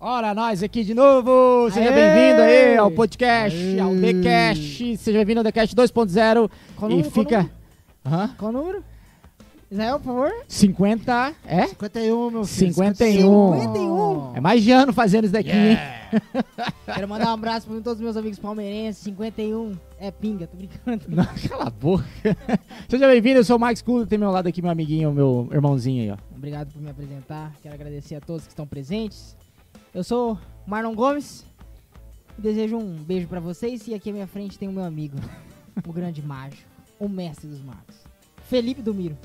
Ora, nós aqui de novo! Seja Aê! bem-vindo aí ao podcast, ao Aê! TheCast. Seja bem-vindo ao TheCast 2.0. Qual E número, qual fica. número? Hã? Qual o número? Israel, por favor. 50. É? 51, meu filho, 51. É mais de ano fazendo isso daqui, hein? Quero mandar um abraço para todos os meus amigos palmeirenses. 51 é pinga, tô brincando. Não, cala a boca. Seja bem-vindo, eu sou o Max Culo, tem meu lado aqui meu amiguinho, meu irmãozinho aí, ó. Obrigado por me apresentar. Quero agradecer a todos que estão presentes. Eu sou o Marlon Gomes. e Desejo um beijo para vocês. E aqui à minha frente tem o meu amigo, o grande mágico, o mestre dos magos, Felipe do Miro.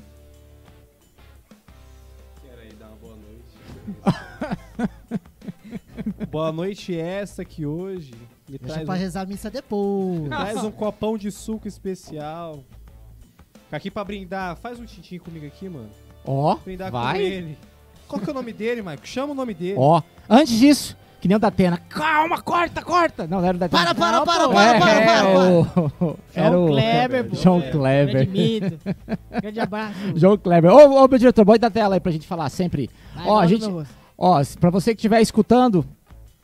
Peraí, dá uma boa noite. boa noite essa que hoje me Deixa traz, pra um, rezar a missa depois. me traz um copão de suco especial. Aqui pra brindar, faz um tintinho comigo aqui, mano. Ó, Brindar com vai. ele. Qual que é o nome dele, Maico? Chama o nome dele. Ó, antes disso, que nem o da Atena. Calma, corta, corta! Não, não era o da Atena. Para, para, Não, para, pô. para, É, para, para, para. é, o- João era o Kleber, pô. João É, Kleber. Grande mito. Grande abraço. João Kleber. Ô, ô, meu diretor, bota da tela aí pra gente falar sempre. Vai, Ó, a bota gente, no meu rosto. ó, se- pra você que estiver escutando,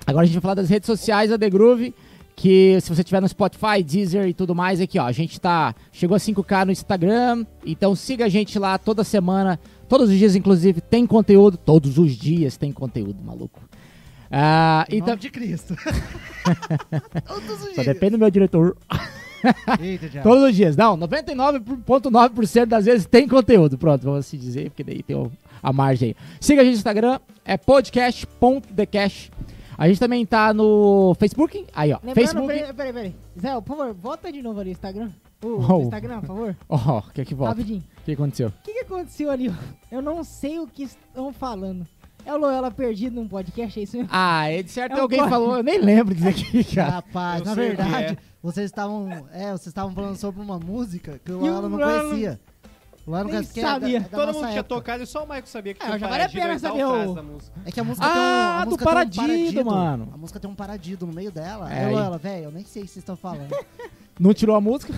agora a gente vai falar das redes sociais da The Groove, que se você tiver no Spotify, Deezer e tudo mais aqui, ó, a gente tá, chegou a 5K no Instagram, então siga a gente lá toda semana, todos os dias inclusive tem conteúdo, todos os dias tem conteúdo, maluco. Ah, Em então, nome de Cristo. Todos os só dias. depende do meu diretor. Eita, já. É. Todos os dias. Não, 99,9% das vezes tem conteúdo. Pronto, vamos se dizer, porque daí tem o- a margem aí. Siga a gente no Instagram, é podcast.thecash. A gente também tá no Facebook. Aí, ó. Lembrando, Facebook. peraí, peraí, peraí. Israel, por favor, volta de novo ali o Instagram. O, o Uou. Instagram, por favor. Ó, o que que Oh. volta? Rapidinho. O que aconteceu? O que, que aconteceu ali? Eu não sei o que estão falando. É o Loyola perdido num podcast, é isso mesmo? Ah, é de certo É um alguém corte. falou. Eu nem lembro disso aqui, cara. Rapaz, Eu na sei o que verdade, é. vocês estavam. É, vocês estavam falando sobre uma música que o E o Alan não Alan conhecia. O Alan não nem conhecia. porque é da- sabia. é da Todo nossa mundo tinha época. tocado e só o Maico sabia que Ah, tinha já vale a paradido pena e tal saber o- frase da música. É que a música Ah, tem um, a do música tem um Paradido, mano. A música tem um paradido no meio dela. É, É, aí. ela, velho, eu nem sei o que vocês estão falando. Não tirou a música?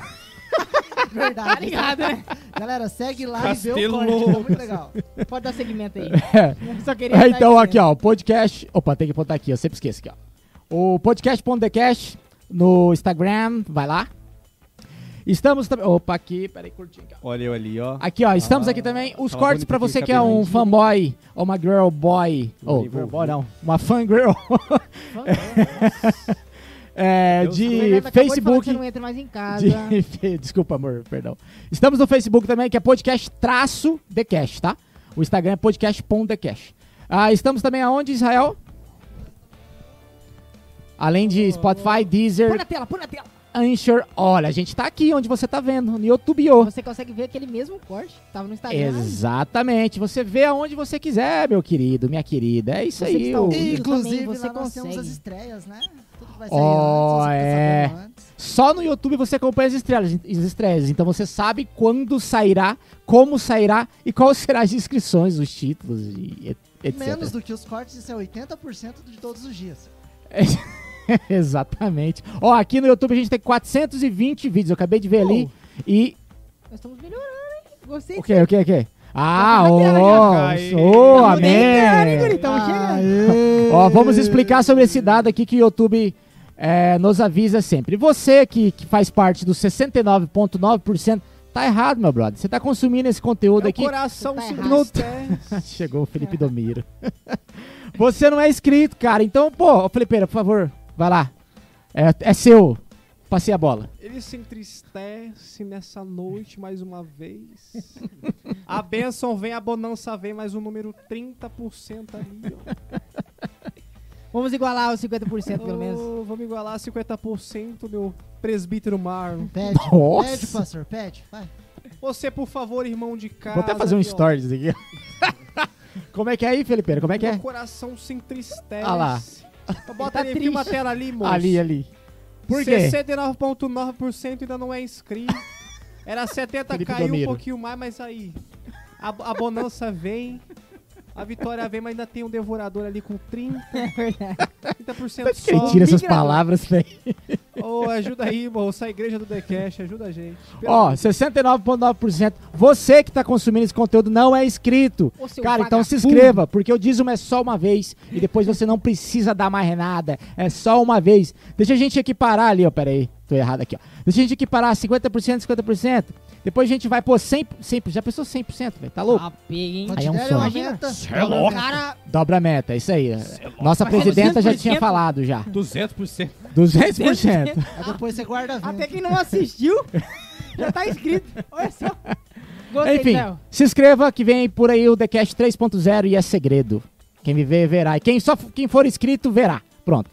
Verdade. Obrigado, né? Galera, segue lá e vê o Castelo corte, tá Louco. muito legal. Pode dar segmento aí. É. Eu só queria É, dar então, segmento. aqui, ó, o podcast. Opa, tem que apontar aqui, eu sempre esqueço aqui, ó. O podcast.decast no Instagram, vai lá. Estamos também. Opa, aqui, peraí, curtinho aqui, ó. Olha eu ali, ó. Aqui, ó, estamos aqui também. Os tava cortes bonito pra aquele você que é um cabelinho. fanboy ou uma girl boy. Ou, River boy Boy. não, uma fangirl. é, de O Leonardo né? acabou de falar que Deus Facebook. Você não entra mais em casa. De fe- Desculpa, amor, perdão. Estamos no Facebook também, que é podcast traço The Cash, tá? O Instagram é podcast.thecash. Ah, estamos também aonde, Israel? Além de Spotify, Põe Deezer, na tela, põe na tela. Anchor. Olha, a gente tá aqui onde você tá vendo, no YouTube. ó. Você consegue ver aquele mesmo corte que tava no Instagram. Exatamente. Você vê aonde você quiser, meu querido, minha querida. É isso Você que aí. está o- ouvindo. Inclusive, também você lá nós temos consegue. as estreias, né? Tudo que vai Ó, sair é. antes, você fica sabendo antes. Só no YouTube você acompanha as estrelas, as estreias, então você sabe quando sairá, como sairá e quais serão as inscrições, os títulos e et- etc. Menos do que os cortes, isso é 80% de todos os dias. Exatamente. Ó, aqui no YouTube a gente tem 420 vídeos, eu acabei de ver ali. Uh! E. Nós estamos melhorando, hein? Gostei. O que, o que, o que? Ah, Já tá na tela, já. ô, ô, Tá mudando de cara, amém! hein, Ah. guri? Ah, Tamo chegando. Ó, vamos explicar sobre esse dado aqui que o YouTube é, nos avisa sempre. Você que, que faz parte dos 69,9%, tá errado, meu brother. Você tá consumindo esse conteúdo Meu aqui. É coração Tá se errado. entristece. Chegou o Felipe Domiro. Você não é inscrito, cara. Então, pô, ô, Felipeira, por favor, vai lá. É, é seu. Passei a bola. Ele se entristece nessa noite mais uma vez. A bênção vem, a bonança vem, mais um número 30% ali, ó. Vamos igualar os 50% pelo menos. Ô, vamos igualar 50%, meu presbítero Marlon. Pede, Nossa. pede, pastor, pede. Vai. Você, por favor, irmão de casa. Vou até fazer um ali, ó. stories aqui. Como é que é aí, Felipeira? Como é que Meu é? coração se entristece. Ah lá. Então Bota Tá ali, triste. filma a tela ali, moço. Ali, ali. Por quê? 69,9% ainda não é inscrito. Era 70, Felipe caiu Belmiro. um pouquinho mais, mas aí. A, a bonança vem. A vitória vem, mas ainda tem um devorador ali com 30, É verdade. 30% Ele só. tira essas Migra- palavras, velho. Ô, ajuda aí, moço, a igreja do The Cash, ajuda a gente. Pelo Ó, 69,9%. Você que tá consumindo esse conteúdo não é inscrito. Ô, seu Cara, então se um vagabundo. inscreva, porque o dízimo é só uma vez e depois você não precisa dar mais nada. É só uma vez. Deixa a gente aqui parar ali, ó. Pera aí, tô errado aqui, ó. Deixa a gente aqui parar 50%, 50%. Depois a gente vai, pô, 100%. 100% já pensou 100%, velho? Tá louco? Ah, pega, hein? Aí é um Considere uma sonho. meta. Cê é louco. Cara, Dobra a meta, é isso aí. Nossa Mas é presidenta já 200%? tinha falado já. 200%. 200%. Aí depois você guarda até vindo. quem não assistiu já tá inscrito. Olha só. Gostei, Enfim, Theo. se inscreva que vem por aí o The Cash 3.0 e é segredo. Quem viver verá. E quem, só, quem for inscrito verá. Pronto.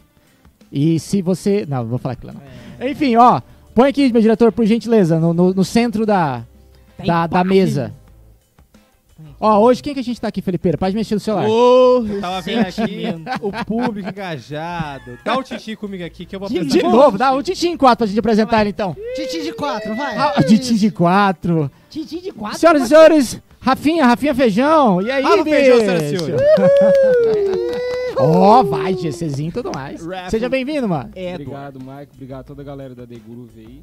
E se você. Não, vou falar aquilo lá, não. Enfim, ó. Põe aqui, meu diretor, por gentileza, no, no- no centro da, Tá da, da empate. mesa. Ó, hoje quem que a gente tá aqui, Felipeira? Pode mexer no celular. Ô, eu tava esse vendo aqui sentimento. o público engajado. Dá o titi comigo aqui que eu vou De De apresentar. novo, dá um titim 4 pra gente apresentar ele então. Titi de quatro, vai. Ah, titim de 4. Titi de quatro. Senhoras e senhores, Rafinha, Rafinha Feijão. E aí, Ralo feijão, bicho? senhoras e senhores. Ó, vai, GCzinho e tudo mais. Rafa. Seja bem-vindo, mano. É, Eduardo. Obrigado, Maico. Obrigado a toda a galera da The Groove aí.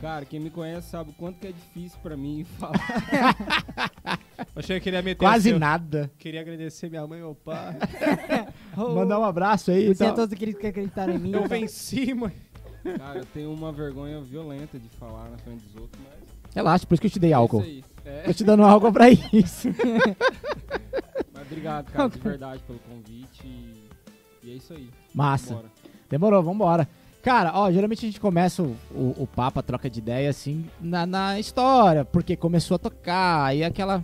Cara, quem me conhece sabe o quanto que é difícil pra mim falar. Achei que ele ia meter Quase assim, ó. nada. Queria agradecer minha mãe e meu pai. Oh, Mandar um abraço aí. Você é Então. todos aqueles que acreditaram em mim. Eu venci, mãe. Cara, eu tenho uma vergonha violenta de falar na frente dos outros, mas. Relaxa, por isso que eu te dei álcool. É isso aí. É, Tô te dando álcool pra isso. mas obrigado, cara, de verdade, pelo convite. E, e é isso aí. Massa. Bora. Demorou, vambora. Cara, ó, geralmente a gente começa o, o, o papo, a troca de ideia, assim, na, na história, porque começou a tocar, aí aquela.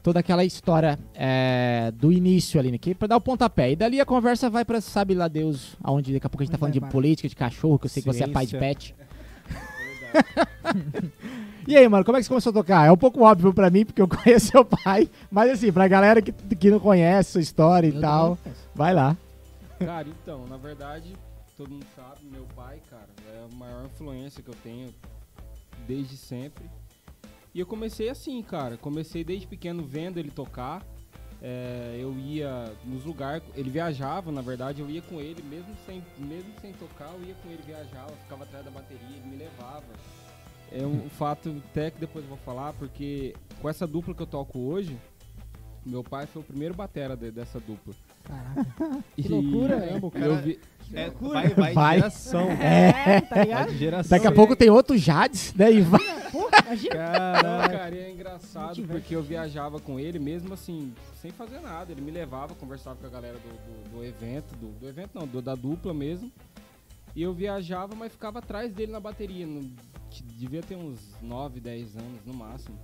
Toda aquela história é, do início ali, né? Que pra dar o pontapé. E dali a conversa vai pra, sabe lá Deus, aonde daqui a pouco a gente tá Vai, falando de vai. política, de cachorro, que eu sei que você é pai de Ciência. pet. E aí, mano, como é que você começou a tocar? É um pouco óbvio pra mim, porque eu conheço seu pai, mas assim, pra galera que, que não conhece sua história e Eu tal, também penso. vai lá. Cara, então, na verdade, todo mundo sabe, meu pai, cara, é a maior influência que eu tenho desde sempre. E eu comecei assim, cara. Comecei desde pequeno vendo ele tocar. É, eu ia nos lugares, ele viajava, na verdade, eu ia com ele, mesmo sem, mesmo sem tocar, eu ia com ele, viajava, ficava atrás da bateria, ele me levava. É um fato até que depois eu vou falar, porque com essa dupla que eu toco hoje, meu pai foi o primeiro batera de- dessa dupla. Caraca. Que loucura, né? eu, cara. vi- É, vai, vai, Vai. de geração. É, tá Vai ligado? de geração. Daqui a pouco tem outro Jades, né? E vai. Pô, imagina. Não, Caraca. cara, e é engraçado porque eu viajava com ele mesmo assim, sem fazer nada. Ele me levava, conversava com a galera do, do- do evento, do, do evento não, do- da dupla mesmo. E eu viajava, mas ficava atrás dele na bateria. no- t- devia ter uns 9, 10 anos no máximo.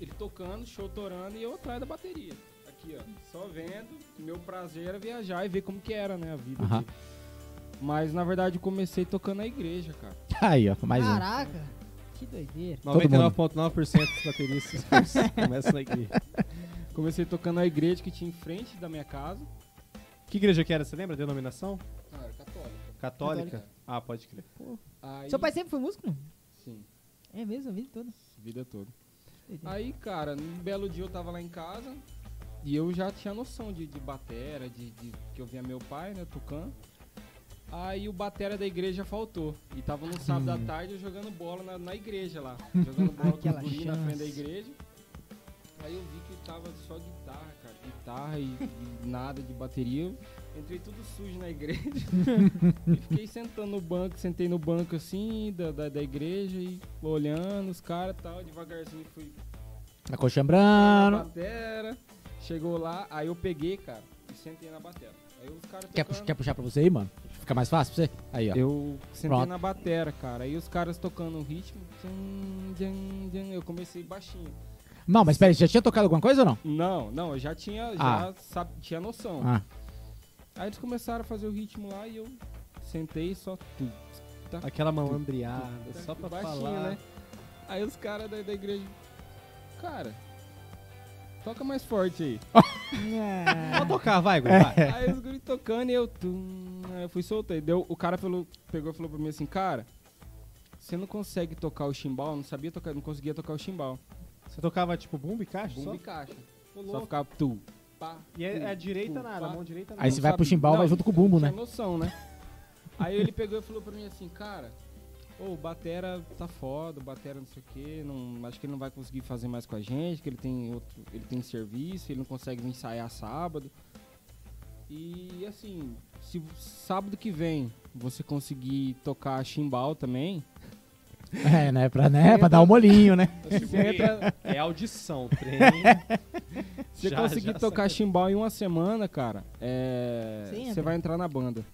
Ele tocando, show torando e eu atrás da bateria. Aqui, ó, só vendo. Meu prazer era viajar e ver como que era, né, a vida. Aham. aqui. Mas na verdade eu comecei tocando na igreja, cara. Aí, ó, mais um. Caraca. Que doideira. Todo mundo. 99,9% dos bateristas começam na igreja. Comecei tocando na igreja que tinha em frente da minha casa. Que igreja que era? Você lembra a denominação? Ah, era católica. Católica? Ah, pode crer. Aí, Seu pai sempre foi músico? né? Sim, É mesmo, a vida toda. vida toda. Doideira. Aí, cara, um belo dia eu tava lá em casa e eu já tinha noção de, de batera, de, de- que eu via meu pai, né, tocando. Aí o batera da igreja faltou. E tava no sábado à tarde eu jogando bola na, na igreja lá. Jogando bola com Hum. Aquela os guri na chance. frente da igreja. Aí eu vi que tava só guitarra, cara. Guitarra e, e nada de bateria. Eu Entrei tudo sujo na igreja. e fiquei sentando no banco, sentei no banco assim, da, da, da igreja, e olhando os caras e tal, devagarzinho fui Na coxa na branca. batera. Chegou lá, aí eu peguei, cara, e sentei na batera. Aí os caras Quer, tocando- pux- quer puxar pra você aí, mano? Fica mais fácil pra você? Aí, ó. Eu sentei Pronto. na batera, cara. Aí os caras tocando o ritmo. tchan, tchan, tchan, Eu comecei baixinho. Não, mas peraí, já tinha tocado alguma coisa ou não? Não, não, eu já tinha, já Ah. sabe, tinha noção. Ah, Aí eles começaram a fazer o ritmo lá e eu sentei só tudo. Aquela malandreada, só pra falar. Tá né? Aí os caras da, da igreja. Cara, toca mais forte aí. Vou É. tocar, vai, Guri, vai. Aí os guri tocando e eu. Tum, aí eu fui soltei. Deu, o cara falou, pegou e falou pra mim assim, cara, você não consegue tocar o chimbal? Eu Não sabia tocar, não conseguia tocar o chimbal. Você tocava tipo bumbo e caixa? Bumbo só? e caixa. Ô, Só louco. ficava tu. pá, E é, tu, é a direita tu, nada, a pá. mão direita nada. Aí Não você vai pro sabe- chimbal, não, vai junto com o bumbo, tinha né? noção, né? Aí ele pegou e falou pra mim assim, cara, ô, o Batera tá foda, o Batera não sei o quê, não, acho que ele não vai conseguir fazer mais com a gente, que ele tem outro, ele tem serviço, ele não consegue vir ensaiar sábado. E assim, se v- sábado que vem você conseguir tocar chimbal também, É, né? Pra, né? pra dar um molinho, né? você entra- É audição, trem. se Já- conseguir já tocar saca- chimbal em uma semana, cara, é, Você você entra. vai entrar na banda.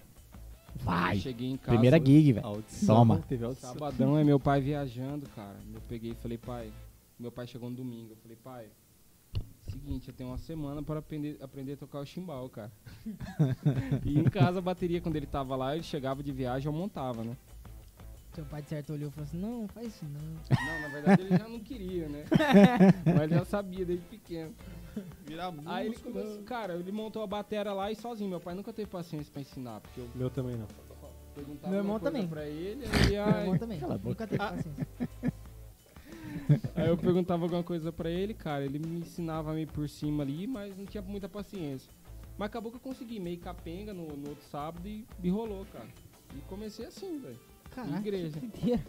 Vai. Cheguei em casa. Primeira gig, velho. Audição. Toma. Teve audição. Sabadão é meu pai viajando, cara. Eu peguei e falei, pai. Meu pai chegou no domingo. Eu falei, pai, seguinte, eu tenho uma semana para aprender, aprender a tocar o chimbal, cara. e em casa a bateria, quando ele tava lá, ele chegava de viagem, eu montava, né? Seu pai de certo olhou e falou assim, não, não faz isso não. Não, na verdade ele já não queria, né? Mas ele já sabia desde pequeno. Virar músico. Aí ele começou, cara, ele montou a batera lá e sozinho. Meu pai nunca teve paciência pra ensinar, porque eu Meu também não. perguntava Meu irmão uma coisa também. pra ele, aí, Meu aí irmão também. assim. cala a boca. Nunca teve paciência. Aí eu perguntava alguma coisa pra ele, cara, ele me ensinava meio por cima ali, mas não tinha muita paciência. Mas acabou que eu consegui, meio capenga no, no outro sábado e me rolou, cara. E comecei assim, velho. Caraca, Igreja. que doideira.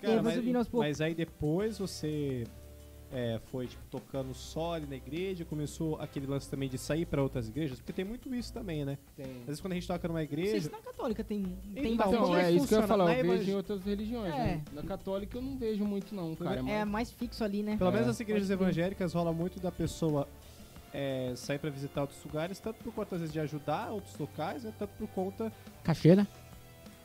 Cara, vai subindo aos mas, poucos. mas aí depois você é, foi tipo, tocando só ali na igreja, começou aquele lance também de sair pra outras igrejas, porque tem muito isso também, né? Às Tem. vezes quando a gente toca numa Vocês igreja. na católica tem, tem Então, bastante Então, como é é que isso que eu ia funciona? falar, Na eu vejo evangé- em outras religiões, É. né? Na católica eu não vejo muito não, cara. É, mas- mais fixo ali, né? Pelo É. menos as igrejas Pode crer. evangélicas rola muito da pessoa é, sair pra visitar outros lugares, tanto por conta às vezes de ajudar outros locais, né, tanto por conta. Cachê, né?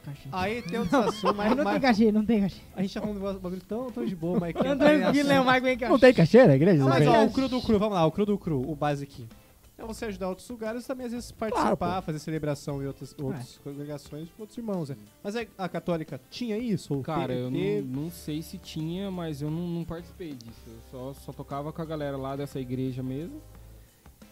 Cachê. Aí tem outros assuntos, mas, Mas não tem Ah, mas- cachê, não tem cachê. a gente tá falando de um bagulho tão, tão de boa, mas. é que Não não tem tem assunto. Guilherme Maicon aí, cachê. Não tem cachê na igreja? Não, Não mas tem? ó, o cru do cru, vamos lá, o cru do cru, o básico. É você ajudar outros lugares também, às vezes participar, Claro, fazer celebração em outras, outras congregações com outros irmãos, né? Mas a, a católica tinha isso? Ou Cara, teve- eu teve? não, não sei se tinha, mas eu não, não participei disso. Eu só, só tocava com a galera lá dessa igreja mesmo.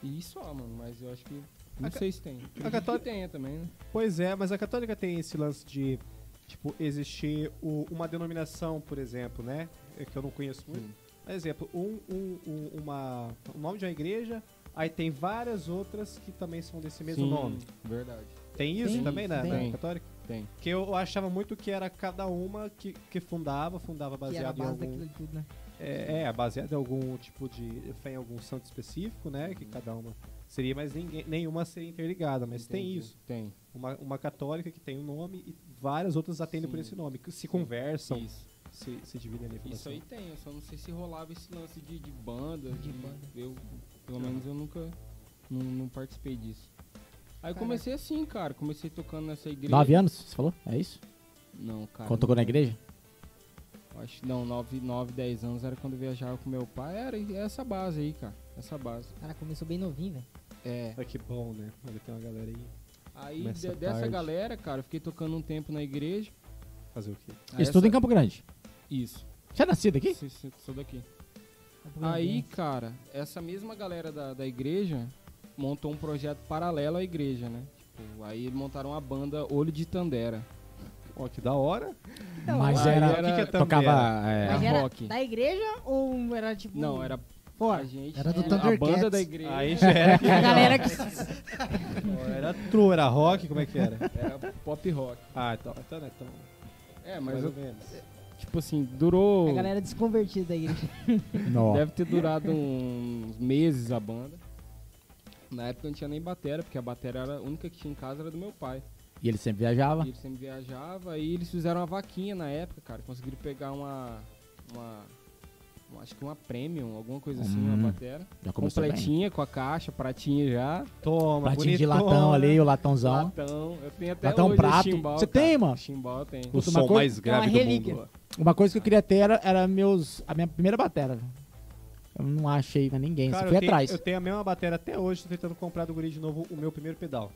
E só, mano, mas eu acho que. Não A ca- sei se tem. Acredito que católica- tenha também, né? Pois é, mas a católica tem esse lance de, tipo, existir o- uma denominação, por exemplo, né? É Que eu não conheço Hum. muito. Por exemplo, um, um- um- uma, o nome de uma igreja, aí tem várias outras que também são desse mesmo Sim, nome. Verdade. Tem isso Tem, também né? na, na tem. católica? Tem. Que eu achava muito que era cada uma que, que fundava, fundava Que era a baseado base em algum. daquilo ali tudo, né? É, é, baseado em algum tipo de. Fé em algum santo específico, né? Que cada uma seria, mas ninguém, nenhuma seria interligada, mas tem Entendi. isso. Tem. Uma, uma católica que tem um nome e várias outras atendem por Sim. esse nome, que se conversam, Isso. se, se dividem ali. Isso aí tem, eu só não sei se rolava esse lance de, de banda. De, banda. Eu, pelo menos eu nunca não, não participei disso. Aí eu Caraca. comecei assim, cara. Comecei tocando nessa igreja. Nove anos, você falou? É isso? Não, cara. Quando tocou na igreja? Acho, não, 9, 9, 10 anos era quando eu viajava com meu pai. Era essa base aí, cara. Essa base. Cara, começou bem novinho, velho. Tá É. Olha que bom, né? Olha, tem uma galera aí. Aí Começa de- dessa tarde. galera, cara, eu fiquei tocando um tempo na igreja. Fazer o quê? Aí Isso tudo em ah, essa- Campo Grande. Isso. Você é nascido aqui? Sim, sim, Sou daqui. Tá bom, Aí, né? cara, essa mesma galera da, da igreja montou um projeto paralelo à igreja, né? Tipo, aí eles montaram a banda Olho de Tandera. Ó, que da hora. Mas Aí era. era- O que que é também? Tocava. é, Mas é era rock. da igreja ou era tipo. Não, era a Fora. gente. né? Era do a Thundercats. banda da igreja. Aí já era. A galera que. Era true, era rock, como é que era? Era pop rock. Ah, então, então, né, então É, mais mas ou eu, menos. tipo assim, durou. A galera desconvertida da igreja. nó. Deve ter durado uns meses a banda. Na época não tinha nem batera, porque a batera era a única que tinha em casa era do meu pai. E ele sempre viajava. E eles sempre viajava e eles fizeram uma vaquinha na época, cara. Conseguiram pegar uma. uma uma- acho que uma premium, alguma coisa assim, Hum. uma batera. Já começou bem. Completinha com a caixa, pratinha já. Toma, né? Pratinho de bonitona. latão ali, o latãozão. Latão. Eu tenho até Latão hoje prato. chimbal, Você cara. tem, mano? Chimbal eu tenho. Puta, uma, coisa, mais grave do relíquia. mundo. uma coisa que eu queria ter era, era meus, a minha primeira batera. Eu não achei né, ninguém, só Cara, fui eu tenho, atrás. eu tenho a mesma bateria até hoje, tô tentando comprar do guri de novo o meu primeiro pedal.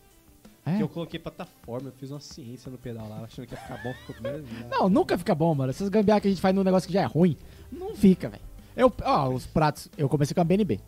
É? Que eu coloquei plataforma, eu fiz uma ciência no pedal lá, achando que ia ficar bom, ficou primeiro. Não, nunca fica bom, mano. Essas gambiarras que a gente faz num negócio que já é ruim, não fica, velho. Eu, ó, os pratos, eu comecei com a BNB.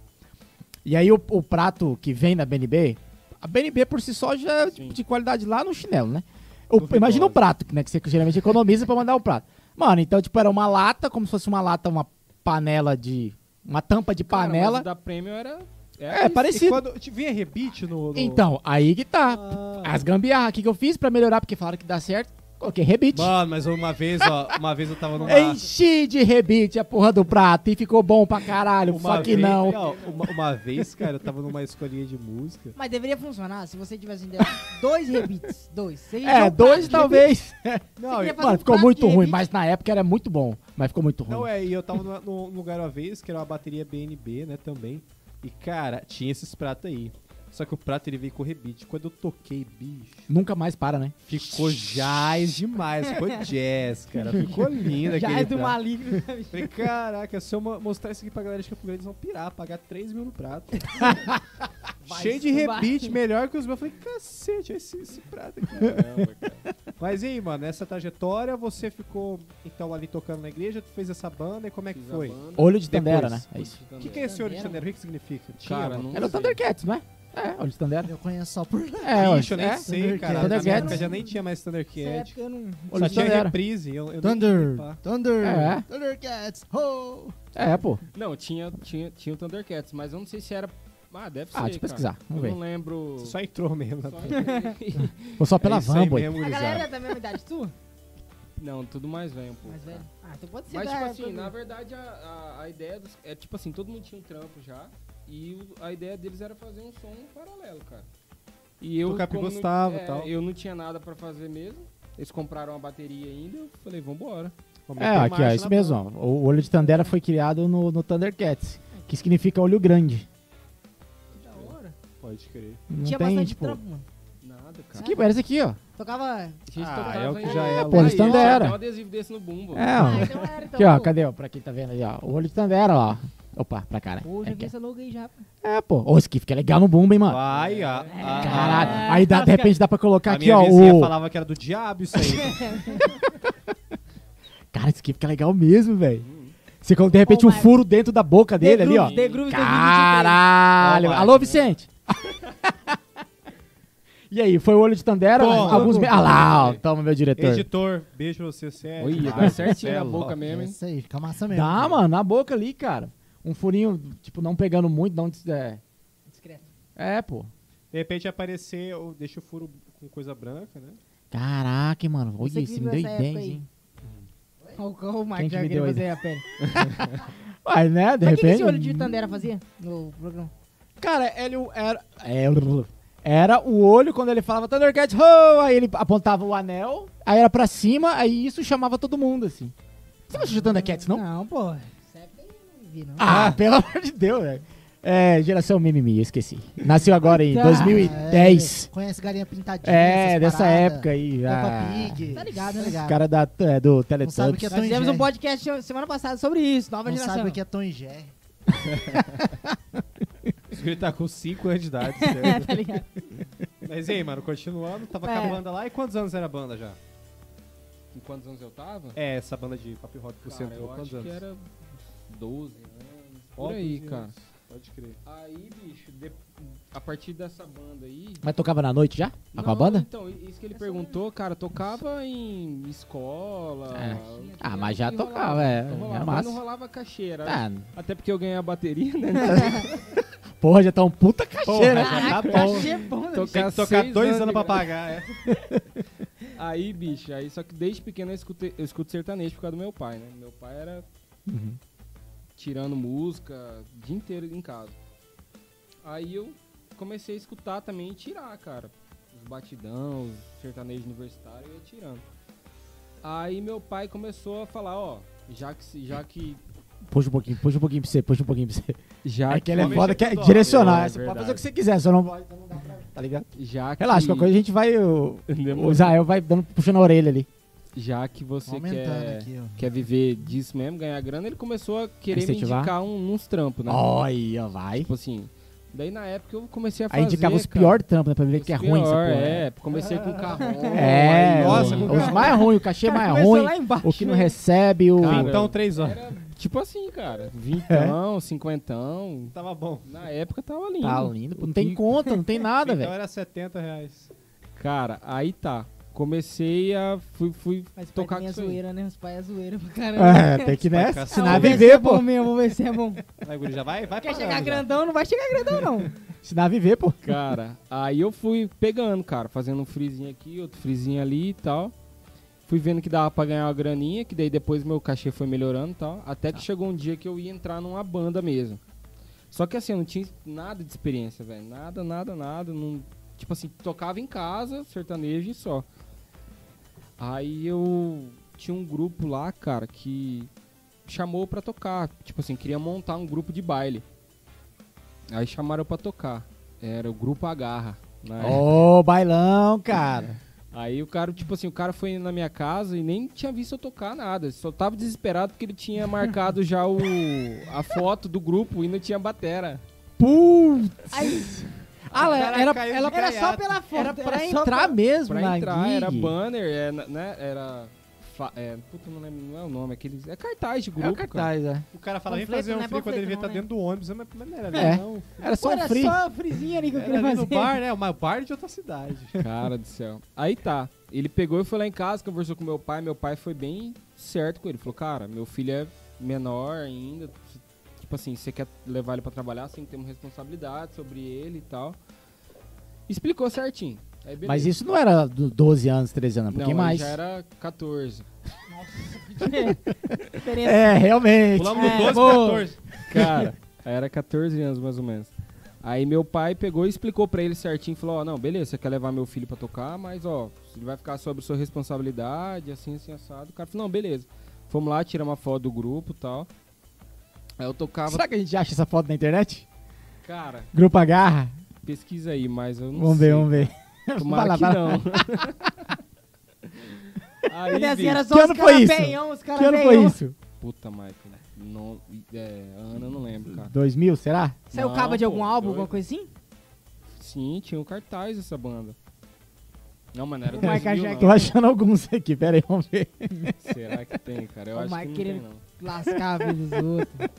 E aí o, o prato que vem na BNB, a BNB por si só já é Sim. de qualidade lá no chinelo, né? O- Duvidosa. imagina o prato, né, que você geralmente economiza pra mandar o prato. Mano, então tipo era uma lata, como se fosse uma lata, uma panela de uma tampa de Cara, mas panela. o da premium era. É, E parecido. quando te- vinha rebite no. no- Então, aí que tá. Ah, as gambiarra aqui que eu fiz pra melhorar, porque falaram que dá certo. Coloquei rebite. Mano, mas uma vez, ó, uma vez eu tava numa. Enchi de rebite a porra do prato e ficou bom pra caralho. uma Só que vez- Então, não. uma, uma vez, cara, eu tava numa escolinha de música. Mas deveria funcionar se você tivesse ainda dois rebites. Dois. Você encheu É, um dois prato de talvez. Não, queria fazer eu- um Mano, ficou prato muito de ruim, rebite. mas na época era muito bom. Mas ficou muito Não, ruim. é, e eu tava numa- num num lugar uma vez que era uma bateria BNB, né, também. E, cara, tinha esses pratos aí. Só que o prato ele veio com rebite. Quando eu toquei, bicho, Nunca mais para, né? ficou jazz demais. Ficou jazz, cara. Ficou lindo rebites. aquele Já um é do prato. maligno. né, Falei, caraca, se eu mo- mostrar isso aqui pra galera de Campo Grande, eles vão pirar, pagar 3 mil no prato. Cheio de Vai. rebite, melhor que os meus. Eu falei, cacete, olha esse, esse prato aqui. Caramba, cara. Mas e aí, mano, essa trajetória, você ficou, então, ali tocando na igreja, tu fez essa banda, e como é que Fiz a foi? banda, Olho de Depois. Tandera, né? É isso. O que, que é esse olho de Tandera? O que, que significa? Cara, mano? não Era o sei. Thundercats, não é? É, olho de Tandera. Eu conheço só por lá. É, olha, Bicho, eu nem é. sei, cara. Na Thundercats. minha época já nem tinha mais Nessa é Thundercat. época é eu não. Olho Só de tinha Tandera. reprise. Eu, eu nem Thunder, participava. Thunder, É. Thundercats, ho! É, pô. Não, tinha, tinha, tinha o Thundercats, mas eu não sei se era. Ah, deve ser. Ah, deixa eu cara. pesquisar. Eu Vamos ver. não lembro. Só né? entrou mesmo. Só- Vou só pela É isso van, aí boy. mesmo, A galera gurizada. é da mesma idade tu? não, tudo mais velho um pouco. Mais cara. velho. Ah, então pode ser Mas, da tipo época assim, do- na verdade, a, a, a ideia dos. É tipo assim, todo mundo tinha um trampo já. E o- a ideia deles era fazer um som paralelo, cara. E eu. Tocar pro como Gustavo e não, é, tal. Eu não tinha nada pra fazer mesmo. Eles compraram a bateria ainda. Eu falei, vambora. Aumentou É, aqui, ó, marcha isso na mesmo. ó. O olho de Tandera foi criado no, no Thundercats, que significa olho grande. Que da hora. banda. Pode crer. Não Tinha tem, bastante né? tipo. trampo, mano. Nada, cara. Aqui, parece aqui, ó. Tocava. A gente Ah, tocava é o que ainda. já é, pô, pô, aí, eles tinha Tandera. até um adesivo desse no bumbo. né? É, Ah, ó. então era, então. Aqui, ó, pô. cadê, ó, pra quem tá vendo aí, ó. O olho de Tandera, ó. Opa, pra cá, né? Pô, já É, vi que- essa logo aí já. pô. é, pô. Ô, esse aqui fica legal no bumbo, hein, mano. Vai, a, a- Caralho. a- Aí, dá, de repente, dá pra A, colocar aqui, minha ó, vizinha o... falava que era do diabo isso aí. Cara, esse aqui fica legal mesmo, velho. Hum. Você coloca, de repente, Ô, um Maicon. furo dentro da boca dele ali, ó. The Groove 2023. Caralho! Ó, Maicon. Alô, Vicente! e aí, foi o olho de Tandera? Bom, alguns. me- Ah lá, ó, toma, meu diretor. Editor, beijo pra você, Sérgio. Olha, Vai, dá certinho na Marcelo, boca ó. mesmo, É hein? isso aí, fica massa mesmo. Dá, mano, na boca ali, cara. Um furinho, tipo, não pegando muito, não. des- É, Discreto. é pô. De repente aparecer, ou deixa o furo com coisa branca, né? Caraca, hein, mano. Olha, Você que isso me viu deu essa época ideias, aí. hein? Olha o Quem Mark que já me queria deu fazer a pele. Mas, né, de Mas o que que repente. esse olho de Tandera fazia no programa? Cara, ele o- era. é, blub. Era o olho quando ele falava Thundercat, ho! Aí ele apontava o anel, aí era pra cima, aí isso chamava todo mundo, assim. Você não assistiu Thundercats, não? Não, pô. Essa época aí eu não vi, não. Ah, pelo amor de Deus, velho. É, geração mimimi, eu esqueci. Nasceu agora em Tá. É, 2010. conhece Galinha Pintadinha, É, essas dessa paradas, época Ah, aí. Peppa já. Pig. Tá ligado, né? tá Os ligado. caras da- é, do Não sabe o que é Teletubbies. Nós Tom e fizemos Jerry. um podcast semana passada sobre isso, nova Não geração. sabe o que é Tom e Jerry. Isso que Ele tá com 5 anos de idade, é Sérgio. tá ligado? Mas e aí, mano, continuando, tava É. com a banda lá. E quantos anos era a banda já? Em quantos anos eu tava? É, essa banda de pop rock que você Cara, entrou, eu quantos acho anos? que era 12 anos. Por aí, cara. Pode crer. Aí, bicho, de- a partir dessa banda aí. Mas tocava na noite já? Tá Com a Não, banda? Então, i- isso que ele perguntou, cara, tocava em escola. É. tinha- Ah, tinha mas que já rolava, tocava, é, rolava, era mas massa. não rolava cachê, era- É. Ah, Até porque eu ganhei a bateria, né? porra, já tá um puta cachê, Porra, né? já tá bom. Achei bom, né? Tem Tocar que tocar seis dois de anos pra graça. pagar, é. Aí, bicho, aí só que desde pequeno eu, escutei, eu escuto sertanejo por causa do meu pai, né? Meu pai era Uhum. tirando música o dia inteiro em casa. Aí eu comecei a escutar também e tirar, cara. Os batidão, os sertanejo universitário, eu ia tirando. Aí meu pai começou a falar, ó, já que se- já que Puxa um pouquinho, puxa um pouquinho pra você, puxa um pouquinho pra você. já É que ele é Aqui, foda, que é ó, direcionar. é Você pode verdade. fazer o que você quiser, só não pode, não dá pra. Tá ligado? já que Relaxa, qualquer coisa a gente vai. O, o Israel vai dando, puxando a orelha ali. já que é. você Aumentando quer aqui, ó. quer viver disso mesmo, ganhar grana, ele começou a querer me Incentivar? indicar um- uns trampos, né? Olha, vai. Tipo assim, daí na época eu comecei a fazer. Aí indicava os cara. piores trampos, né? Pra ver Os que é ruim essa pior, porra. né? É, comecei com o carro. É, Nossa, o- com os carro. mais ruins, o cachê é Cara, mais começou ruim, lá embaixo, o que não né? recebe, o. Cara, Então, três horas. Tipo assim, cara. É. Vintão, cinquentão. Tava bom. Na época tava lindo. tá lindo, pô, não Um tem bico. conta, não tem nada, Então velho. era 70 reais. Cara, aí tá. Comecei a. Fui, fui Mas o tocar pai com é isso aí. zoeira, né? Os pais é zoeira pra caramba. É, tem que, né? Pra Ensinar a vamos ver viver, se é bom pô. mesmo, vamos ver se é bom. Vai, guri, já vai, vai Quer pagando chegar já. grandão, não vai chegar grandão, não. Ensinar a é viver, pô. Cara, aí eu fui pegando, cara, fazendo um frizinho aqui, outro frizinho ali e tal. Fui vendo que dava pra ganhar uma graninha, que daí depois meu cachê foi melhorando e tal. Até que chegou um dia que eu ia entrar numa banda mesmo. Só que assim, eu não tinha nada de experiência, velho. Nada, nada, nada. Não... Tipo assim, tocava em casa, sertanejo e só. Aí eu tinha um grupo lá, cara, que chamou pra tocar. Tipo assim, queria montar um grupo de baile. Aí chamaram pra tocar. Era o grupo Agarra. Né? Ô, bailão, cara. Aí o cara, tipo assim, o cara foi na minha casa e nem tinha visto eu tocar nada. Só tava desesperado porque ele tinha marcado já o a foto do grupo e não tinha batera. Putz. Ah, O ela, cara era, caiu ela de era gaiato. só pela foto. Era pra era só entrar mesmo Pra na entrar, era gig. banner, é, né? Era. fa- é, puta, não lembro, não é o nome, aqueles. É cartaz de É grupo. o cartaz, é. O cara fala, vem Panfleto fazer não um é frio quando ele vê panfleto, tá não, dentro do ônibus. Mas mas não era ali, É. não. Era só Pô, um era free. só a frisinha ali que eu Era queria ali no fazer. bar, né? Uma bar de outra cidade. Cara. cara do céu. Aí tá. Ele pegou e foi lá em casa, conversou com meu pai. Meu pai foi bem certo com ele. Falou, cara, meu filho é menor ainda. Tipo assim, você quer levar ele pra trabalhar, você tem que ter uma responsabilidade sobre ele e tal. Explicou certinho. Aí beleza. Mas isso não era do 12 anos, 13 anos, um não, pouquinho aí mais. já era 14. Diferença. É, realmente. Pulamos do 12 pô. pra 14. Cara, era 14 anos mais ou menos. Aí meu pai pegou e explicou pra ele certinho, falou, ó, não, beleza, você quer levar meu filho pra tocar, mas ó, ele vai ficar sob sua responsabilidade, assim, assim, assado. O cara falou, não, beleza. Fomos lá, tiramos uma foto do grupo e tal. Aí eu tocava. Será que a gente acha essa foto na internet? Cara, Grupo Agarra? pesquisa aí, mas eu não Vamos sei. ver, vamos ver. Vai Tomara lá, que vai não. lá. aí, Porque assim, bicho, era só É. Que os ano foi caras isso? veião, os caras Que ano foi veião. isso? Puta, Michael. Não, é, Ana, eu não lembro, cara. 2000, será? Saiu Não, capa de pô, algum álbum, doido. alguma coisa assim? Sim, tinha um cartaz essa banda. Não, mano, era O Michael 2000, Jackson. Tô não. achando alguns aqui, pera aí, vamos ver. Será que tem, cara? Eu O acho que não Mike tem, querendo- não. Lascar a vida dos outros.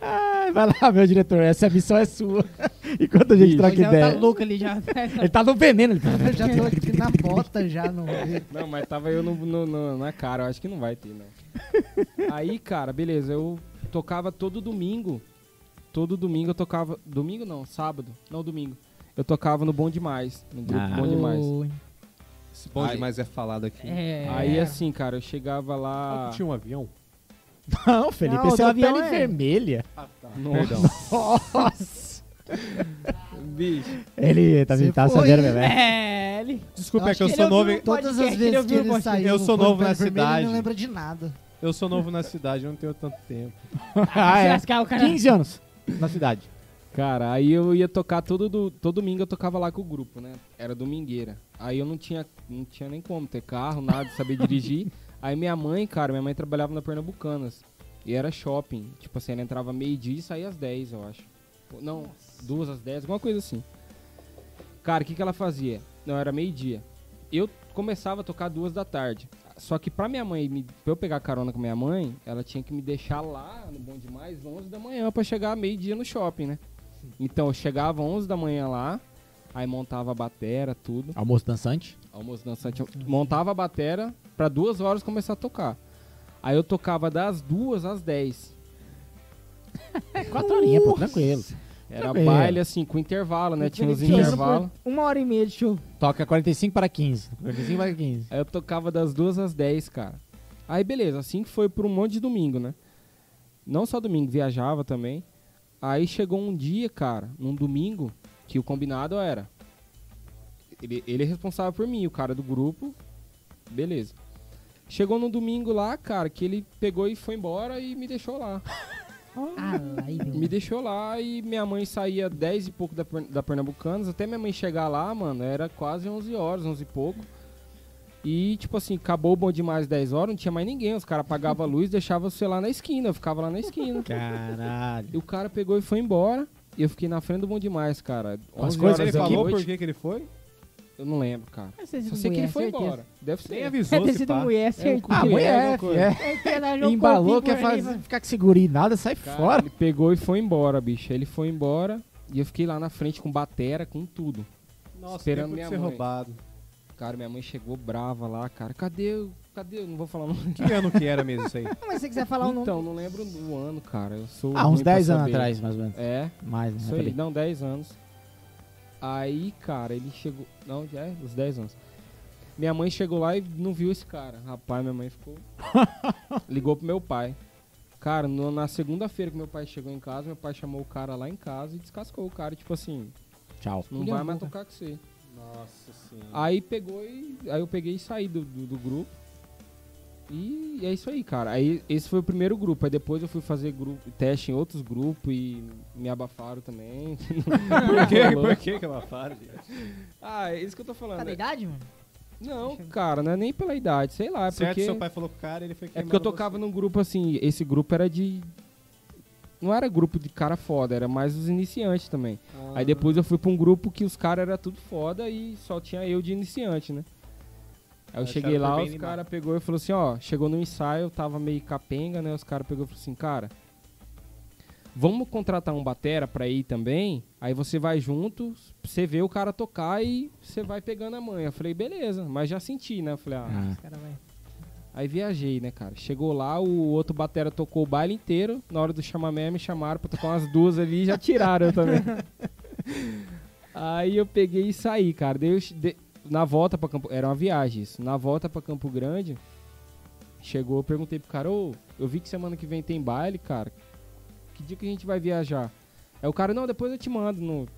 Ai, vai lá, meu diretor, essa missão é sua. Enquanto a gente Isso. troca Pois é, ideia. tá louco ali já. Ele tá no veneno. Ele... Eu já tô aqui na bota já no. Não Não, mas tava eu no, no- no- na cara, eu acho que não vai ter, não. Aí, cara, beleza, eu tocava todo domingo. Todo domingo eu tocava. Domingo não, sábado. Não, domingo. Eu tocava no Bom Demais. No grupo Ah. Bom Demais. Esse bom Aí- demais é falado aqui. É. Aí assim, cara, eu chegava lá. Ah, Tinha um avião? Não, Felipe, Não, esse é do uma pele avião é- vermelha. tá. Perdão. Nossa. Bicho. Ele tá, Você tá foi, sabendo, velho. É, ele. Desculpa, é que acho eu que sou ele ouviu novo. em- um podcast, Todas as ele vezes que ouviu o ele podcast. saiu, Eu sou foi novo pele na vermelha, ele cidade. não lembra de nada. Eu sou novo na cidade, eu não tenho tanto tempo. Ah, Se é. lascar, o cara... 15 anos na cidade. Cara, aí eu ia tocar todo, do, todo domingo eu tocava lá com o grupo, né? Era domingueira. Aí eu não tinha, não tinha nem como ter carro, nada, saber dirigir. Aí minha mãe, cara, minha mãe trabalhava na Pernambucanas. E era shopping. Tipo assim, ela entrava meio-dia e saía às 10, eu acho. Ou Não, duas às 10, alguma coisa assim. Cara, o que, que ela fazia? Não, era meio-dia. Eu começava a tocar duas da tarde. Só que pra minha mãe, me, pra eu pegar carona com minha mãe, ela tinha que me deixar lá no Bom Demais 11 da manhã pra chegar meio-dia no shopping, né? Então eu chegava 11 da manhã lá, aí montava a batera, tudo. Almoço dançante. Almoço dançante, eu montava a batera pra duas horas começar a tocar. Aí eu tocava das duas às 10. É, Quatro horinhas, pô, tranquilo. Era Tranquilo. baile assim, com intervalo, né? Tinha uns Ele tirou intervalos. por Uma hora e meia de show. Toca 45 para 15. 45 para 15. Aí eu tocava das duas às 10, cara. Aí beleza, assim que foi por um monte de domingo, né? Não só domingo, viajava também. Aí chegou um dia, cara, num domingo, que o combinado era. Ele, ele é responsável por mim, o cara do grupo. Beleza. Chegou num domingo lá, cara, que ele pegou e foi embora e me deixou lá. Ah, lá, e deu. Me deixou lá e minha mãe saía 10 e pouco da, Pern- da Pernambucanas. Até minha mãe chegar lá, mano, era quase 11 horas, 11 e pouco. E, tipo assim, acabou o bom demais 10 horas, não tinha mais ninguém. Os caras apagavam a luz, deixavam você lá na esquina. Eu ficava lá na esquina. Caralho. e o cara pegou e foi embora. E eu fiquei na frente do bom demais, cara. As coisas 11 Mas horas que- Ele da falou por noite, que que ele foi? Eu não lembro, cara. Deve ter sido Só sei que mulher, ele foi certeza. embora. Deve Nem ser. avisou, Deve ter se sido um pá. mulher, certeza. Ah, Mulher, mulher, alguma coisa. é. É que ela jogou Embalou, o quer pingo ali, fazer, ficar com segurinho, nada, sai Cara, fora. Ele pegou e foi embora, bicho. Ele foi embora e eu fiquei lá na frente com batera, com tudo. Nossa, Esperando tempo de minha ser mãe. roubado. Cara, minha mãe chegou brava lá, cara. Cadê? o- Cadê? Eu não vou falar o nome. Que ano que era mesmo isso aí? Mas se você quiser falar o nome. Então, não lembro o ano, cara. Eu sou Ah, uns ruim pra 10 anos saber. atrás, mais ou menos. É, Mais, né? isso também. aí. Não, 10 anos. Aí, cara, ele chegou. Não, já é, uns 10 anos. Minha mãe chegou lá e não viu esse cara. Rapaz, minha mãe ficou. Ligou pro meu pai. Cara, no- na segunda-feira que meu pai chegou em casa, meu pai chamou o cara lá em casa e descascou o cara. Tipo assim, Tchau. não Filha vai mais puta. tocar com você. Nossa senhora. Aí pegou e. Aí eu peguei e saí do, do, do grupo. E é isso aí, cara. Aí esse foi o primeiro grupo. Aí depois eu fui fazer grupo, teste em outros grupos e me abafaram também. Por que, por que que ela fala, gente? ah, é isso que eu tô falando. Tá na idade, mano? É. Não, cara, não é nem pela idade, sei lá. É Certo, porque, seu pai falou com o cara, ele foi é porque eu tocava num grupo assim. Esse grupo era de. Não era grupo de cara foda, era mais os iniciantes também. Aí depois eu fui pra um grupo que os caras era tudo foda e só tinha eu de iniciante, né? Aí eu Acharam cheguei por lá, bem os animar. caras pegou e falou assim, ó, chegou no ensaio, eu tava meio capenga, né? Os caras pegou e falou assim, cara, vamos contratar um batera pra ir também, aí você vai junto, você vê o cara tocar e você vai pegando a manha. Eu falei, beleza, mas já senti, né? Eu falei, ah, Ah, Os caras vai. Aí viajei, né, cara? Chegou lá, o outro batera tocou o baile inteiro. Na hora do chamamé, me chamaram pra tocar umas duas ali e já tiraram eu também. Aí eu peguei e saí, cara. Daí eu che- de- na volta pra Campo... Era uma viagem isso. Na volta pra Campo Grande, chegou, eu perguntei pro cara, ô, eu vi que semana que vem tem baile, cara. Que dia que a gente vai viajar? Aí o cara, não, depois eu te mando. No...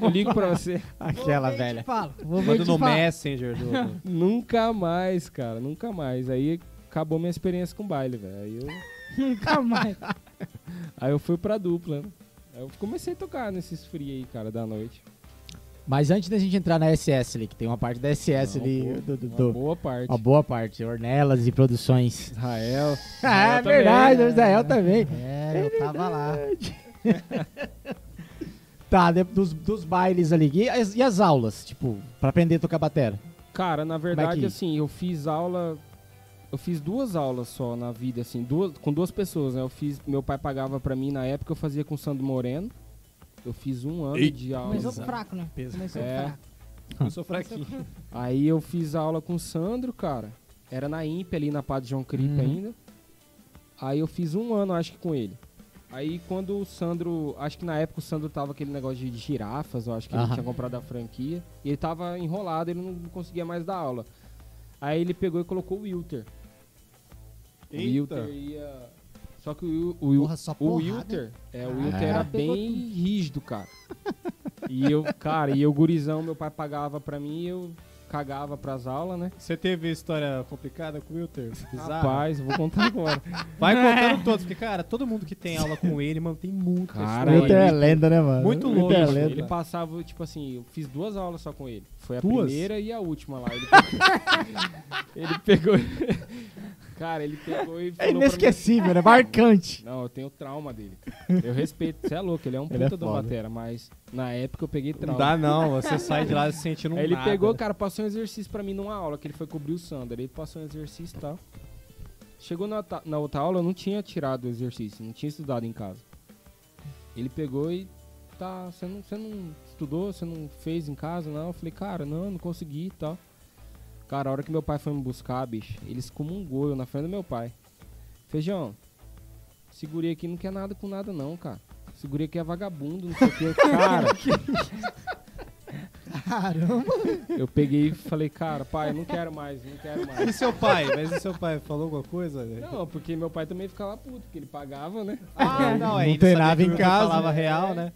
Eu ligo pra você. aquela velha. Fala. Vou ver Manda te no falar. Messenger do. do- Nunca mais, cara, nunca mais. Aí acabou minha experiência com baile, velho. Aí eu... Nunca mais. Aí eu fui pra dupla. né? Aí eu comecei a tocar nesses free aí, cara, da noite. Mas antes da gente entrar na SS ali, que tem uma parte da SS Não, ali, pô, do, do- Uma do- boa parte. uma boa parte, Ornelas e Produções. Israel. Ah, é também, né? verdade, o Israel também. É, eu tava lá. Tá, de- dos, dos bailes ali. E as, e as aulas, tipo, pra aprender a tocar batera? Cara, na verdade, é que- assim, eu fiz aula. Eu fiz duas aulas só na vida, assim, duas, com duas pessoas, né? Eu fiz. Meu pai pagava pra mim na época, eu fazia com o Sandro Moreno. Eu fiz um ano de aula. Começou fraco, né? Peso. Começou É. fraco. Eu sou fraquinho. Aí eu fiz aula com o Sandro, cara. Era na IMP ali na Padre João Cripe Uhum. ainda. Aí eu fiz um ano, acho que com ele. Aí quando o Sandro. Acho que na época o Sandro tava aquele negócio de girafas, eu acho que ele Aham. tinha comprado a franquia. E ele tava enrolado, ele não conseguia mais dar aula. Aí ele pegou e colocou o Wilter. O Wilter ia. Só que o, Wil- o, Wil- Porra, só o porrada. né? Wilter, é, o Ah, Wilter é. era Ela pegou bem tudo. rígido, cara. E eu, cara, e eu gurizão, meu pai pagava pra mim e eu cagava pras aulas, né? Você teve história complicada com o Wilter? Bizarro. Rapaz, eu vou contar agora. Vai contando todos, porque, cara, todo mundo que tem aula com ele, mano, tem muita Cara, o história. Inter é lenda, né, mano? Muito O Inter longe, é né? lenda. Ele passava, tipo assim, eu fiz duas aulas só com ele. Foi a Duas? primeira e a última lá. Ele pegou. ele pegou cara, ele pegou e É falou. pra mim- inesquecível, né? Marcante. Não, eu tenho trauma dele. Eu respeito, você é louco, ele é um Ele é puta do foda. batera, mas na época eu peguei Não trauma. dá, não. Você sai de lá se sentindo um Aí ele nada. pegou, cara, passou um exercício pra mim numa aula, que ele foi cobrir o Sander. Ele passou um exercício e tal. Chegou na, ta- na outra aula, eu não tinha tirado o exercício, não tinha estudado em casa. Ele pegou e. Tá, você não, você não estudou, você não fez em casa, não? Eu falei, cara, não, não consegui e tal. Cara, a hora que meu pai foi me buscar, bicho, ele excomungou eu na frente do meu pai. Feijão, segurei aqui não quer nada com nada, não, cara. Segurei aqui é vagabundo, não sei o que. Cara, Caramba. Eu peguei e falei, cara, pai, não quero mais, não quero E mais. seu pai? Mas e seu pai falou alguma coisa? velho? Não, porque meu pai também ficava puto, porque ele pagava, né? Ah, não, Não é ele tem sabia nada que o em Wilter casa, falava né? real, né?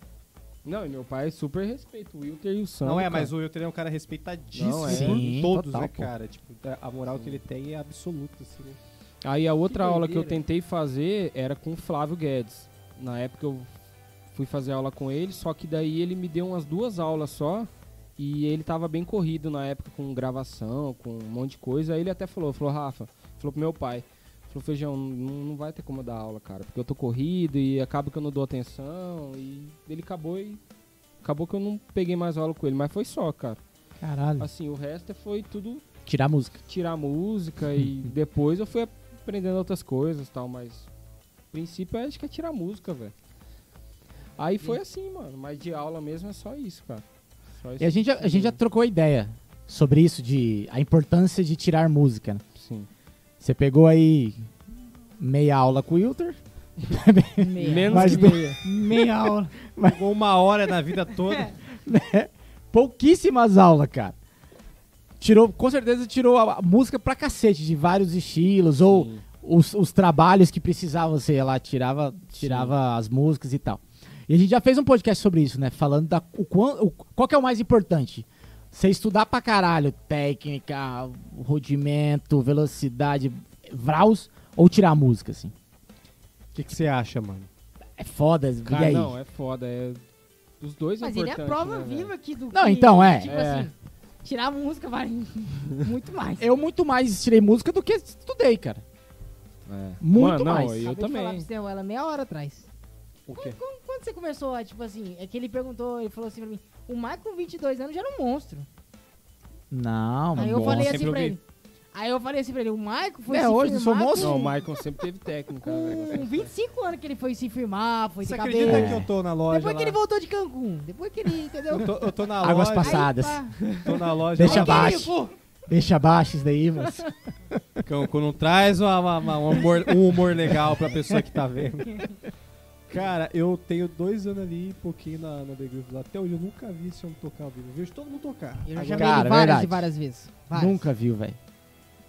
Não, e meu pai é super respeita o Wilter e o Sam. Não é, mas o Wilter é um cara respeitadíssimo Não, é. Sim, por todos, total, né, pô. cara? Tipo, a moral que ele tem é absoluta, assim, né? Aí a outra Que aula que eu doideira. tentei fazer era com o Flávio Guedes. Na época eu fui fazer aula com ele, só que daí ele me deu umas duas aulas só. E ele tava bem corrido na época com gravação, com um monte de coisa. Aí ele até falou, falou, Rafa, falou pro meu pai, falou, Feijão, não, não vai ter como eu dar aula, cara, porque eu tô corrido e acaba que eu não dou atenção. E ele acabou e. Acabou que eu não peguei mais aula com ele, mas foi só, cara. Hum. Caralho. Assim, o resto foi tudo Tirar a música. tirar a música e depois eu fui aprendendo outras coisas e tal, mas o princípio acho que é tirar a música, velho. Aí foi assim, mano, mas de aula mesmo é só isso, cara. Só isso. E a gente, já- a gente já trocou ideia sobre isso, de a importância de tirar música, né? Sim. Você pegou aí meia aula com o Wilter, Meia. Mas- Menos que meia. Meia aula. Pegou uma hora da vida É. toda. né? Pouquíssimas aulas, cara. Tirou, com certeza tirou a a música pra cacete de vários estilos, ou Sim. os, os trabalhos que precisavam, sei lá, tirava, tirava as músicas e tal. E a gente já fez um podcast sobre isso, né? Falando da o, quan- o- qual que é o mais importante. Você estudar pra caralho técnica, rodimento, velocidade, vraus, ou tirar a música, assim. O que que você acha, mano? É foda, e Cara, aí? não, é foda. É... Os dois Mas é ele importante, é prova né, velho? viva aqui do Não, que, então, é. Tipo É. assim, tirar a música vale muito mais. Eu muito mais tirei música do que estudei, cara. É. Muito Mano, não, mais. Eu Acabei de falar pra também. você, ela é meia hora atrás. O quê? Quando, quando você começou, a, tipo assim, é que ele perguntou, ele falou assim pra mim, o Michael com 22 anos já era um monstro. Não, Aí mano. eu falei assim pra sempre ouvi. ele. Aí eu falei assim pra ele, o Michael foi É, se hoje eu sou firmar monstro? Não, o com, Michael sempre teve técnica. né, velho. com 25 anos que ele foi se firmar, foi Você ter acredita cabelo. que eu tô na loja Depois que ele lá? voltou de Cancún, depois que ele, entendeu? Eu tô, eu tô na Águas loja, passadas. passadas. Aí, tô na loja. Deixa lá. abaixo. Deixa abaixo isso daí, mas. Cão, quando traz uma- uma- uma- um, humor, um humor legal pra pessoa que tá vendo. Cara, eu tenho dois anos ali e pouquinho na, na The Groove lá. Até hoje eu nunca vi esse homem tocar ao vivo. Eu vejo todo mundo tocar. eu já Agora- chamei Cara, ele várias é verdade. e várias vezes. Várias. Nunca viu, velho.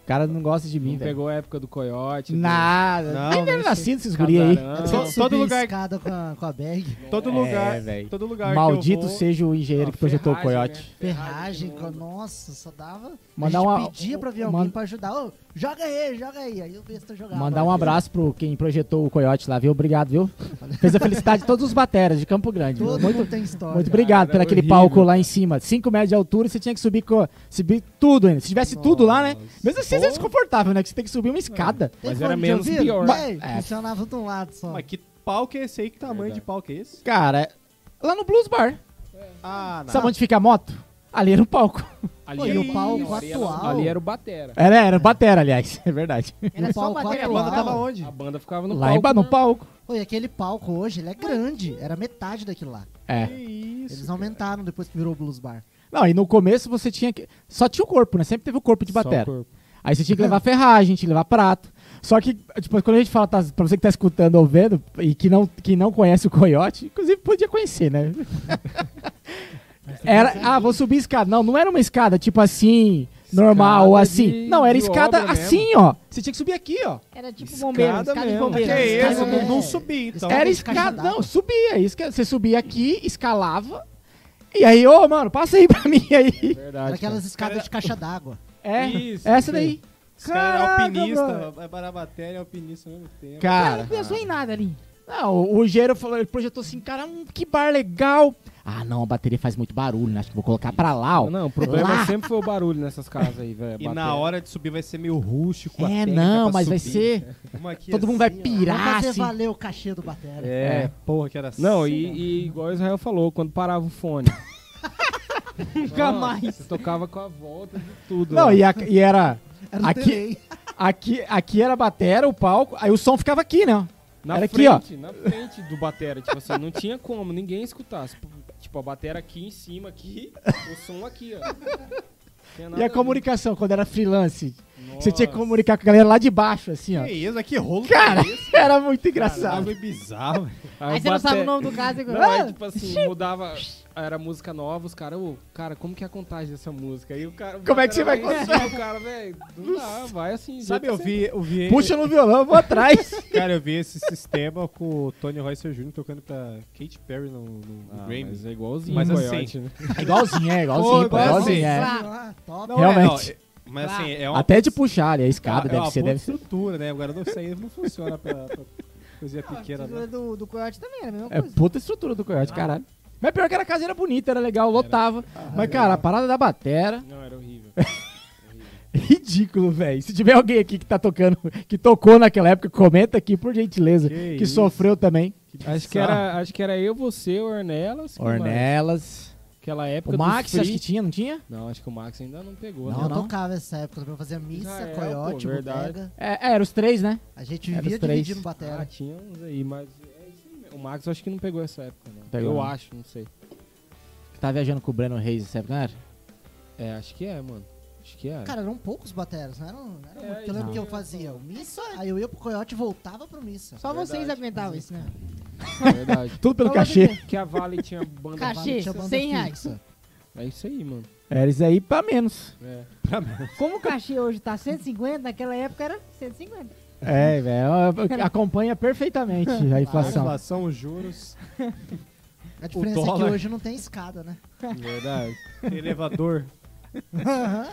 O cara não gosta de mim, Não velho. pegou a época do Coyote. do Nada. Não, Nem nem mesmo nascido esses guri aí. Casarão. Todo- Todo, todo lugar- lugar. escada com a, com a bag. Todo É, lugar, velho. todo lugar Maldito que eu vou, seja o engenheiro Ah, que projetou o ferragem, coiote. né? Ferragem. todo com- mundo. Nossa, só dava. Mandar a gente uma- pedia pra vir uma- alguém pra ajudar. Ô, joga aí, joga aí. Aí o besta jogava. Mandar um abraço pro quem projetou o coiote lá, viu? Obrigado, viu? Fez a felicidade de todos os bateras de Campo Grande. viu? Todo Muito, mundo tem história. muito obrigado Cara, por aquele horrível, palco lá cara. em cima. 5 metros de altura e você tinha que subir, co... subir tudo ainda. Se tivesse tudo lá, né? Mesmo assim, é desconfortável, né? Que você tem que subir uma escada. Tem Mas fone era de menos ouvido? pior. Véi, É. Funcionava de um lado só. Mas que pau que é esse aí? Que tamanho Verdade. de pau que é esse? Cara, lá no Blues Bar. Ah, não. Sabe onde fica a moto? Ali era o palco. Ali, Pô, e o é palco não, ali era- atual? Ali era o Batera. Era, era batera, aliás. É verdade. Era só palco bater A atual. banda tava onde? A banda ficava no lá em palco. né? ba- no palco. Pô, e aquele palco hoje, ele é grande. Era metade daquilo lá. Que É. isso? Eles aumentaram depois que virou Blues Bar. Não, e no começo você tinha que. Só tinha o corpo, né? Sempre teve o corpo de Só o batera. corpo. Aí você tinha que levar ferragem, tinha que levar prato. Só que, tipo, quando a gente fala, tá, pra você que tá escutando ou vendo, e que não, que não conhece o coiote, inclusive podia conhecer, né? Era, ah, vou subir escada. Não, não era uma escada, tipo assim, normal, ou de- assim. não, era de escada obra mesmo. assim, ó. Você tinha que subir aqui, ó. Era tipo Escada bombeiro, escada de mesmo. bombeiro. Que Escada isso? de Não, bombeiro. não subi, então. Era de escada. caixa Não, d'água. subia. Esca, você subia aqui, escalava. E aí, ô, mano, passa aí pra mim aí. Verdade. Era aquelas escadas de caixa d'água. É, Isso, essa daí. Esse cara Caraca, é alpinista, mano. é barabatéria, é alpinista ao mesmo tempo. Cara, Cara, não pensou em nada ali. não, o- o Gero falou, ele projetou assim, cara, hum, que bar legal. Ah, não, a bateria faz muito barulho, né? Acho que vou colocar pra lá, ó. Não, o problema Lá. sempre foi o barulho nessas casas aí, velho. E batera. na hora de subir vai ser meio rústico. a é, técnica não, pra mas vai subir. ser. Uma aqui Todo mundo vai assim, ó. Vamos pirar, fazer assim. valer o cachê do Batera. É. É, porra, que era assim. Não, e, e igual o Israel falou, quando parava o fone. Nunca mais. Você tocava com a volta de tudo. né? Não, lá. e, a- e era. Era o Aqui- delay. Aqui, aqui era a batera, o palco, aí o som ficava aqui, né? na era aqui, frente, na frente do batera, tipo assim, não tinha como ninguém escutasse. Tipo, a batera aqui em cima, aqui, o som aqui, ó. Tinha nada E a a ver. comunicação, quando era freelance. Você tinha que Nossa. comunicar com a galera lá de baixo, assim, ó. Que isso, que rolo. Cara, era muito Cara, engraçado. bagulho bizarro. velho. Aí, Aí, você não sabe o bate- nome do caso. Não, aí, tipo assim, mudava. Era música nova, os caras, ô, cara, como que é a contagem dessa música? Aí o cara. Como é que você vai contar? O cara, velho, não dá, vai assim. do Sabe, jeito eu que vi, eu vi. Puxa no violão, eu vou atrás. Cara, eu vi esse sistema com o Tony Royce Jr. tocando pra Katy Perry no, no, no você- Ah, Grammy. mas é igualzinho, Mas o assim, Coyote, né? É igualzinho, é igualzinho, Pô, pô, igualzinho. igualzinho, é. Ah, top. Não, Realmente. É, não, é- mas assim, é uma. Até de puxar ali a é uma- escada, é deve uma ser, puta deve ser. estrutura, né? Agora não sei, não funciona pra, pra coisinha pequena. a Né? do, do Coyote também era a mesma É coisa. puta estrutura do coiote, caralho. Mas pior que era a casa era bonita, era legal, lotava. Mas, cara, a parada da batera, Não, era horrível. ridículo, velho. Se tiver alguém aqui que tá tocando, que tocou naquela época, comenta aqui, por gentileza, que, Que sofreu também. acho, que era, acho que era eu, você, o Ornelas. que, mano, Ornelas. Aquela época. O Max, do acho que free... tinha, não tinha? Não, acho que o Max ainda não pegou. Não, eu né? não. tocava essa época também. Eu fazia missa, Israel, coiote, Ah, é, pô, verdade. bodega. É, é, era os três, né? A gente Era vivia os três. dividindo Ah, Batera. tinha uns aí, mas. é isso aí mesmo. O Max acho que não pegou essa época, não. Pegou, né? não. eu acho, não sei. tá Que tava viajando com o Breno Reis, sabe, não era? É, acho que é, mano. Acho Acho que era. Cara, eram poucos bateras, não eram, não eram É, muito. Eu lembro não. que eu fazia o missa, aí eu ia pro Coyote e voltava pro missa. Só Verdade. vocês aguentavam isso, né? é verdade. Tudo pelo Falou cachê. de- que a Vale tinha banda. Cara, cachê, Tinha banda 100 reais. fixa. É isso aí, mano. Era isso aí pra menos. É. Como o cachê hoje tá 150, naquela época era 150. É, velho. Acompanha perfeitamente a inflação. Inflação, juros, A diferença é que dólar. hoje não tem escada, né? Verdade. elevador.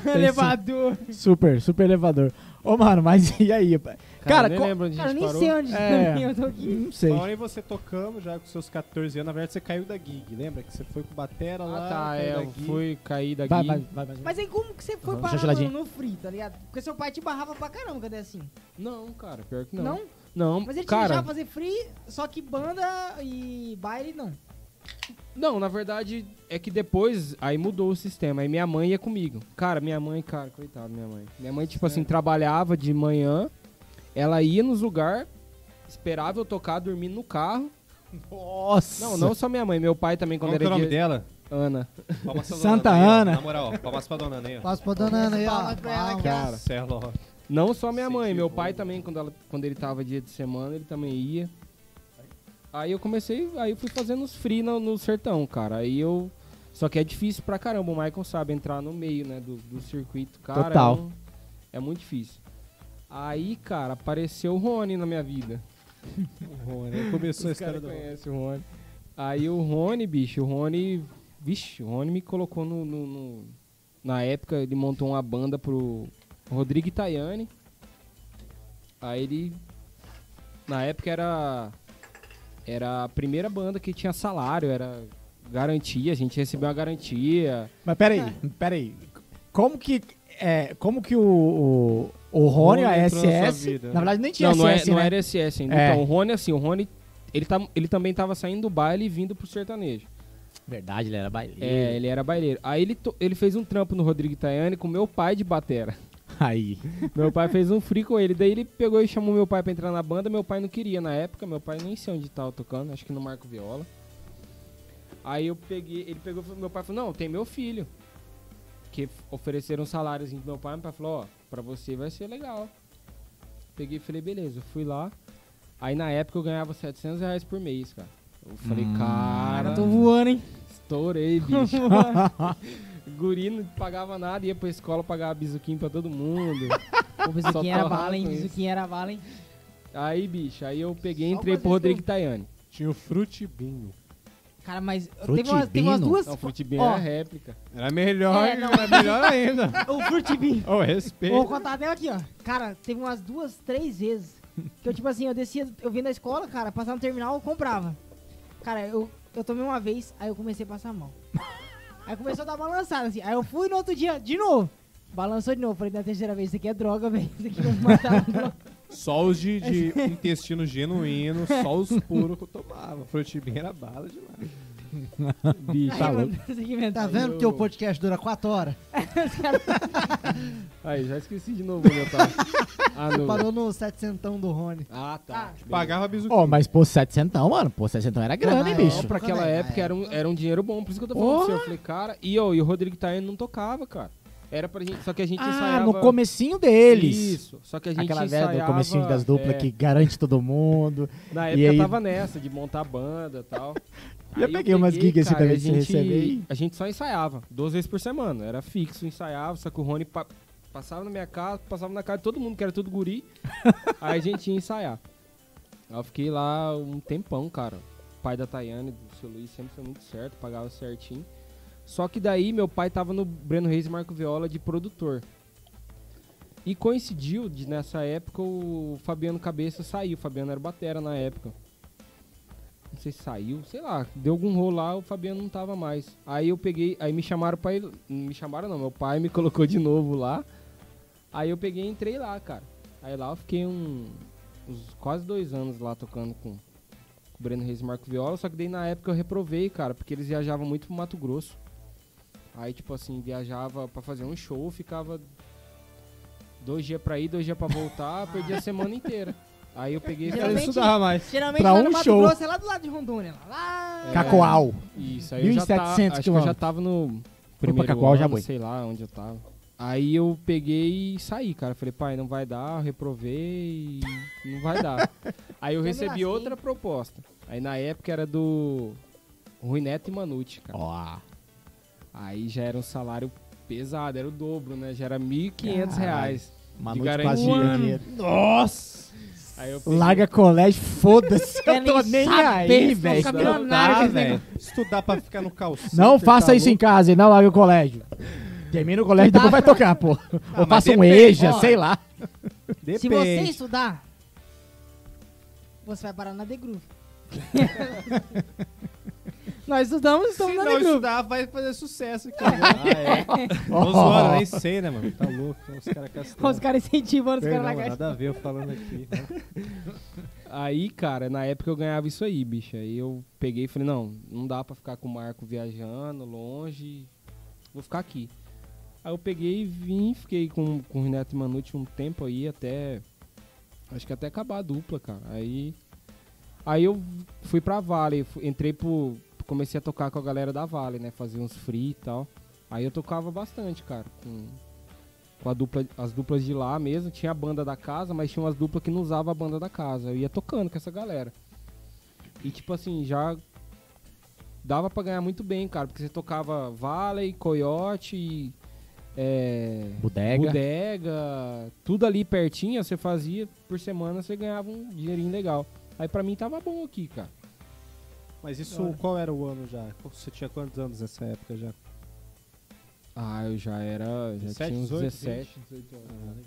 Elevador. Super, super elevador. Ô, mano, mas e aí? Cara, Cara, co- nem lembro onde a Cara, eu gente nem parou. sei onde É. também eu tô aqui. não sei. Porém, você tocando já com seus 14 anos, na verdade você caiu da gig, lembra? Que você foi com batera lá, Ah, tá, caiu é, da eu gig. fui cair daqui. Vai, vai, vai, vai. Mas aí como que você foi Aham, parar já geladinho. no, no free, tá ligado? Porque seu pai te barrava pra caramba quando é assim. Não, cara, pior que não. Não? Não, Mas ele te cara, deixava fazer free, só que banda e baile não. Não, na verdade é que depois aí mudou o sistema. Aí minha mãe ia comigo. Cara, minha mãe, cara, coitado, minha mãe. Minha mãe, tipo assim, trabalhava de manhã, ela ia nos lugares, esperava eu tocar, dormindo no carro. Nossa! Não, não só minha mãe, meu pai também, quando Qual que é o era nome de... dela? Ana. Palmas pra Santa dona aí, ó. Ana. Na moral, palmas pra dona Ana aí, ó. é Passo pra dona Ana aí, ó. Palmas pra ela Palmas. que Cara, Marcelo, ó. não só minha mãe, Senti meu bom. pai também, quando, ela, quando ele tava dia de semana, ele também ia. Aí eu comecei, aí eu fui fazendo os free no, no sertão, cara. Aí eu. Só que é difícil pra caramba, o Michael sabe entrar no meio, né, do, do circuito, cara. Total. É, um- é muito difícil. Aí, cara, apareceu o Rony na minha vida. O Rony. Aí Começou a Os caras história do Rony. conhecem o Rony. Aí o Rony, bicho, o Rony. Vixe, o Rony me colocou no. no- no- na época ele montou uma banda pro Rodrigo Itaiane. Aí ele. Na época era. Era a primeira banda que tinha salário, era garantia, a gente recebeu uma garantia. Mas peraí, Ah. peraí. Como que. É, como que o, o, o Rony, a entrou na sua SS. vida, Na né? verdade, nem tinha Não, não, é- SS, não né? era SS ainda. É. Então, o Rony, assim, o Rony. Ele, tá, ele também tava saindo do baile e vindo pro sertanejo. Verdade, ele era baileiro. É, ele era baileiro. Aí ele, to- ele fez um trampo no Rodrigo Itaiane com meu pai de batera. Aí. Meu pai fez um free com ele. Daí ele pegou e chamou meu pai pra entrar na banda. Meu pai não queria na época. Meu pai nem sei onde tava tocando. Acho que no Marco Viola. Aí eu peguei... Ele pegou... e falou- Meu pai falou, não, tem meu filho. Que f- ofereceram salários pro meu pai. Meu pai falou, ó, pra você vai ser legal. Peguei e falei, beleza. Fui lá. Aí na época eu ganhava 700 reais por mês, cara. Eu falei, cara... Cara, Hum, tô voando, hein? Estourei, bicho. Guri não pagava nada, ia pra escola, pagava bizuquinho pra todo mundo. O Bizuquinha Só era tô bala, hein? ralando isso. Bizuquinha era bala, hein? Aí, bicho, aí eu peguei e Só entrei uma pro vez que Rodrigo Tayane. Tinha o Frutibinho. Cara, mas teve umas, teve umas Frutibino? duas... Não, Futibin Ó. era É réplica. Era melhor, É, não. era melhor ainda. o Furtibin. Ô, respeito. Vou contar até aqui, ó. Cara, teve umas duas, três vezes. Que eu, tipo assim, eu descia, eu vim da escola, cara, passava no terminal, eu comprava. Cara, eu, eu tomei uma vez, aí eu comecei a passar mal. Aí começou a dar balançada, assim. Aí eu fui no outro dia, de novo. Balançou de novo. Falei, da terceira vez, isso aqui é droga, velho. Isso aqui vai me matar. Só os de, de intestino genuíno, só os puros que eu tomava. Frutibinho era bala demais. Bicho, Aí, mano, isso aqui é Tá verdade. vendo que o podcast dura 4 horas? aí já esqueci de novo onde eu tava. Ah, no... Parou no setecentão do Rony. Ah, tá. Ah. Pagava Ó, bizuquinho. mas pô, 700, mano. Pô, 700 era grana, hein, Não, bicho? Não, Ah, pra aquela Também, época é. era um, era um dinheiro bom, por isso que eu tô falando pra você. Eu falei, cara, e, ó, e o Rodrigo Tayane não tocava, cara. Era pra gente, só que a gente Ah, ensaiava... no comecinho deles. Isso, só que a gente Aquela velha ensaiava... do comecinho das duplas é, que garante todo mundo. Na E época aí- eu tava nessa, de montar banda e tal. E eu peguei umas gigs assim cara, também a que você gente- recebeu. A gente só ensaiava, duas vezes por semana. Era fixo, ensaiava, só que o Rony pa- passava na minha casa, passava na casa de todo mundo, que era tudo guri. aí a gente ia ensaiar. Aí eu fiquei lá um tempão, cara. O pai da Tayane, do seu Luiz, sempre foi muito certo, pagava certinho. Só que daí meu pai tava no Breno Reis e Marco Viola de produtor. E coincidiu de nessa época o Fabiano Cabeça saiu. O Fabiano era batera na época. Não sei se saiu, sei lá, deu algum rolo lá, o Fabiano não tava mais. Aí eu peguei, aí me chamaram pra ir. Me chamaram não, meu pai me colocou de novo lá. Aí eu peguei e entrei lá, cara. Aí lá eu fiquei um, uns quase dois anos lá tocando com, com o Breno Reis e Marco Viola, só que daí na época eu reprovei, cara, porque eles viajavam muito pro Mato Grosso. Aí, tipo assim, viajava pra fazer um show, ficava dois dias pra ir, dois dias pra voltar, perdi a semana inteira. Aí eu peguei e Ela falei, Geralmente- estudava mais. Geralmente Pra lá no um Mato show. Grosso é lá do lado de Rondônia, lá. lá... É. Cacoal. Isso, aí eu já 1.700 tava, acho que eu já quilômetros. tava no primeiro Cacoal, já ano, foi. sei lá onde eu tava. Aí eu peguei e saí, cara. Falei, pai, não vai dar, eu reprovei, não vai dar. Aí eu me recebi assim. lasquei. outra proposta. Aí na época era do Rui Neto e Manucci, cara. Ó. Aí já era um salário pesado, era o dobro, né? Já era 1.500 Caralho. reais. Manu De um quase garantia. tinha dinheiro. Nossa! Aí eu peguei- Larga colégio, foda-se. Quer Eu tô nem nem saber, aí, só velho. saber Não Milionário, dá, esse velho. Estudar pra ficar no tá calcinho. Não faça isso em casa e não larga o colégio. Termina o colégio e depois vai tocar, pô. Ou mas faça um depende, EJA, ó. sei lá. Depende. Se você estudar, você vai parar na The Groove. Nós estudamos, estamos Se na não The Groove. estudar, vai fazer sucesso aqui. ah, é. Tô zoando, nem sei, né, mano? Tá louco. Os caras Os caras incentivando os caras na Perdão, caixa. nada a ver eu falando aqui. Aí, cara, na época eu ganhava isso aí, bicho. Aí eu peguei e falei, não, não dá pra ficar com o Marco viajando longe, vou ficar aqui. Aí eu peguei e vim, fiquei com, com o Renato e Manucci um tempo aí, até, acho que até acabar a dupla, cara. Aí, aí eu fui pra Vale, fu- entrei pro, comecei a tocar com a galera da Vale, né, fazia uns free e tal. Aí eu tocava bastante, cara, com, com a dupla, as duplas de lá mesmo. Tinha a banda da casa, mas tinha umas duplas que não usava a banda da casa. Eu ia tocando com essa galera. E tipo assim, já dava pra ganhar muito bem, cara, porque você tocava Valley, Coyote, é, Bodega. bodega, tudo ali pertinho, você fazia por semana, você ganhava um dinheirinho legal. Aí pra mim tava bom aqui, cara. Mas isso, qual era o ano já? Você tinha quantos anos nessa época já? Ah, eu já era, já 17, tinha uns 18, 17, 18 anos.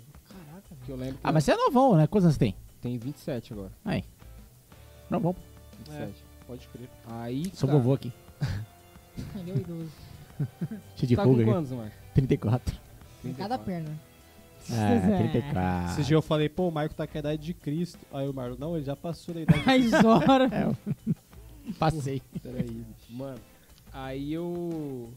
Que eu lembro que Ah, mas você é novão, né? Quantos anos você tem? tem 27 agora, Novão. 27. Pode crer. Aí, tá. Sou cara, vovô aqui. Ele é um idoso. Cheio de tá pulga com aqui. quantos, Marco? 34. Em cada perna. É, Esse 34. dia eu falei, pô, o Maico tá com a idade de Cristo. Aí o Marlon, não, ele já passou da idade. Mais hora. É, eu- Passei. Peraí, mano. Aí eu.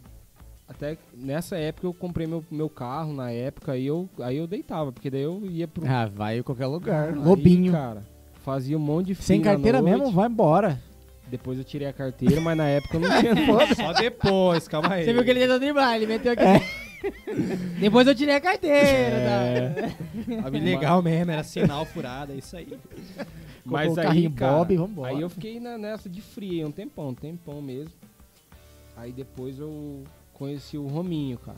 Até nessa época eu comprei meu, meu carro, na época, aí eu, aí eu deitava, porque daí eu ia pro. Ah, vai em qualquer lugar. Aí, Lobinho. cara, fazia um monte de Sem fila à carteira noite. mesmo, vai embora. Depois eu tirei a carteira, mas na época eu não tinha. Só depois, calma aí. Você viu que ele tentou driblar, ele meteu É. aqui. Depois eu tirei a carteira. É, tá? Tava ilegal É, mesmo, era sinal furado, é isso aí. Colocou Mas o aí, carrinho cara, Bob e vambora. aí eu fiquei na- nessa de fria um tempão, um tempão mesmo. Aí depois eu conheci o Rominho, cara.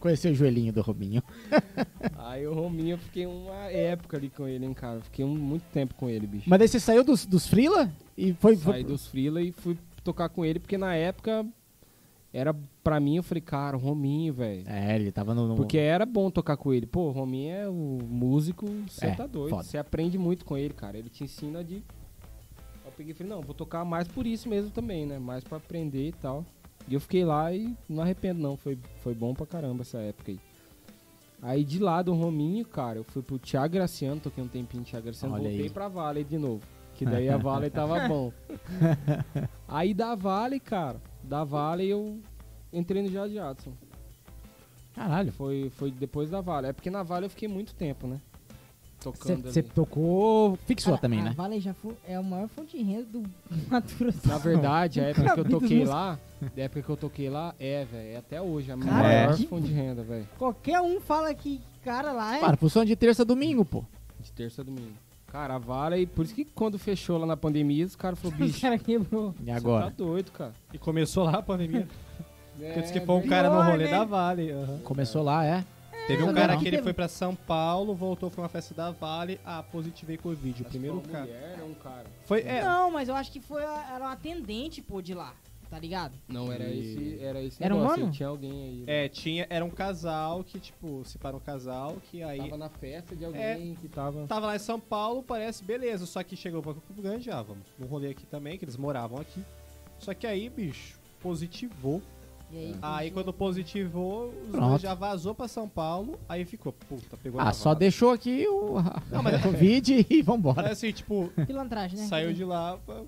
Conheceu o joelhinho do Robinho. Aí o Rominho, eu fiquei uma época ali com ele, hein, cara. Fiquei um- muito tempo com ele, bicho. Mas daí você saiu dos, dos Frila e foi. foi- Saí dos Frila e fui tocar com ele, porque na época era pra mim, eu falei, cara, o Rominho, velho. É, ele tava no. no- Porque era bom tocar com ele. Pô, o Rominho é o músico, você É, tá doido. foda. Você aprende muito com ele, cara. Ele te ensina de. Eu peguei e falei, não, vou tocar mais por isso mesmo também, né? Mais pra aprender e tal. E eu fiquei lá e não arrependo, não. Foi, foi bom pra caramba essa época aí. Aí de lá do Rominho, cara, eu fui pro Thiago Graciano, toquei um tempinho em Thiago Graciano, Olha voltei aí. pra Vale de novo. Que daí a Vale tava bom. Aí da Vale, cara, da Vale eu entrei no Jazz Jadson. Caralho. Foi, foi depois da Vale. É porque na Vale eu fiquei muito tempo, né? Tocando Você ali. tocou. Fixou também, a né? Vale já foi, é a maior fonte de renda do Matura. Na verdade, a época que eu toquei lá, da época que eu toquei lá, é, velho, é até hoje a minha Cara, maior que- fonte de renda, velho. Qualquer um fala que cara lá é. Mano, funciona ah. de terça a domingo, pô. De terça a domingo. Cara, a Vale, por isso que quando fechou lá na pandemia, os caras falaram, Os bicho, caras quebrou. E você agora? tá doido, cara. E começou lá a pandemia. Porque disse que É, foi um pior, cara no rolê né? da Vale. aham. Começou lá, é. Teve não, um cara não. que ele foi pra São Paulo, voltou, foi uma festa da Vale, ah, positivei Covid. O primeiro cara. cara. Mulher, não, cara. Foi, é, Não, mas eu acho que foi a- era um atendente, pô, de lá. Tá ligado? Não, era esse, era esse Era um negócio, mano? tinha alguém aí. né? é, tinha, era um casal que, tipo, separou um casal, que aí Tava na festa É. de alguém que tava... Tava lá em São Paulo, parece beleza. Só que chegou pra Campo Grande, ah, vamos num rolê aqui também, que eles moravam aqui. Só que aí, bicho, positivou. E aí, Aí quando positivou, os Pronto. dois já vazou pra São Paulo, aí ficou, puta, pegou na Ah, só vala. deixou aqui o é- Covid e Aí, vambora. assim, tipo, pilantragem, né? saiu de lá pra, pra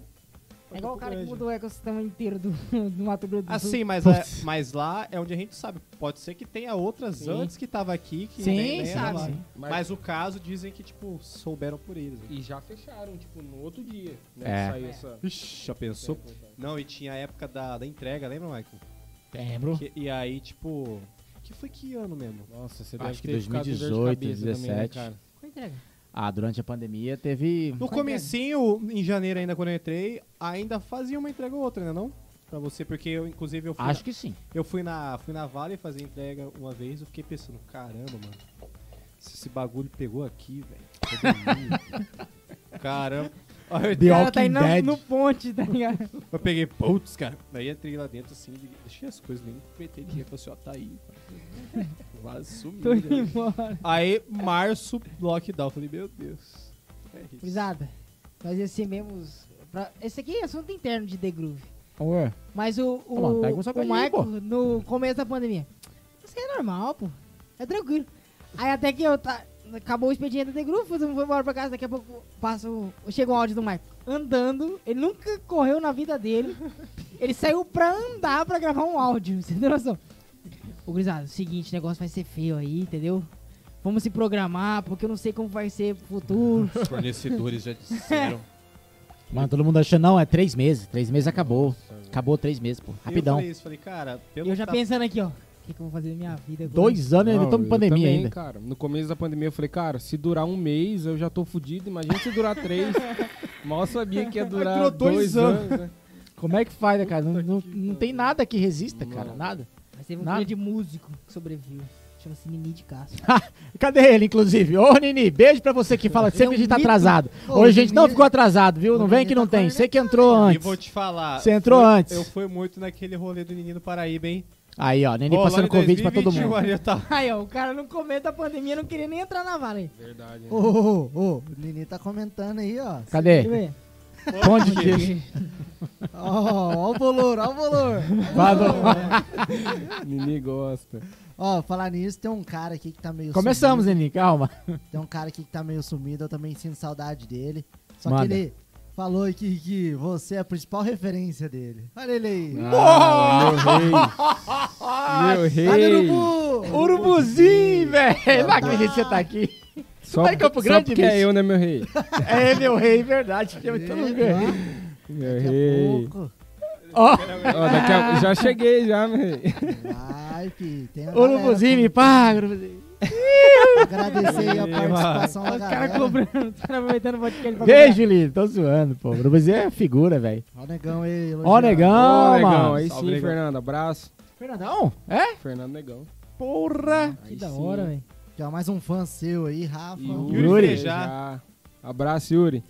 É igual o Campo cara que Grande. mudou o ecossistema inteiro do, do Mato Grosso do Sul. Assim, mas, Putz. é- mas lá é onde a gente sabe. Pode ser que tenha outras Sim. antes que tava aqui que Sim, nem- nem era sabe, lá. sim. Mas, o caso dizem que, tipo, souberam por eles. E já fecharam, tipo, no outro dia, né? É. que Saiu essa... Ixi, já pensou? Hum. Não, e tinha a época da, da entrega, lembra, Michael? Lembro. Que- e aí, tipo. Que foi que ano mesmo? Nossa, você Acho deve que ter ficado com dor de 2018, cabeça também, né, 17. cara? Qual entrega? Ah, durante a pandemia teve. No comecinho, em janeiro ainda, quando eu entrei, ainda fazia uma entrega ou outra, né não? Pra você, porque eu, inclusive, eu fui, Acho que sim. eu fui na fui na Vale fazer entrega uma vez, eu fiquei pensando, caramba, mano, se esse bagulho pegou aqui, velho. tá caramba. Aí eu The Cara, tá Walking indo Dead. no ponte, tá ligado? Eu peguei, putz, cara. Daí entrei lá dentro assim, de- deixei as coisas, nem aproveitei de falei assim, ó, tá aí. Quase Tô sumiu. indo né? embora. Aí, março, lockdown. Falei, meu Deus. É isso. Risada. Nós recebemos. Pra... Esse aqui é assunto interno de The Groove. Ué, Mas o, o, Ah, mano, pega um o salgadinho, pô. Marco, no começo da pandemia, isso aí é normal, pô. É tranquilo. Aí até que eu tá, acabou o expediente do grupo, todo mundo foi embora pra casa, daqui a pouco passa o, chega um áudio do Marco. Andando, ele nunca correu na vida dele. ele saiu pra andar pra gravar um áudio, você tem noção? Ô, Grisado, seguinte, o negócio vai ser feio aí, entendeu? Vamos se programar, porque eu não sei como vai ser pro futuro. Os fornecedores já disseram. Mano, todo mundo achando, não, é três meses. Três meses acabou. Acabou três meses, pô. Eu Rapidão. falei isso, falei, cara, pelo E eu já que tá- pensando aqui, ó. O que, que eu vou fazer da minha vida agora? Dois anos e ainda Não, estamos em eu pandemia também, ainda. cara. No começo da pandemia eu falei, cara, se durar um mês eu já tô fudido, imagina se durar três. Mal sabia que ia durar durou dois, dois anos. anos. né? Como é que faz, né, cara? Não, não, que não tem pariu. nada que resista, cara. Não. Nada. Mas teve um Nada. grande músico que sobreviveu. Chama-se Nini de Castro. Cadê ele, inclusive? Ô, Nini, beijo pra você que fala que sempre a gente tá mito. atrasado. é um Ô, Hoje a gente Nini- não ficou atrasado, viu? Não Ô, vem Nini que não tá tem. Você que entrou E antes. vou te falar. Você entrou foi- antes. Eu fui muito naquele rolê do Nini do Paraíba, hein? Aí, ó, Nini Rolando passando em convite pra todo 2021, mundo. um ali eu tava- Aí, ó, o cara no começo da pandemia não queria nem entrar na vala aí. Verdade. né? Ô, ô, ô, ô, o Nini tá comentando aí, ó. Deixa eu Cadê? ver. Onde que é? Ó, ó o valor, ó o valor. Vado- Nini gosta. Ó, falar nisso, tem um cara aqui que tá meio Começamos, sumido. Nini, calma. Tem um cara aqui que tá meio sumido, eu também sinto saudade dele. Só Manda. que ele falou aqui que você é a principal referência dele. Olha ele aí. Ah, meu rei. Olha Meu o Tá rei. urubu! Urubuzinho, velho! Não acredito que você tá aqui. Só, Tá em Campo só Grande, porque bicho. é eu, né, meu rei? É, meu rei, verdade. Chama em todo lugar. Meu Daqui rei. a pouco. Ó, Ó, daqui a- já cheguei, já, meu rei. Vai, fi. Tem a galera Urubuzinho, me pá, Urubuzinho. pra Agradecer aí a participação da Os caras galera. cobrando, os caras aproveitando o podcast pra Beijo, Lili. Tô zoando, pô. Urubuzinho é figura, velho. Ó o negão aí. elogiando. Ó, negão, Ô, mano. aí Salve, sim, Negão. Fernando. Abraço. Fernandão? É? Fernando Negão. Porra! Que da hora, velho. Aqui, ó, mais um fã seu aí, Rafa. E Um, Tá Yuri, Yuri. Frejá. Abraço, Yuri.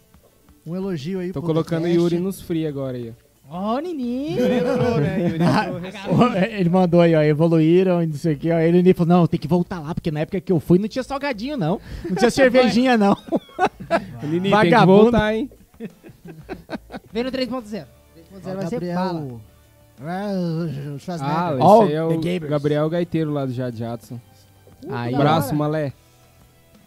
Um elogio aí Tipo, Tô pro colocando podcast. Yuri nos free agora aí. ó. Ó, o Nini. Entrou, né? Yuri entrou, Ô, Ele mandou aí, ó, evoluíram e não sei o que. Ó. Ele nem falou, não, tem que voltar lá, porque na época que eu fui não tinha salgadinho, não. Não tinha cervejinha, não. Nini, tem que Vagabundo. voltar, hein? Vem no 3.0. Ó, 3.0 vai ser bala. Gabriel. Ah, o Ah, Schwarzenegger. esse All aí é the o gamers. Gabriel Gaiteiro lá do Jad Jadson. Aí, da hora. braço. Abraço, Malé.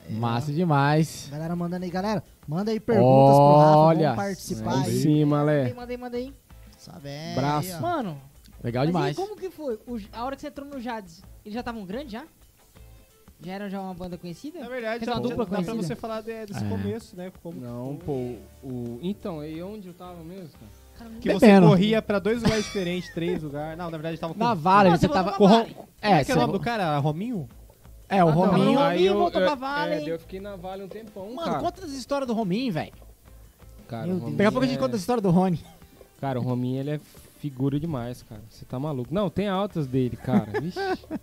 Massa demais. Galera mandando aí, galera. Manda aí perguntas pro Rafa. Olha, vamos participar Aí aí. sim, Malé. Mandei, mandei, mandei. Essa véia Braço. é, aí, ó. Mano, Legal mas e É. demais. como que foi? O J- a hora que você entrou no Jades, eles já estavam grandes já? Já eram já uma banda conhecida? Na verdade, Fez uma já- dupla já dá pra conhecida. você falar de- desse É. começo, né? Como Não, como- pô. O... Então, aí onde eu tava mesmo? cara? Caramba. Que você Bebendo. corria pra dois lugares diferentes, três lugares. Não, na verdade, tava com... Na vara, Não, você você voltou tava. pra Corrom- Vale. Como É, é que é você- o nome do cara? Rominho? é, o Ah, não, Rominho. não. Aí Rominho voltou pra Vale, é, hein? daí eu fiquei na Vale um tempão, Mano, cara. conta as histórias do Rominho, velho. Cara, Meu o Deus. Rominho Daqui a pouco a gente é- conta a história do Rony. Cara, o Rominho, ele é figura demais, cara. Você tá maluco. Não, tem altas dele, cara. Vixe.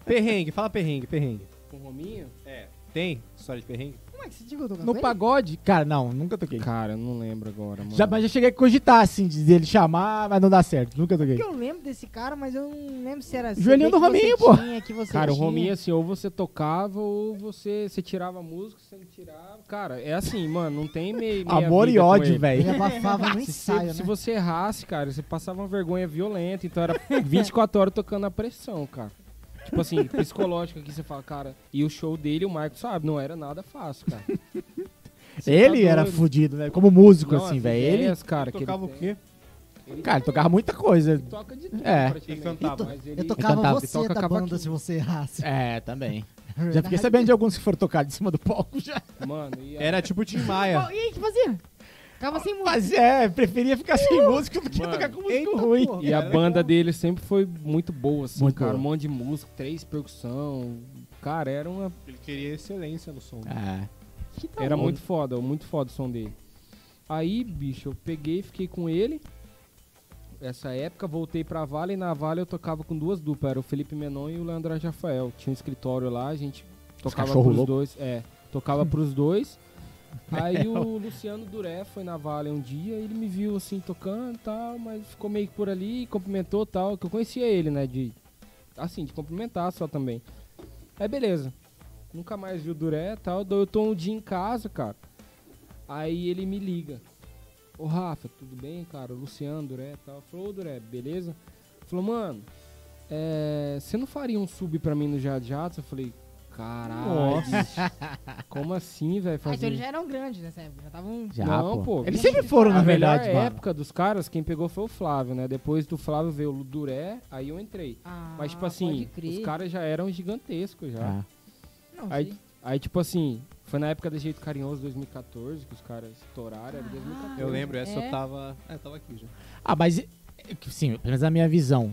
Perrengue, fala perrengue, perrengue. Com o Rominho? É. Tem história de perrengue? Como é que você digo eu tô No pagode? Cara, não, nunca toquei. Cara, eu não lembro agora, mano. Já, mas já cheguei a cogitar, assim, de ele chamar, mas não dá certo. Nunca toquei. que eu lembro desse cara, mas eu não lembro se era... Joelhinho CD do que você Rominho, pô. tinha, que você Cara, o tinha. Rominho, assim, ou você tocava ou você, você tirava a música, você não tirava. Cara, é assim, mano, não tem meio. meia Amor e vida com ódio, ele. é Ele velho. abafava no Se, ensaio, se né? você errasse, cara, você passava uma vergonha violenta. Então era 24 horas tocando a pressão, cara. Tipo assim, psicológico que você fala, cara. E o show dele, o Marco sabe, não era nada fácil, cara. Você Ele tá era doido. fudido, né? Como músico, Não, é assim, as velho. Ele ideias, cara, que ele Tocava o tem. quê? Cara, ele tocava muita coisa. Ele toca de tudo, É. E praticamente. cantava. Mas ele- Eu tocava cantava, você toca da cavaquinho. banda se você errasse. É, também. Já fiquei sabendo de alguns que foram tocados em cima do palco já. Mano, e a- Era tipo o Tim Qual- Maia. E aí, que fazia? Ficava sem música. Mas é, preferia ficar sem música do que Uh, Mano. tocar com músico ruim. porra, E a cara, banda legal. dele sempre foi muito boa, assim, Muito cara. boa. Um monte de música, três percussão. Cara, era uma. Ele queria excelência no som. Ah, era bom. muito foda, muito foda o som dele. Aí, bicho, eu peguei, fiquei com ele. Essa época, voltei pra Vale e na Vale eu tocava com duas duplas, era o Felipe Menon e o Leandro Rafael. Tinha um escritório lá, a gente tocava cachorro pros louco. É. dois. É, tocava pros dois. Aí o Luciano Duré foi na Vale um dia, ele me viu assim tocando e tal, mas ficou meio que por ali, cumprimentou e tal, que eu conhecia ele, né, de assim, de cumprimentar só também. Aí beleza. Nunca mais vi o Duré e tal. daí Eu tô um dia em casa, cara. Aí ele me liga. Ô Rafa, tudo bem, cara? O Luciano, Duré e tal. Falou, ô Duré, beleza? Falou, mano, é, você não faria um sub pra mim no Jad Jatos? Eu falei, caralho, bicho, como assim, velho? Ah, Fazer... então eles já eram grandes nessa época. Já estavam. já, Não, pô. Eles sempre foram, na a melhor verdade, mano. época dos caras, quem pegou foi o Flávio, né? Depois do Flávio veio o Duré, aí eu entrei. Ah, Mas, tipo pode assim, crer. os caras já eram gigantescos já. Ah. Não, Aí, sim. aí, tipo assim, foi na época do Jeito Carinhoso 2014 que os caras estouraram. Era 2014. Eu lembro, essa É. eu tava. É, eu tava aqui já. Ah, mas, é, é que, sim, pelo menos na minha visão.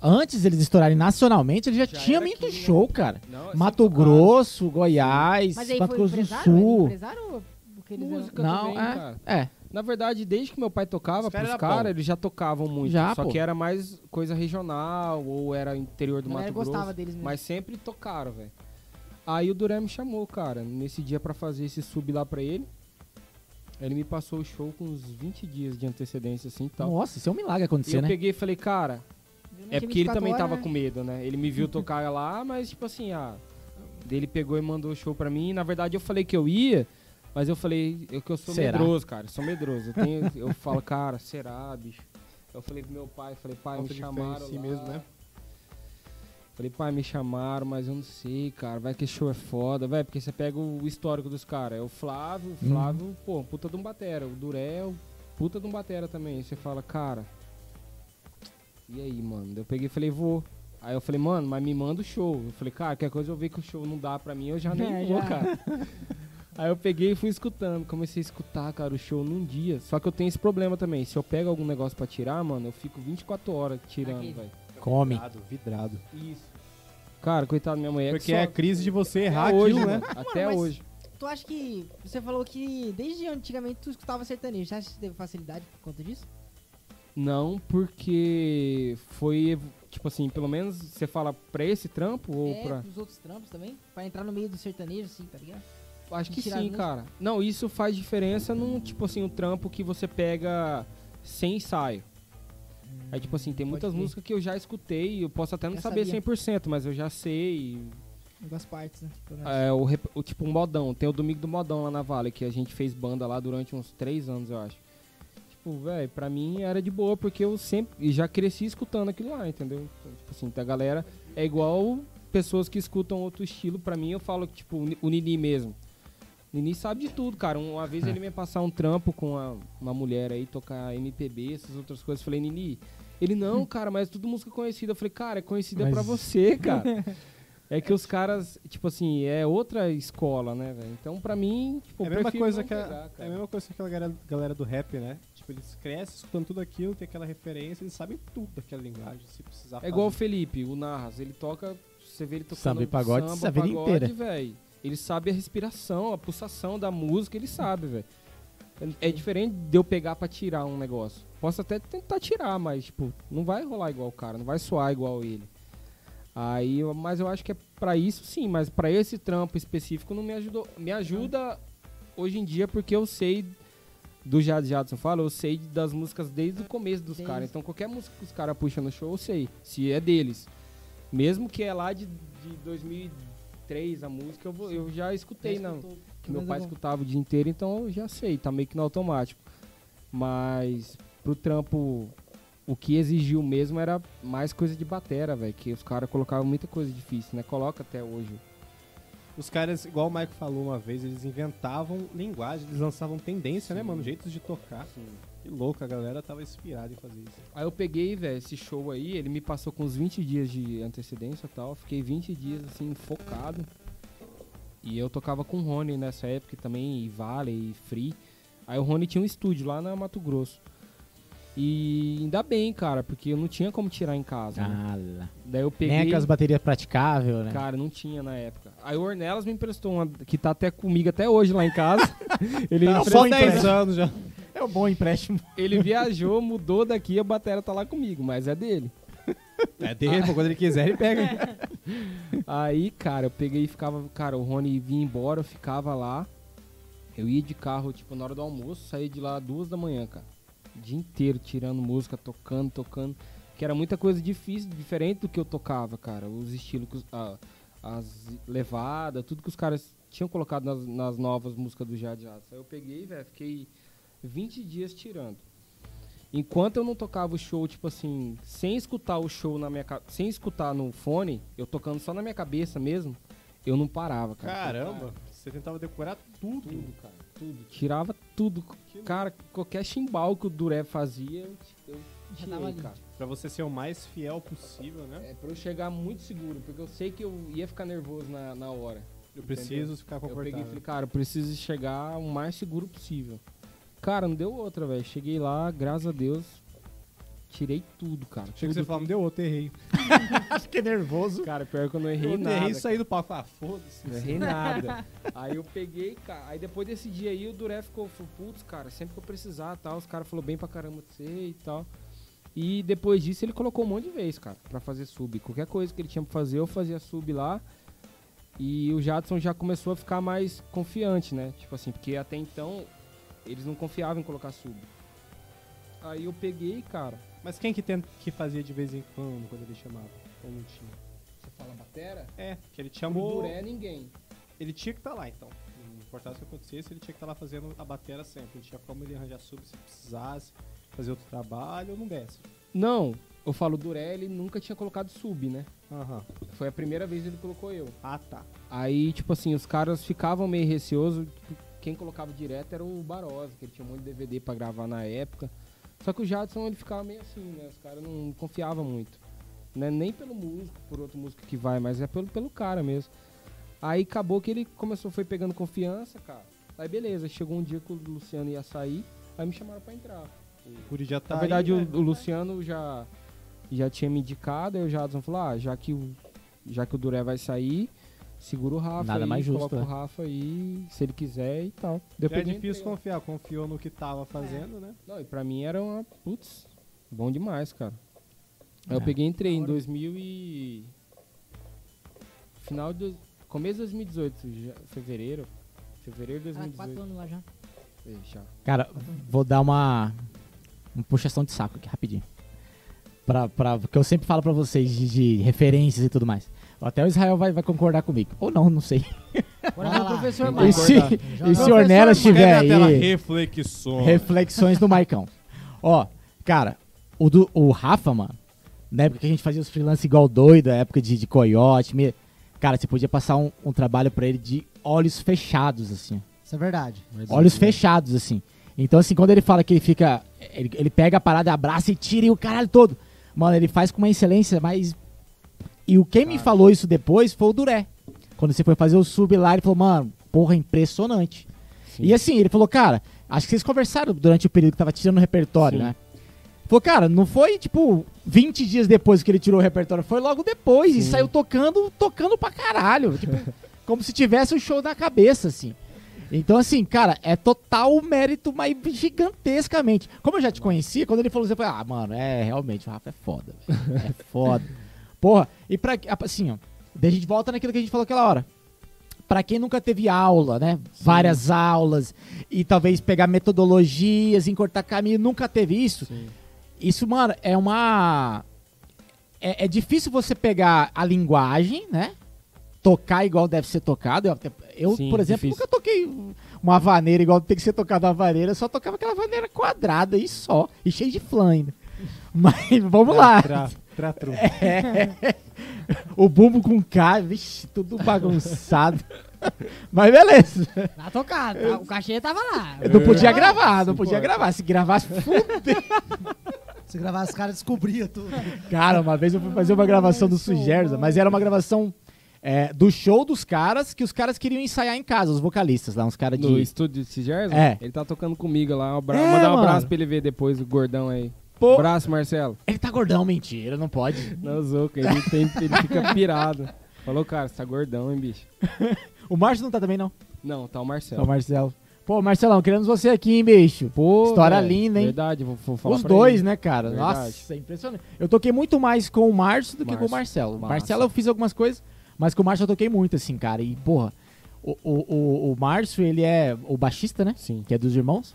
Antes eles estourarem nacionalmente, eles já, Já tinham era muito aqui, né? show, cara. Não, é Mato sempre Grosso, Goiás, Mas aí Santa foi Cruz do empresário? Ele Sul. empresário ou porque eles tocaram. música Não, né? também, é. cara. É, Na verdade, desde que meu pai tocava Os caras pros eram bom. caras, eles já tocavam muito. Já, só pô. que era mais coisa regional, ou era interior do eram. A galera Mato gostava Grosso. deles né? mesmo. Mas sempre tocaram, velho. Aí o Duré me chamou, cara, nesse dia pra fazer esse sub lá pra ele. Ele me passou o show com uns 20 dias de antecedência, assim e tal. nossa, isso é um milagre E acontecer, eu né? peguei e falei, cara, Geralmente É porque ele 24 também horas, tava né? com medo, né? Ele me viu tocar lá, mas tipo assim, ah, ele pegou e mandou o show pra mim. Na verdade, eu falei que eu ia, mas eu falei eu, que eu sou Será? medroso, cara. eu Sou medroso. Eu, tenho- eu falo, cara, será, bicho? Eu falei pro meu pai, falei, pai, Falta me de fé em chamaram si lá. mesmo, né? Falei, pai, me chamaram, mas eu não sei, cara. Vai que show é foda, vai, porque você pega o histórico dos caras. É o Flávio, Hum. o Flávio, pô, puta de um batera. O Duré, o puta de um batera também. Você fala, cara. E aí, mano? Daí Eu peguei e falei, vou. Aí eu falei, mano, mas me manda o show. Eu falei, cara, qualquer coisa eu ver que o show não dá pra mim, eu já nem É, vou, já. cara. Aí eu peguei e fui escutando, comecei a escutar, cara, o show num dia. Só que eu tenho esse problema também. Se eu pego algum negócio pra tirar, mano, eu fico 24 horas tirando, Aqui. velho. Come. Vidrado, vidrado. Isso. Cara, coitado da minha mulher. Porque que só- é a crise de você errar até hoje, aquilo, né? mano. Até mas- hoje. Tu acha que. Você falou que desde antigamente tu escutava sertanejo. Você acha que você teve facilidade por conta disso? Não, porque foi, evo- tipo assim, pelo menos você fala pra esse trampo ou é, pra... pros outros trampos também? Pra entrar no meio do sertanejo, assim, tá ligado? Acho que tirar sim, gosto. cara. Não, isso faz diferença num, tipo assim, um trampo que você pega sem ensaio. Aí, tipo assim, tem muitas Hum, crer. músicas que eu já escutei, eu posso até não Já saber sabia. 100%, mas eu já sei. Das partes, né? Pelo menos. É, o, rep- o tipo um modão. Tem o Domingo do Modão lá na Vale, que a gente fez banda lá durante uns três anos, eu acho. Tipo, velho, pra mim era de boa, porque eu sempre e já cresci escutando aquilo lá, entendeu? Então, tipo assim, a galera é igual pessoas que escutam outro estilo. Pra mim, eu falo que, tipo, o Ni- o Nini mesmo. O Nini sabe de tudo, cara. Uma vez ele me passar um trampo com a- uma mulher aí, tocar MPB, essas outras coisas. Eu falei, Nini. Ele, não, cara, mas é tudo música conhecida. Eu falei, cara, é conhecida Mas- pra você, cara. É que os caras, tipo assim, é outra escola, né, velho? Então, pra mim, tipo, É a eu mesma prefiro coisa não que a, pegar, é a cara. mesma coisa que aquela galera, galera do rap, né? Tipo, eles crescem escutando tudo aquilo, tem aquela referência, eles sabem tudo daquela linguagem, se precisar É igual o fazer. Felipe, o Narras, ele toca, você vê ele tocando Samba e pagode, samba, essa vida pagode, inteira. velho. Ele sabe a respiração, a pulsação da música, ele sabe, velho. É é diferente de eu pegar pra tirar um negócio. Posso até tentar tirar, mas, tipo, não vai rolar igual o cara, não vai soar igual ele. Aí, eu- mas eu acho que é pra isso sim, mas pra esse trampo específico não me ajudou. Me ajuda hoje em dia porque eu sei do Jad Jadson fala, eu sei das músicas desde o começo dos Desde- caras. Então qualquer música que os caras puxam no show, eu sei, se é deles. Mesmo que é lá de, de 2003 a música, eu, vou- eu já escutei, não. Que meu Mas é pai bom. escutava o dia inteiro, então eu já sei, tá meio que no automático. Mas pro trampo, o que exigiu mesmo era mais coisa de batera, velho. Que os caras colocavam muita coisa difícil, né? Coloca até hoje. Os caras, igual o Maico falou uma vez, eles inventavam linguagem, eles lançavam tendência, né, mano? Jeitos de tocar. Que louco, a galera tava inspirada em fazer isso. Aí eu peguei, velho, esse show aí, ele me passou com uns 20 dias de antecedência e tal. eu Fiquei 20 dias, assim, focado. E eu tocava com o Rony nessa época também, e Vale, e Free. Aí o Rony tinha um estúdio lá na Mato Grosso. E ainda bem, cara, porque eu não tinha como tirar em casa. né? Ah, lá. Daí eu Nem peguei. aquelas baterias praticáveis, né? Cara, não tinha na época. Aí o Ornelas me emprestou uma que tá até comigo até hoje lá em casa. Ele, Tá, empre- só Só 10 empréstimo. anos já. É um bom empréstimo. ele viajou, mudou daqui, a bateria tá lá comigo, mas é dele. É dele, pô, quando ele quiser, ele pega. Aí, cara, eu peguei e ficava. Cara, o Rony vinha embora, eu ficava lá. Eu ia de carro, tipo, na hora do almoço, saía de lá duas da manhã, cara. O dia inteiro tirando música, tocando, tocando. Que era muita coisa difícil, diferente do que eu tocava, cara. Os estilos, que os- a- as levadas, tudo que os caras tinham colocado nas, nas novas músicas do Jade Jazz. Aí eu peguei, velho, fiquei 20 dias tirando. Enquanto eu não tocava o show, tipo assim, sem escutar o show na minha ca- sem escutar no fone, eu tocando só na minha cabeça mesmo, eu não parava, cara. Caramba, você tentava decorar tudo. Tudo, cara, tudo. Tirava tudo. Cara, qualquer chimbal que o Duré fazia, eu, eu Já tava tirei, ali. cara. Pra você ser o mais fiel possível, né? É pra eu chegar muito seguro, porque eu sei que eu ia ficar nervoso na, na hora. Eu preciso ficar É, Eu peguei e falei, confortável. cara, eu preciso chegar o mais seguro possível. Cara, não deu outra, velho. Cheguei lá, graças a Deus, tirei tudo, cara. Chega que você tudo. fala, me deu outro, errei. é Fiquei nervoso. Cara, pior que eu não errei Eu nada. errei, cara. saí do palco. Ah, foda-se. Não errei nada. aí eu peguei, cara. Aí depois desse dia aí, o Duré ficou, falou, putz, cara, sempre que eu precisar tal, os caras falaram bem pra caramba de você e tal. E depois disso ele colocou um monte de vez, cara, pra fazer sub. Qualquer coisa que ele tinha pra fazer, eu fazia sub lá. E o Jadson já começou a ficar mais confiante, né? Tipo assim, porque até então eles não confiavam em colocar sub. Aí eu peguei, cara. Mas quem que, tem, que fazia de vez em quando, quando ele chamava? Ou não tinha? Você fala batera? É, que ele te O chamou. Duré ninguém. Ele tinha que estar lá, então. Não importasse o que acontecesse, ele tinha que estar lá fazendo a batera sempre. Não tinha como ele arranjar sub se precisasse, fazer outro trabalho ou não desse. Não, eu falo, o Duré ele nunca tinha colocado sub, né? Aham. Foi a primeira vez que ele colocou eu. Ah, tá. Aí, tipo assim, os caras ficavam meio receosos. Quem colocava direto era o Barosa, que ele tinha um monte de DVD pra gravar na época. Só que o Jadson, ele ficava meio assim, né? Os caras não confiavam muito. Né? Nem pelo músico, por outro músico que vai, mas é pelo, pelo cara mesmo. Aí acabou que ele começou, foi pegando confiança, cara. Aí beleza, chegou um dia que o Luciano ia sair, aí me chamaram pra entrar. Curi já tá Na verdade, aí, o, né? o Luciano já, já tinha me indicado, aí o Jadson falou, ah, já que o, já que o Duré vai sair, segura o Rafa Nada aí, mais justo, coloca né? o Rafa aí, se ele quiser e tal. Já é Depois eu difícil entrei, confiar. Confiou no que tava fazendo, né? ó. Não, e pra mim era uma, putz, bom demais, cara. Aí eu É. peguei e entrei em 2000 e... Final de... dois- Começo de 2018, já- fevereiro, fevereiro de Ah, quatro 2018. anos lá já. Ei, já. Cara, vou dar uma, uma puxação de saco aqui, rapidinho. Pra, pra, porque eu sempre falo pra vocês de, de referências e tudo mais. Até o Israel vai, vai concordar comigo. Ou não, não sei. Bora Vai ver o lá. professor E Marcos. se, e se o Ornelas estiver aí... reflexão. Reflexões do Maicão. Ó, cara, o, do, o Rafa, mano, na época que a gente fazia os freelance igual doido, a época de, de coiote, me- cara, você podia passar um, um trabalho pra ele de olhos fechados, assim. Isso é verdade. né, Olhos fechados, assim. Então, assim, quando ele fala que ele fica. Ele, ele pega a parada, abraça e tira e o caralho todo. Mano, ele faz com uma excelência, mas. E o quem me falou isso depois foi o Duré. Quando você foi fazer o sub lá, ele falou, mano, porra, impressionante. E assim, ele falou, cara, acho que vocês conversaram durante o período que tava tirando o repertório, Sim. né? Falou, cara, não foi tipo 20 dias depois que ele tirou o repertório, foi logo depois e Sim. saiu tocando, tocando pra caralho. Tipo, como se tivesse um show na cabeça, assim. Então, assim, cara, é total mérito, mas gigantescamente. Como eu já te conhecia, quando ele falou, você falou, ah, mano, é realmente, o Rafa é foda. velho. É foda. Porra, e pra. Assim, ó, daí a gente volta naquilo que a gente falou aquela hora. Pra quem nunca teve aula, né? Várias aulas, e talvez pegar metodologias, encurtar caminho, nunca teve isso. Sim. Isso, mano, é uma. É, é difícil você pegar a linguagem, né? Tocar igual deve ser tocado. Eu, até- eu, Sim, por exemplo, difícil. nunca toquei uma vaneira igual tem que ser tocada uma vaneira. Eu só tocava aquela vaneira quadrada e só. E cheio de flan ainda. Mas vamos lá. Tra, tra, tru. O bumbo com K, vixe, tudo bagunçado. Mas beleza. Lá tocado. tá? O cachê tava lá. Eu não É. podia gravar, não podia gravar. Se gravasse, Se gravar as caras, descobria tudo. Cara, uma vez eu fui fazer uma gravação do Sugerza, mas era uma gravação é, do show dos caras que os caras queriam ensaiar em casa, os vocalistas lá, uns caras de. No estúdio de Cisgers? É. Ele tá tocando comigo lá. Um abra... É, Mandar um mano. abraço pra ele ver depois, o gordão aí. Pô, Abraço, Marcelo. ele tá gordão, mentira, não pode. Não, Zuca, ele, tem, ele fica pirado. Falou, cara, você tá gordão, hein, bicho? O Márcio não tá também, não. Não, tá o É Marcelo. o Marcelo. Pô, Marcelão, queremos você aqui, hein, bicho. Pô, História velho, linda, hein? Verdade, vou, vou falar Os pra dois, ele. né, cara? Verdade. Nossa, é impressionante. Eu toquei muito mais com o Márcio do que com o Márcio. Marcelo. O Massa. Marcelo eu fiz algumas coisas, mas com o Márcio eu toquei muito, assim, cara. E, porra, o, o, o, o Márcio, ele é o baixista, né? Sim. Que é dos irmãos.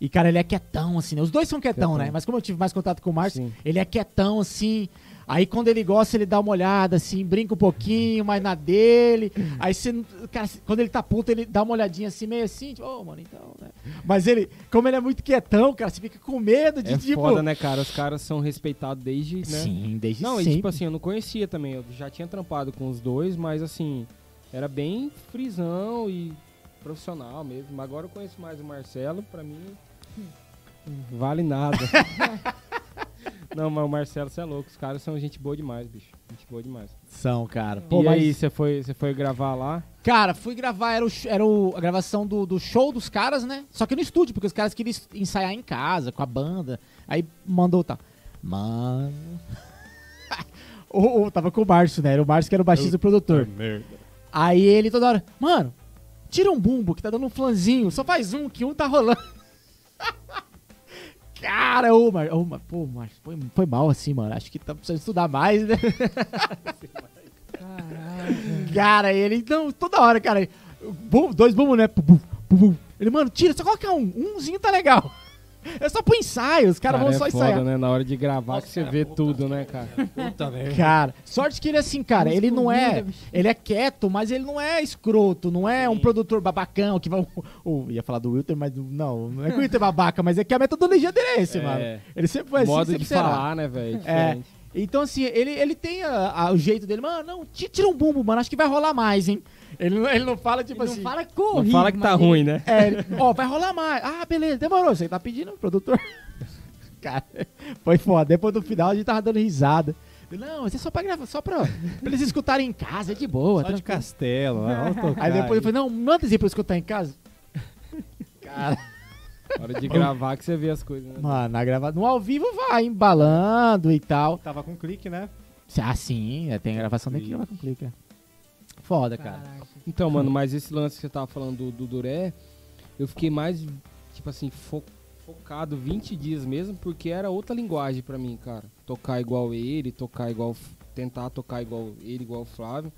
E, cara, ele é quietão, assim, né? Os dois são quietão, Quietão. né? Mas como eu tive mais contato com o Márcio, Sim. ele é quietão, assim. Aí quando ele gosta, ele dá uma olhada, assim, brinca um pouquinho, mas na dele. Aí você. Cara, quando ele tá puto, ele dá uma olhadinha assim, meio assim, tipo, ô, mano, então, né? Mas ele, como ele é muito quietão, cara, você fica com medo de, É tipo. foda, né, cara? Os caras são respeitados desde, né? Sim, desde Não, e sempre. tipo assim, eu não conhecia também. Eu já tinha trampado com os dois, mas assim, era bem frisão e profissional mesmo. Agora eu conheço mais o Marcelo, pra mim Hum. vale nada. não, mas o Marcelo, você é louco. Os caras são gente boa demais, bicho. Gente boa demais. São, cara. Pô, e mas. aí, você foi, você foi gravar lá? Cara, fui gravar, era, o, sh- era o- a gravação do, do show dos caras, né? Só que no estúdio, porque os caras queriam es- ensaiar em casa, com a banda. Aí mandou tá. Mano. o, o- tava com o Márcio, né? Era o Márcio que era o baixista e o produtor. Aí ele toda hora, mano, tira um bumbo que tá dando um flanzinho, só faz um, que um tá rolando. Cara, ô, Mar... ô, Mar- pô, Márcio, foi, foi mal assim, mano. Acho que tá precisando estudar mais, né? Cara, ele. Não, toda hora, cara. ele- bum- dois bumbos, né? Pum, bum, pum, bum. Ele, mano, tira, só coloca um. Umzinho tá legal. É só pro ensaio, os caras vão Cara, é só foda, ensaiar. né? Na hora de gravar que você vê tudo, né, cara? Cara, sorte que ele é assim, cara. Ele não é. Ele é quieto, mas ele não é escroto. Não é um produtor babacão que vai. ou ia falar do Wilter, mas não. Não é que o Wilter é babaca, mas é que a metodologia dele é esse, É. mano. Ele sempre foi assim, Modo sempre de será. falar, né, velho? É. Diferente. Então, assim, ele, ele tem a- a- o jeito dele, mano, não, ti- tira um bumbo, mano, acho que vai rolar mais, hein? Ele, não- ele não fala, tipo Ele assim. não fala com Não fala que tá ruim, né? É, ele, ó, vai rolar mais. Ah, beleza, demorou. Você tá pedindo, produtor? Cara, foi foda. Depois do final a gente tava dando risada. Não, isso é só pra gravar, só pra, pra eles escutarem em casa, é de boa. Só de tranquilo. castelo, lá, vamos tocar Aí depois aí. ele falou, não, manda isso aí pra eu escutar em casa. Cara, Na hora de gravar que você vê as coisas, né? mano, na grava... no ao vivo vai embalando e tal. Tava com clique, né? Ah, sim, é, tem gravação daqui que vai complica. Foda, cara. Então, mano, mas esse lance que você tava falando do, do Duré, eu fiquei mais, tipo assim, fo- focado 20 dias mesmo, porque era outra linguagem pra mim, cara. Tocar igual ele, tocar igual. F- Tentar tocar igual ele, igual o Flávio.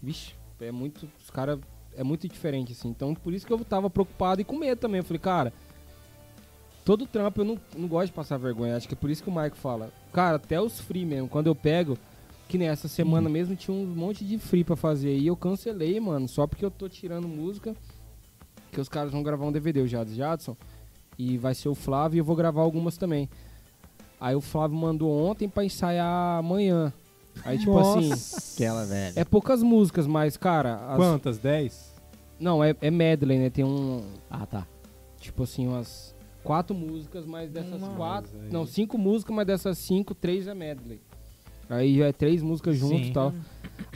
Vixe, é muito. Os caras. É muito diferente, assim. Então, por isso que eu tava preocupado e com medo também. Eu falei, cara. Todo trampo eu não, não gosto de passar vergonha. Acho que é por isso que o Maico fala. Cara, até os free mesmo. Quando eu pego, que nessa semana mesmo tinha um monte de free pra fazer. E eu cancelei, mano, só porque eu tô tirando música. Que os caras vão gravar um DVD, o Jadson Jadson. E vai ser o Flávio e eu vou gravar algumas também. Aí o Flávio mandou ontem pra ensaiar amanhã. Aí, tipo assim, Aquela, velho. é poucas músicas, mas, cara. as- Quantas? 10? Não, é, é medley, né? Tem um. Ah, tá. Tipo assim, umas quatro músicas, mas dessas Nossa. quatro. Mas aí- Não, cinco músicas, mas dessas cinco, três é medley. Aí já é três músicas juntas Sim. e tal.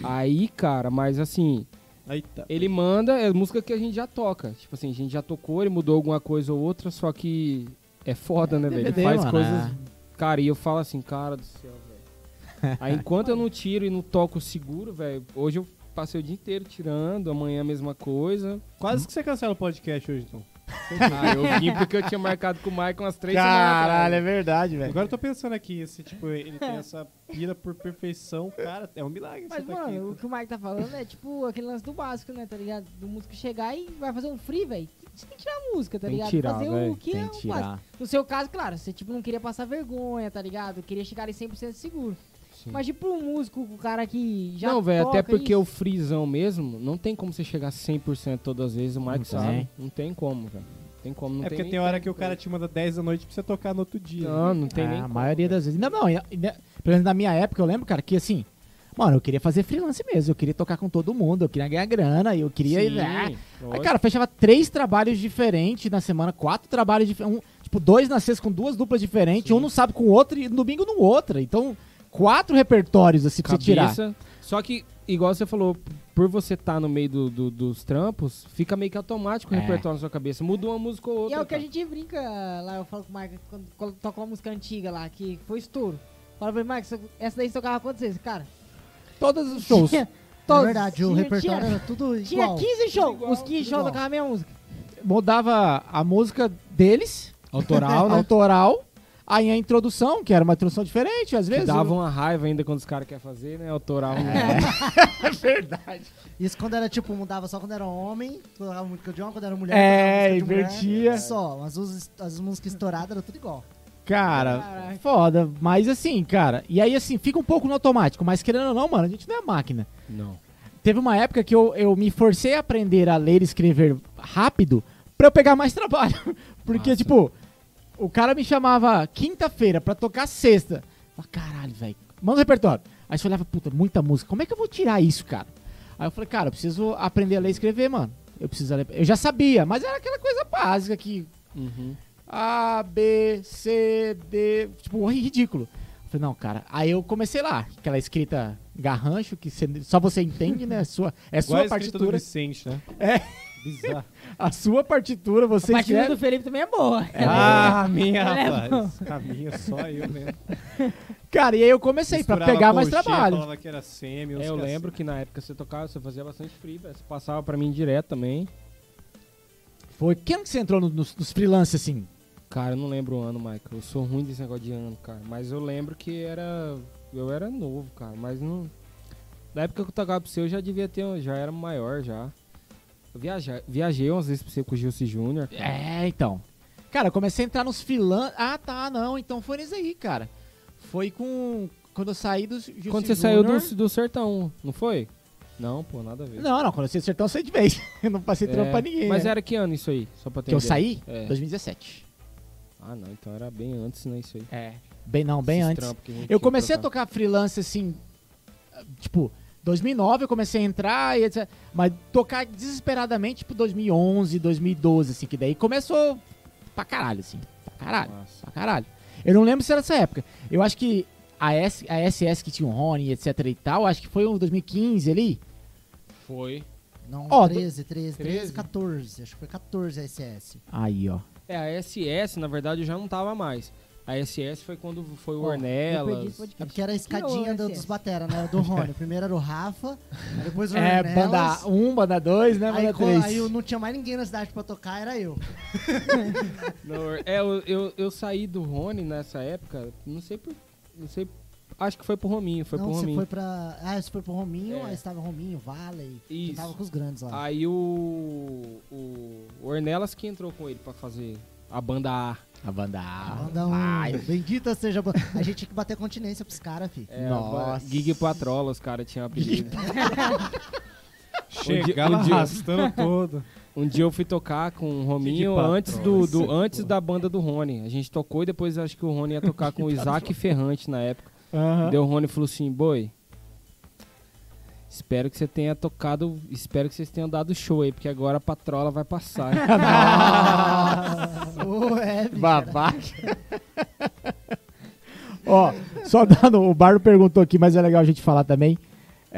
Aí, cara, mas assim, Eita. ele manda, é música que a gente já toca. Tipo assim, a gente já tocou, ele mudou alguma coisa ou outra, só que é foda, né, velho? Ele DVD, faz mano, coisas. é. Cara, e eu falo assim, cara do céu, velho. Aí enquanto eu não tiro e não toco seguro, velho, hoje eu passei o dia inteiro tirando, amanhã a mesma coisa. Quase que você cancela o podcast hoje, então. Ah, eu vim porque eu tinha marcado com o Michael umas três Caralho, semanas. é verdade, velho. Agora eu tô pensando aqui, esse tipo, ele tem essa pira por perfeição, cara, é um milagre Mas, você tá mano, o aqui. que o Mike tá falando é tipo aquele lance do básico, né? Tá ligado? Do músico chegar e vai fazer um free, velho. Você tem que tirar a música, tá Tem que ligado? tirar, fazer velho. o que é o básico. No seu caso, claro, você tipo não queria passar vergonha, tá ligado? Queria chegar em 100% seguro. Sim. Mas tipo um músico, o cara que já Não, velho, até toca porque isso. o frisão mesmo, não tem como você chegar 100% todas as vezes, o Michael sabe. Não tem como, velho. Não Tem como, não É tem porque nem né? tem hora tempo, que o cara velho. te manda 10 da noite pra você tocar no outro dia. Não, não tem Ah, nem a como, né? maioria velho. das vezes. Não, não, ainda- ainda- pelo menos na minha época, eu lembro, cara, que assim. Mano, eu queria fazer freelance mesmo. Eu queria tocar com todo mundo. Eu queria ganhar grana. Eu queria. Sim, Ah, Aí, lógico. cara, eu fechava três trabalhos diferentes na semana, quatro trabalhos diferentes. Um, tipo, dois na sexta com duas duplas diferentes, um não sabe com o outro e no domingo no outro. Então, quatro repertórios, assim, pra você tirar. Só que, igual você falou, p- por você estar no meio do- do- dos trampos, fica meio que automático É. o repertório na sua cabeça. Muda uma música ou E outra. é o que a cara. gente brinca lá, eu falo com o Mike, quando, quando tocou uma música antiga lá, que foi estouro. Fala pra ele, Mike, essa- essa daí você tocava quantos vezes? Cara, Todos os shows. tinha Na todos. é verdade, o Tinha- repertório tinha- era tudo Tinha igual. 15 shows, igual, os 15 shows tudo igual. tocavam a mesma música. Mudava a música deles, Autoral, né? autoral, aí a introdução, que era uma introdução diferente, às Que vezes. dava um uma raiva ainda quando os caras querem fazer, né? Autoral. É. Isso quando era tipo, mudava só quando era homem, colocava música de homem, quando era mulher. É, colocava música de invertia. Mulher, né? só, mas os- as músicas estouradas eram tudo igual. Cara, Caraca. foda. Mas assim, cara, e aí assim, fica um pouco no automático, mas querendo ou não, mano, a gente não é máquina. Não. Teve uma época que eu, eu me forcei a aprender a ler e escrever rápido pra eu pegar mais trabalho. Porque, Massa. tipo, o cara me chamava quinta-feira pra tocar sexta. Eu falava, caralho, velho, manda o repertório. Aí você olhava, puta, muita música, como é que eu vou tirar isso, cara? Aí eu falei, cara, eu preciso aprender a ler e escrever, mano. Eu preciso ler. Eu já sabia, mas era aquela coisa básica que Uhum. a, B, C, D. Tipo, ridículo. Eu Falei, não, cara. Aí eu comecei lá, aquela escrita garrancho, que cê- só você entende, né? Sua, é Igual a sua É. escrita do partitura. Vicente, né? Bizarro. A sua partitura, você A partida escreve. do Felipe também é boa. né? Ah, minha Ela é rapaz. A minha só eu mesmo. Cara, e aí eu comecei pra Misturava pegar mais colchinha, trabalho. Falava que era semi, É, eu lembro que na época você tocava, você fazia bastante free, velho. Você passava pra mim direto também. Foi quem que você entrou no- nos, nos freelance, assim? Cara, eu não lembro o ano, Michael. Eu sou ruim desse negócio de ano, cara. Mas eu lembro que era. Eu era novo, cara. Mas não. Na época que eu tocava pro seu, eu já devia ter. um- Já era maior já. Eu viaja- viajei umas vezes pro seu com o Gilson Júnior. cara. É, então. Cara, eu comecei a entrar nos freelance. Ah, tá, não. Então foi nisso aí, cara. Foi com. Quando eu saí do. Gilson Quando você saiu Júnior- do, do sertão, não foi? Não, pô, nada a ver. Não, não, quando eu saí do sertão, eu saí de vez. eu não passei É, trampo pra ninguém. Mas né? era que ano isso aí? Só pra ter Que eu ideia. saí? É. 2017. Ah, não, então era bem antes, né? Isso aí. É. Bem, não, bem Esses antes. trampos que gente Eu tinha comecei a pra tocar freelance assim, tipo, 2009 eu comecei a entrar e etc. Mas tocar desesperadamente, tipo, 2011, 2012, assim, que daí começou pra caralho, assim. Pra caralho, Nossa. pra caralho. Eu não lembro se era essa época. Eu acho que a, S, a SS que tinha o Rony, etc e tal, acho que foi um 2015 ali. Foi. Não, Ó, 13, 13, 13? 13, 14. Acho que foi 14 a SS. Aí, ó. É, a SS, na verdade, eu já não tava mais. A SS foi quando foi o Ó, Ornelas. eu perdi esse podcast. É porque era a escadinha horror, do- SS. dos Batera, né? Era Do Rony. O primeiro era o Rafa, aí depois o É, Ornelas, banda 1, banda 2, né? Aí, Banda co- 3. aí eu não tinha mais ninguém na cidade pra tocar, era eu. Não, é, eu, eu, eu saí do Rony nessa época, não sei por. Não sei. Acho que foi pro Rominho, foi não, pro você Rominho. foi pra. Ah, você foi pro Rominho, É. aí estava Rominho, Valley. Isso. Você tava com os grandes lá. Aí o. O Ornelas que entrou com ele pra fazer a banda A. A banda A. Manda um. Ai, Bendita seja. a ban- A gente tinha que bater continência pros caras, fi. É, a Nossa. ba- Gig Patrola, os caras tinham apelido. Chegava Um dia- um dia- arrastando todo. Um dia eu fui tocar com o Rominho Gig Patrola, antes, do, do- é essa antes porra. da banda do Rony. A gente tocou e depois acho que o Rony ia tocar com o Isaac Ferrante na época. Aham. Deu o Rony e falou assim, boi. Espero que você tenha tocado. Espero que vocês tenham dado show aí, porque agora a patrola vai passar. Ô, é, bicho, era- Babaca. Ó, só dando. O Barro perguntou aqui, mas é legal a gente falar também.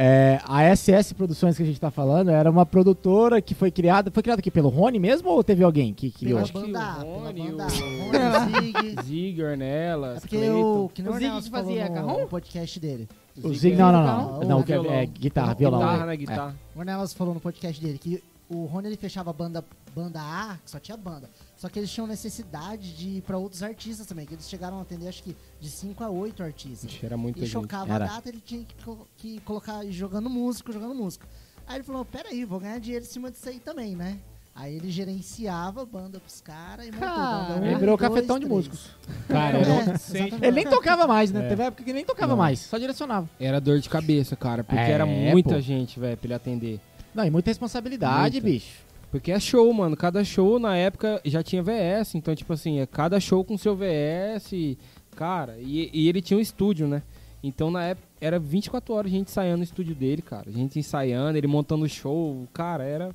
É, a SS Produções que a gente tá falando era uma produtora que foi criada. Foi criada aqui pelo Rony mesmo ou teve alguém que criou? Pela acho que banda o A, Rony, pela banda A. o- Rony, Zig. Zigger É nelas, porque o Cleiton. que não O Zig que fazia falou carrom? no podcast dele. O Zig, não, não, não. Não, Não, o que é- violão. é guitarra, violão. Guitarra, É. né? Guitarra. O Ornelas falou no podcast dele que o Rony ele fechava a banda, banda A, que só tinha banda. Só que eles tinham necessidade de ir pra outros artistas também, que eles chegaram a atender acho que de 5 a 8 artistas. Ixi, era muita E gente. chocava É. Era. a data, ele tinha que, co- que colocar jogando músico, jogando músico. Aí ele falou, peraí, vou ganhar dinheiro em cima disso aí também, né? Aí ele gerenciava a banda pros caras e montou Cara, banda. um, É. É. Ele virou dois, cafetão de três. músicos. Cara, É, era- exatamente. ele nem tocava mais, né? É. Teve época que ele nem tocava Não. mais, só direcionava. Era dor de cabeça, cara, porque É, era muita pô. gente, velho, pra ele atender. Não, e muita responsabilidade, Muita. bicho. Porque é show, mano. Cada show na época já tinha VS, então, tipo assim, é cada show com seu VS, cara. E, e ele tinha um estúdio, né? Então, na época, era 24 horas a gente ensaiando no estúdio dele, cara. A gente ensaiando, ele montando o show, cara, era.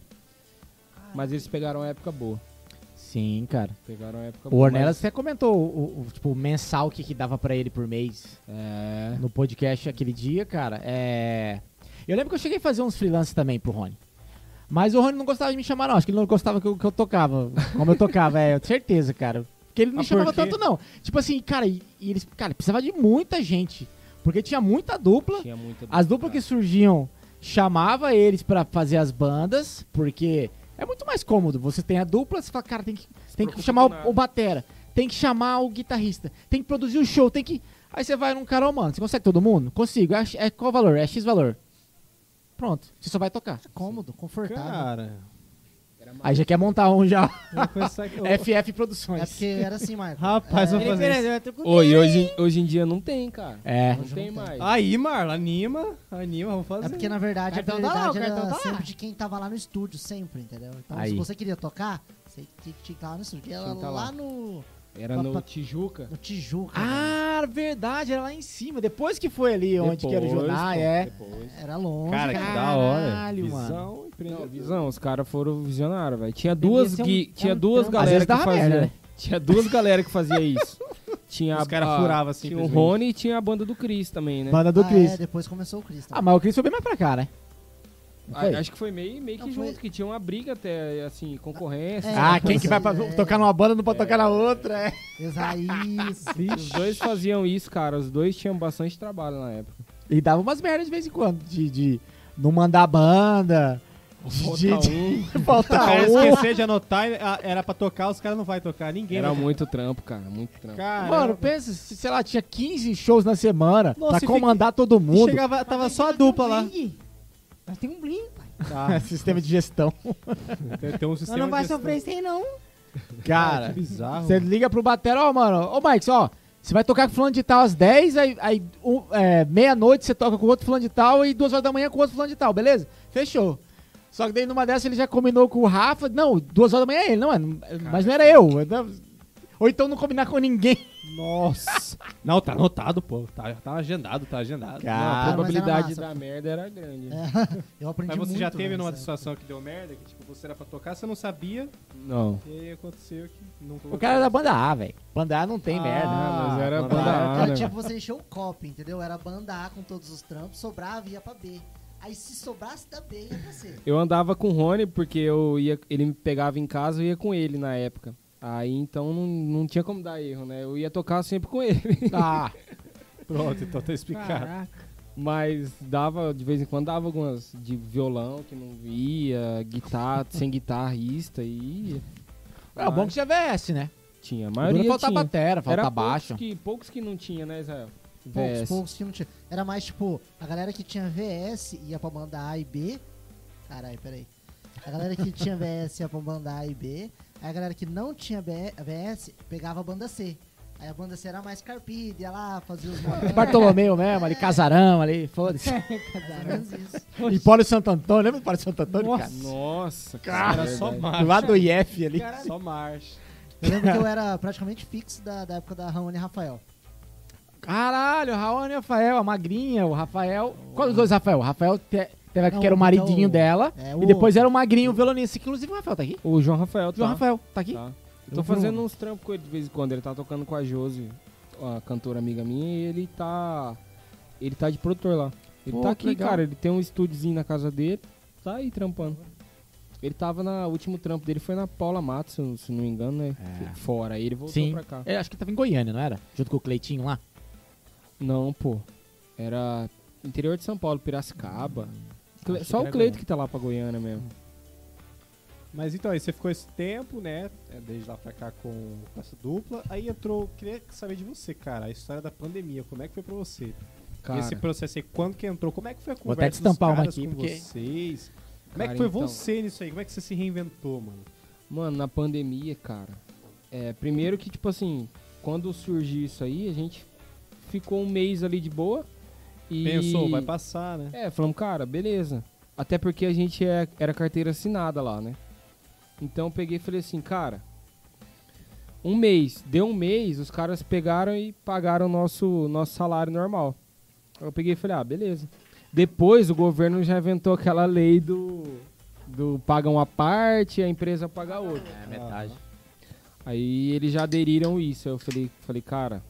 Mas eles pegaram uma época boa. Sim, cara. Pegaram a época O Ornelas é? mais- até comentou o, o- tipo, o mensal que, que dava pra ele por mês É. no podcast aquele dia, cara. É. Eu lembro que eu cheguei a fazer uns freelances também pro Rony. Mas o Rony não gostava de me chamar, não. Acho que ele não gostava que eu, que eu tocava. Como eu tocava, é, eu tenho certeza, cara. Porque ele não me Mas chamava por quê? tanto, não. Tipo assim, cara, e, e eles. Cara, precisava de muita gente. Porque tinha muita dupla. Tinha muita As duplas que surgiam chamava eles pra fazer as bandas, porque é muito mais cômodo. Você tem a dupla, você fala, cara, tem que, tem que preocupa chamar com o, nada. o batera, tem que chamar o guitarrista, tem que produzir o show, tem que. Aí você vai num cara, ó, mano, você consegue todo mundo? Consigo. É, é qual valor? É X valor. Pronto, você só vai tocar. Cômodo, Tá. confortável. Cara, Aí já quer montar um já. eu vou começar aqui. FF É Produções. porque era assim, Marco. Rapaz, é, eu vou fazer isso. Oi, hoje, hoje em dia não tem, cara. É. Não tem mais. Aí, Marla, anima, anima, vamos fazer. é porque, na verdade, a Cartão tá lá, prioridade o cartão era tá lá. sempre de quem tava lá no estúdio, sempre, entendeu? Então, Aí. se você queria tocar, você tinha que estar lá no estúdio. Era Tinha que tá lá, lá. No, Era Pra- no pra- Tijuca. no Tijuca. Ah, verdade, era lá em cima. Depois que foi ali onde que era o Depois, Jonai, pô, é. Depois. velho. né? Era longe. Cara, cara. que da hora. Caralho, mano. Visão, Não, empreendedor. visão, os caras foram visionários, velho. Tinha Devia duas, ser um- gui- é um tinha duas trampo. Às galera vezes que dava fazia. merda, né? Tinha duas galera que fazia isso. Tinha Os a- cara a- furava Tinha o simplesmente. Rony e tinha a banda do Chris também, né? Banda do Ah, Chris. é, depois começou o Chris. tá? Ah, mas o Chris foi bem mais pra cá, né? Não A- foi? acho que foi meio, meio que Não, foi- junto, que tinha uma briga até, assim, concorrência. É, Ah, quem que vai pra é. tocar numa banda não pode tocar na outra, é. Exa- isso. Os dois faziam isso, cara. Os dois tinham bastante trabalho na época. E dava umas merdas de vez em quando, de, de não mandar banda, de, de, Falta de um. faltar Cara, um. esquecer de anotar, ah, era pra tocar, os caras não vai tocar, ninguém Era um vai muito trampo, cara. Muito trampo. tocar. um Mano, pensa, se, sei lá, tinha 15 shows na semana Nossa, pra e comandar todo mundo. Chegava, tava só a dupla lá. Nós temos um bling, pai. Tá, Sistema de gestão. tem, tem um Nós sistema não vai de gestão. sofrer isso aí, não. Cara, Que bizarro. você liga pro batera, ó, mano, ô Mike, ó, você vai tocar com fulano de tal às 10, aí, aí um, é, meia-noite você toca com outro fulano de tal e duas horas da manhã com outro fulano de tal, beleza? Fechou. Só que daí numa dessa ele já combinou com o Rafa. Não, duas horas da manhã é ele, não, é, mas não era eu. eu tava- Ou então não combinar com ninguém. Nossa. Não, tá anotado, pô. Tá, tá agendado, tá agendado. Cara, Não, mas a era probabilidade massa. da merda era grande. né? Eu aprendi Mas você muito, né, já teve velho, numa nessa situação que deu merda, que tipo, você era pra tocar, você não sabia, Não. e aí aconteceu que não O cara é da banda A, velho. Banda A não tem merda. né, Ah, mas era mano, banda Era, A, né, tipo, velho? você encheu o copo, entendeu? Era banda A com todos os trampos, sobrava e ia pra B. Aí se sobrasse da B, ia pra C. Eu andava com o Rony porque eu ia, ele me pegava em casa e eu ia com ele na época. Aí então não, não tinha como dar erro, né? Eu ia tocar sempre com ele. Ah, Pronto, então tá explicado. Caraca. Mas dava, de vez em quando dava algumas de violão que não ia, guitarra, sem guitarrista e ia. é o bom que já VS, né? tinha. A Dura maioria faltar tinha. batera, faltar Era baixo. Poucos que, poucos que não tinha, né, Israel? Poucos, VS. poucos que não tinha. Era mais tipo, a galera que tinha VS ia pra banda A e B. Caralho, peraí. A galera que tinha VS ia pra banda A e B. Aí a galera que não tinha B- VS pegava a banda C. Aí a banda C era mais carpida, ia lá, fazia os movimentos, Bartolomeu mesmo, ali, Casarão, ali, foda-se. mais ou menos isso. Hipólio Santo Antônio, lembra do Hipólio Santo Antônio, cara? Nossa, Era cara. só verdade. Do marcha. lado do IF ali. Só marcha. Eu lembro que eu era praticamente fixo da, da época da Raoni e Rafael. Caralho, o Raoni e o Rafael, a magrinha, o Rafael. Qual dos dois, Rafael? O Rafael te- teve a que Não, era o maridinho então, dela. é, E o- depois era o magrinho, o violonista. que Inclusive o Rafael tá aqui. O João Rafael O João tá. Rafael tá aqui. Tá. Eu Eu tô vi um- fazendo uns trampos com ele de vez em quando. Ele tá tocando com a Josi, a cantora amiga minha, e ele tá. Ele tá de produtor lá. Ele Pô, tá que aqui, legal. cara. Ele tem um estúdiozinho na casa dele. Tá aí trampando. Ele tava na. O último trampo dele foi na Paula Matos, se eu- se não me engano, né? É. Fora. Aí ele voltou Sim. pra cá. É, acho que ele tava em Goiânia, não era? Junto com o Cleitinho lá. Não, pô. Era interior de São Paulo, Piracicaba. Cle- Achei Só Hum. que o era Cleito que tá lá pra Goiânia mesmo. Mas então, aí você ficou esse tempo, né? é, Desde lá pra cá com, com essa dupla. Aí entrou, queria saber de você, cara, a história da pandemia. Como é que foi pra você? Cara, Esse processo aí, quando que entrou? Como é que foi a Vou conversa até destampar uma dos caras aqui, com porque- vocês? Como é Cara, que foi então. você nisso aí? Como é que você se reinventou, mano? Mano, na pandemia, cara. É, primeiro que, tipo assim, quando surgiu isso aí, a gente ficou um mês ali de boa. E... Pensou, vai passar, né? É, falamos, cara, beleza. Até porque a gente é- era carteira assinada lá, né? Então eu peguei e falei assim, cara. Um mês, deu um mês, os caras pegaram e pagaram o nosso, nosso salário normal. Eu peguei e falei, ah, beleza. Depois o governo já inventou aquela lei do. do paga uma parte, a empresa paga a outra. É, metade. Aí eles já aderiram isso. Aí eu falei, falei, cara,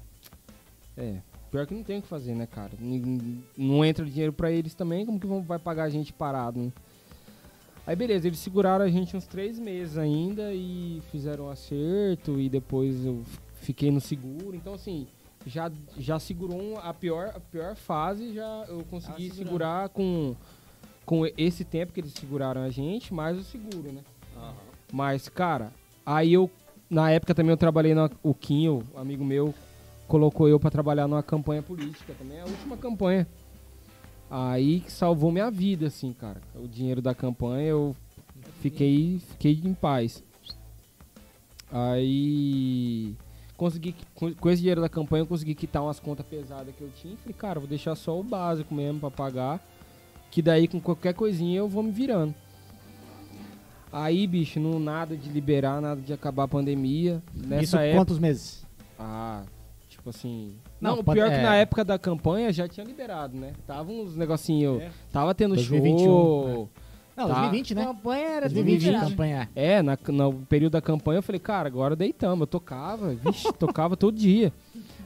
é, pior que não tem o que fazer, né, cara? N- n- Não entra dinheiro pra eles também, como que vão, vai pagar a gente parado, né? Aí beleza, eles seguraram a gente uns três meses ainda e fizeram um acerto e depois eu f- fiquei no seguro. Então assim, já, já segurou um- a, pior, a pior fase, já eu consegui segurando. segurar com, com esse tempo que eles seguraram a gente, mais o seguro, né? Mas, cara, aí eu. Na época também eu trabalhei na. O Quinho, amigo meu, colocou eu pra trabalhar numa campanha política também, a última campanha. Aí que salvou minha vida, assim, cara. O dinheiro da campanha eu fiquei, fiquei em paz. Aí. Consegui, com com esse dinheiro da campanha, eu consegui quitar umas contas pesadas que eu tinha. e Falei, cara, vou deixar só o básico mesmo pra pagar. Que daí com qualquer coisinha eu vou me virando. Aí, bicho, não nada de liberar, nada de acabar a pandemia. Nessa Isso época. quantos meses? Ah, tipo assim. Não, Não, pode- pior é. que na época da campanha já tinha liberado, né? Tava uns negocinho. É. Tava tendo 2021, show. Não, Tá. 2020, né? Campanha era 2020, 2020. campanha. É, na, no período da campanha eu falei, cara, agora deitamos. Eu tocava, vixe, tocava todo dia.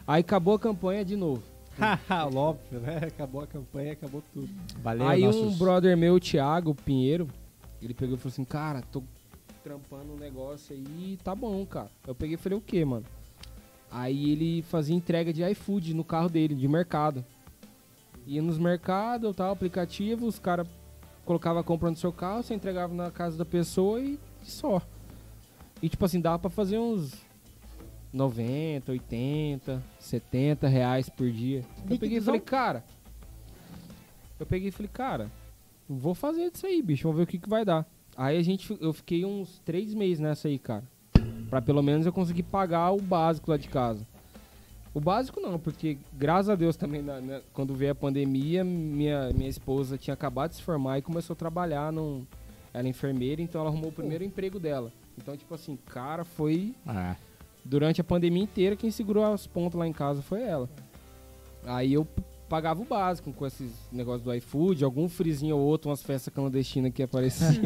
Aí acabou a campanha de novo. Haha, óbvio, né? Acabou a campanha, acabou tudo. Valeu, Aí nossos... um brother meu, o Thiago Pinheiro, ele pegou e falou assim, cara, tô trampando um negócio aí, tá bom, cara. Eu peguei e falei, o quê, mano? Aí ele fazia entrega de iFood no carro dele, de mercado. Ia nos mercados, tal, aplicativo, os caras colocavam a compra no seu carro, você entregava na casa da pessoa e só. E tipo assim, dava pra fazer uns 90, 80, 70 reais por dia. Eu peguei e falei, cara. Eu peguei e falei, cara, vou fazer isso aí, bicho, vamos ver o que, que vai dar. Aí a gente, eu fiquei uns três meses nessa aí, cara. Pra pelo menos eu conseguir pagar o básico lá de casa. O básico não, porque graças a Deus também, na- na- quando veio a pandemia, minha, minha esposa tinha acabado de se formar e começou a trabalhar num. Ela é enfermeira, então ela arrumou o primeiro emprego dela. Então, tipo assim, cara, foi Ah, durante a pandemia inteira, quem segurou as pontas lá em casa foi ela. Aí eu p- pagava o básico com esses negócios do iFood, algum frizinho ou outro, umas festas clandestinas que apareciam.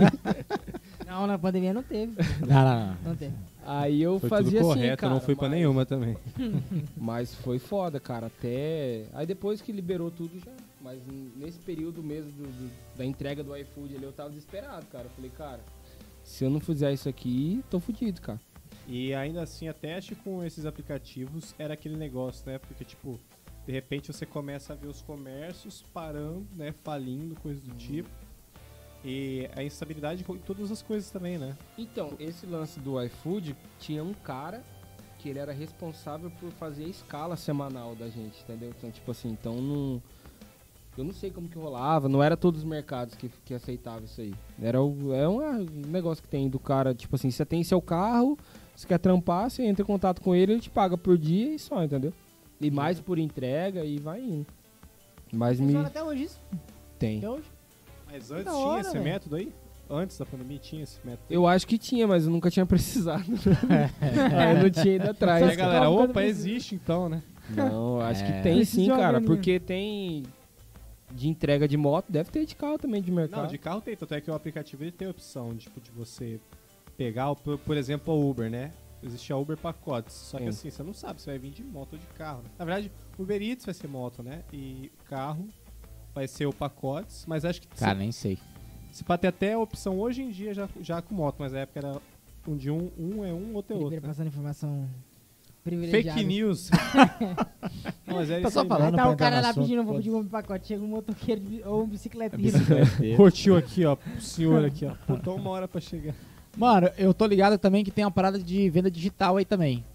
Não, na pandemia não teve. não, não, não. Não teve. Aí eu Foi fazia tudo assim, correto, cara. não fui pra mas- nenhuma também. Mas foi foda, cara, até... Aí depois que liberou tudo já... Mas n- nesse período mesmo do- do- da entrega do iFood ali, eu tava desesperado, cara. Eu falei, cara, se eu não fizer isso aqui, tô fudido, cara. E ainda assim, a teste com esses aplicativos era aquele negócio, né? Porque, tipo, de repente você começa a ver os comércios parando, né? Falindo, coisas Uhum. do tipo. E a instabilidade em todas as coisas também, né? Então, esse lance do iFood tinha um cara que ele era responsável por fazer a escala semanal da gente, entendeu? Então, tipo assim, então não. Eu não sei como que rolava, não era todos os mercados que, que aceitavam isso aí. Era o, é um ah, um negócio que tem do cara, tipo assim, você tem seu carro, você quer trampar, você entra em contato com ele, ele te paga por dia e só, entendeu? E mais por entrega e vai indo. Mas me Funciona até hoje isso. tem. Até hoje. Mas antes Da tinha hora, esse velho. método aí? Antes da pandemia tinha esse método. Eu acho que tinha, mas eu nunca tinha precisado. Aí eu não tinha ido atrás. Aí a galera, Calma, opa, quando- existe então, né? Não, acho É. que tem sim, Precisa cara, mesmo. porque tem de entrega de moto, deve ter de carro também de mercado. Tá. Não, de carro tem, tanto é que o aplicativo ele tem a opção tipo, de você pegar, o- por, por exemplo, a Uber, né? Existe a Uber Pacotes, só que Sim. assim, você não sabe se vai vir de moto ou de carro. né? Na verdade, Uber Eats vai ser moto, né? E carro vai ser o Pacotes, mas acho que Cara, nem sei. se, se pá, tem até a opção hoje em dia já, já com moto, mas na época era um de um, um é um, outro é outro. Primeiro né? passando informação privilegiada. Fake news. Não, mas Tá é isso só aí, falando Aí tá pra o entrar cara no lá assunto, pedindo, vou pô. pedir um pacote. Chega um motoqueiro de- ou um bicicletista. né? Curtiu aqui, ó, pro senhor aqui, ó. Botou uma hora pra chegar. Mano, eu tô ligado também que tem uma parada de venda digital aí também.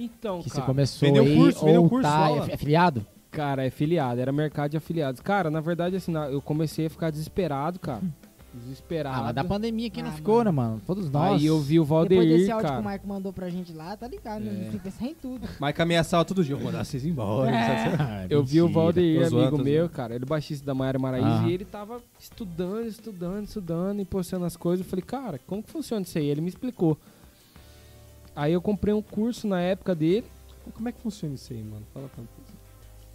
Então, Que você cara, começou vendeu aí curso, vendeu ou curso, tá fala. é afiliado? cara, é filiado, era mercado de afiliados. Cara, na verdade, assim, na- eu comecei a ficar desesperado, cara. Hum. Desesperado. Ah, mas da pandemia quem não Ah, ficou, né, mano? Todos nós. Aí eu vi o Depois Valdeir, desse áudio que o cara. Marco mandou pra gente lá, tá ligado, né? Tem que pensar em tudo. Mike ameaçava todo dia, eu vou mandar vocês embora. Ah, Eu vi o mentira. Valdeir, Tô amigo zoando, tô meu, zoando. cara. Ele é baixista da Maiara Maraíza Ah. e ele tava estudando, estudando, estudando e postando as coisas. Eu falei, cara, como que funciona isso aí? Ele me explicou. Aí eu comprei um curso na época dele. Como é que funciona isso aí, mano? Fala pra mim.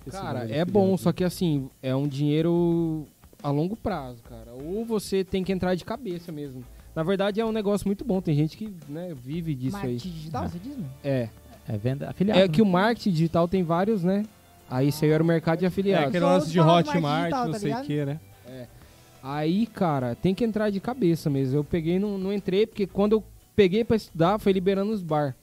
Esse Cara, bagulho é que bom, deu. só que assim, é um dinheiro a longo prazo, cara. Ou você tem que entrar de cabeça mesmo. Na verdade, é um negócio muito bom. Tem gente que né, vive disso Marketing digital, você diz, né? aí. É. É venda afiliada. É que o marketing digital tem vários, né? Aí isso aí era o mercado de É afiliados. aquele Só lance de os malas mais Hotmart, digital, não tá sei o ligado? que, né? Aí, cara, tem que entrar de cabeça mesmo. Eu peguei e não, não entrei, porque quando eu peguei pra estudar, foi liberando os bar.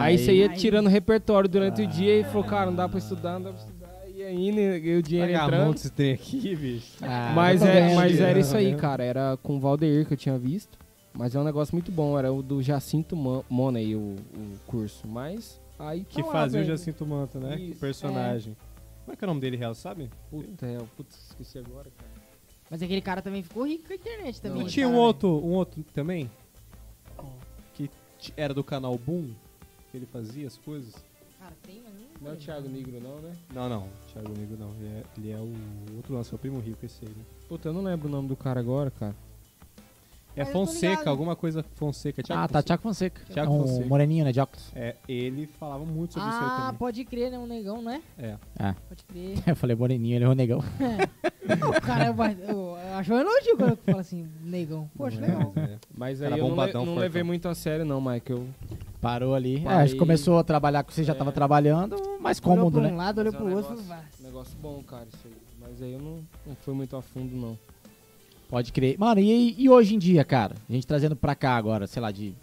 Aí você ia Aí. tirando repertório durante o dia e falou, cara, não dá pra estudar, não dá pra estudar. E aí né, e o dinheiro entrando. esse trem aqui, bicho. Ah, Mas, eu tô é, vendo. mas era isso aí, né? cara. Era com o Valdeir que eu tinha visto. Mas é um negócio muito bom. Era o do Jacinto Mon- Money, o, o curso. Mas aí tá Que lá, é fazia o velho. Jacinto Manta, né? Que Isso. personagem. Como é que é o nome dele real, sabe? Puta, é, putz, esqueci agora, cara. Mas aquele cara também ficou rico com a internet também. Não, E né, tinha um cara? outro, um outro também? Que t- era do canal Boom? Que ele fazia as coisas? Cara, tem, um mas não lembro. Não é o Thiago Negro, não, né? Não, não. Thiago Negro não. Ele é, ele é o outro lance, é o primo rico esse aí, né? Puta, eu não lembro o nome do cara agora, cara. É Ah, eu tô ligado. Fonseca, alguma coisa Fonseca. Thiago Ah, tá, Thiago Fonseca. Thiago É um Fonseca. moreninho, né, de óculos. É, ele falava muito sobre isso aí Ah, também. pode crer, né? Um negão, né? É. É. Pode crer. Eu falei moreninho, ele é o negão. O cara é mais- eu, eu acho um elogio quando eu falo assim, negão. Poxa, Não é, legal. mas é. Mas aí Cara eu não, le- bombadão, não fortão. levei muito a sério, não, Michael. Parou ali. É, Parei. acho que começou a trabalhar, você já tava trabalhando, mais Olhou cômodo, pra um né? lado, olhou Mas é pro um outro, negócio- vá. Negócio bom, cara, isso aí. Mas aí eu não, não fui muito a fundo, não. Pode crer. Mano, e, e hoje em dia, cara? A gente trazendo pra cá agora, sei lá, de,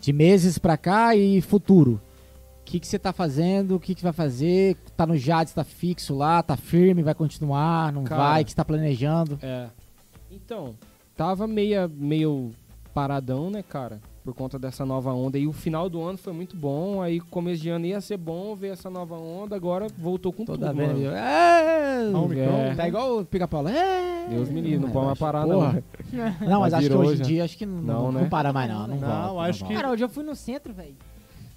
de meses pra cá e futuro. O que que você tá fazendo? O que que vai fazer? Tá no Jades, tá fixo lá, tá firme, vai continuar, não Cara. vai, o que você tá planejando? É. Então, tava meia, meio paradão, né, cara? Por conta dessa nova onda. E o final do ano foi muito bom. Aí começo de ano ia ser bom ver essa nova onda. Agora voltou com Toda tudo, vez. mano. eu- É, Omicron, é. né? Tá igual o pica-pau lá. É. Deus me livre, não pode mais parar, Porra. Não, Tá mas acho Já que virou hoje em já. dia acho que não, Não, não, né? para mais, não. Não, Não, volta, acho que- Cara, hoje eu fui no centro, velho.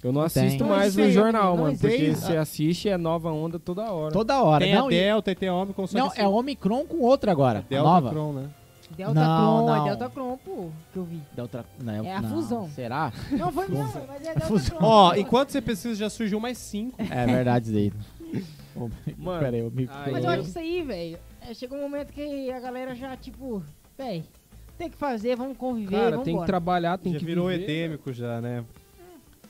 Eu não Tem. assisto Não mais no existe, jornal, não mano. Porque existe. você assiste é nova onda toda hora. Toda hora. Tem Não, a e- Delta e tem a Omicron, só não que assim. é Omicron com outra agora. Delta nova. Hum. Cron, né? Delta Não, Cron, não. é Delta Cron, pô, que eu vi. Delta- não, É a não. fusão. Será? Não, foi mesmo, mas é Delta Fusão. Cron. Ó, enquanto você pesquisa, já surgiu mais cinco. né? É verdade, Zay. Mano, Pera aí, eu me. aí Mas eu eu- acho que isso aí, velho. é, chega um momento que a galera já, tipo, véi, tem que fazer, vamos conviver, cara, vamos tem que trabalhar, tem já que virou viver. endêmico já, né?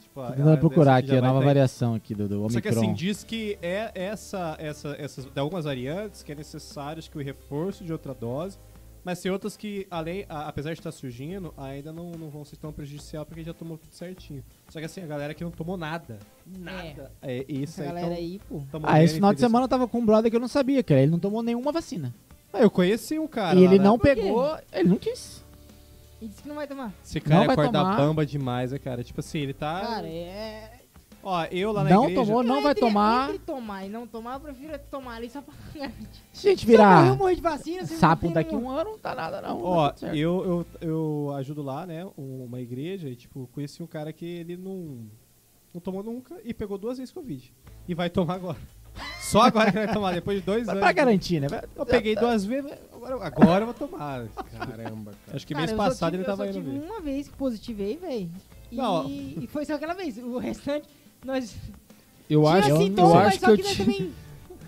Tipo, a- Tô ela tentando procurar dessa aqui que já a vai nova tá- variação aqui do, do Omicron. Só que assim, diz que é essa, essa, essas, de algumas variantes que é necessário acho que o reforço de outra dose, mas tem outras que, além, a- apesar de estar surgindo, ainda não, não vão ser tão prejudicial porque já tomou tudo certinho. Só que assim, a galera que não tomou nada. Nada. É Essa isso aí. galera tão- aí, então pô. tão ah, morrendo, esse final de infelizmente. semana eu tava com um brother que eu não sabia, cara. Ele não tomou nenhuma vacina. Ah, eu conheci um cara. e lá, ele né? não Por quê? pegou, ele não quis. E disse que não vai tomar. Esse não cara vai é corda tomar. bamba demais, né, cara? Tipo assim, ele tá. Cara, é. Ó, eu lá na Não igreja. tomou, não Eu, vai entre- tomar. Entre tomar e não tomar, eu prefiro é tomar ali só pra. Se Se a gente eu morrer, eu virar morrer de vacina, se eu sapo morrer, daqui eu um ano, não tá nada, não. Ó, Tá tudo certo. eu, eu, eu ajudo lá, né, uma igreja, e, tipo, conheci um cara que ele não, não tomou nunca e pegou duas vezes Covid. E vai tomar agora. Só agora que vai tomar, depois de dois Pra- anos. pra garantir, né? Vai- Eu peguei duas vezes, agora, agora eu vou tomar. Caramba, cara. Acho que Cara, mês eu só passado tive- ele tava eu só indo tive ver. uma vez que positivei, velho. Não. E, e foi só aquela vez. O restante, nós. Eu tinha acho, sintoma, eu mas acho só que eu nós tive. também-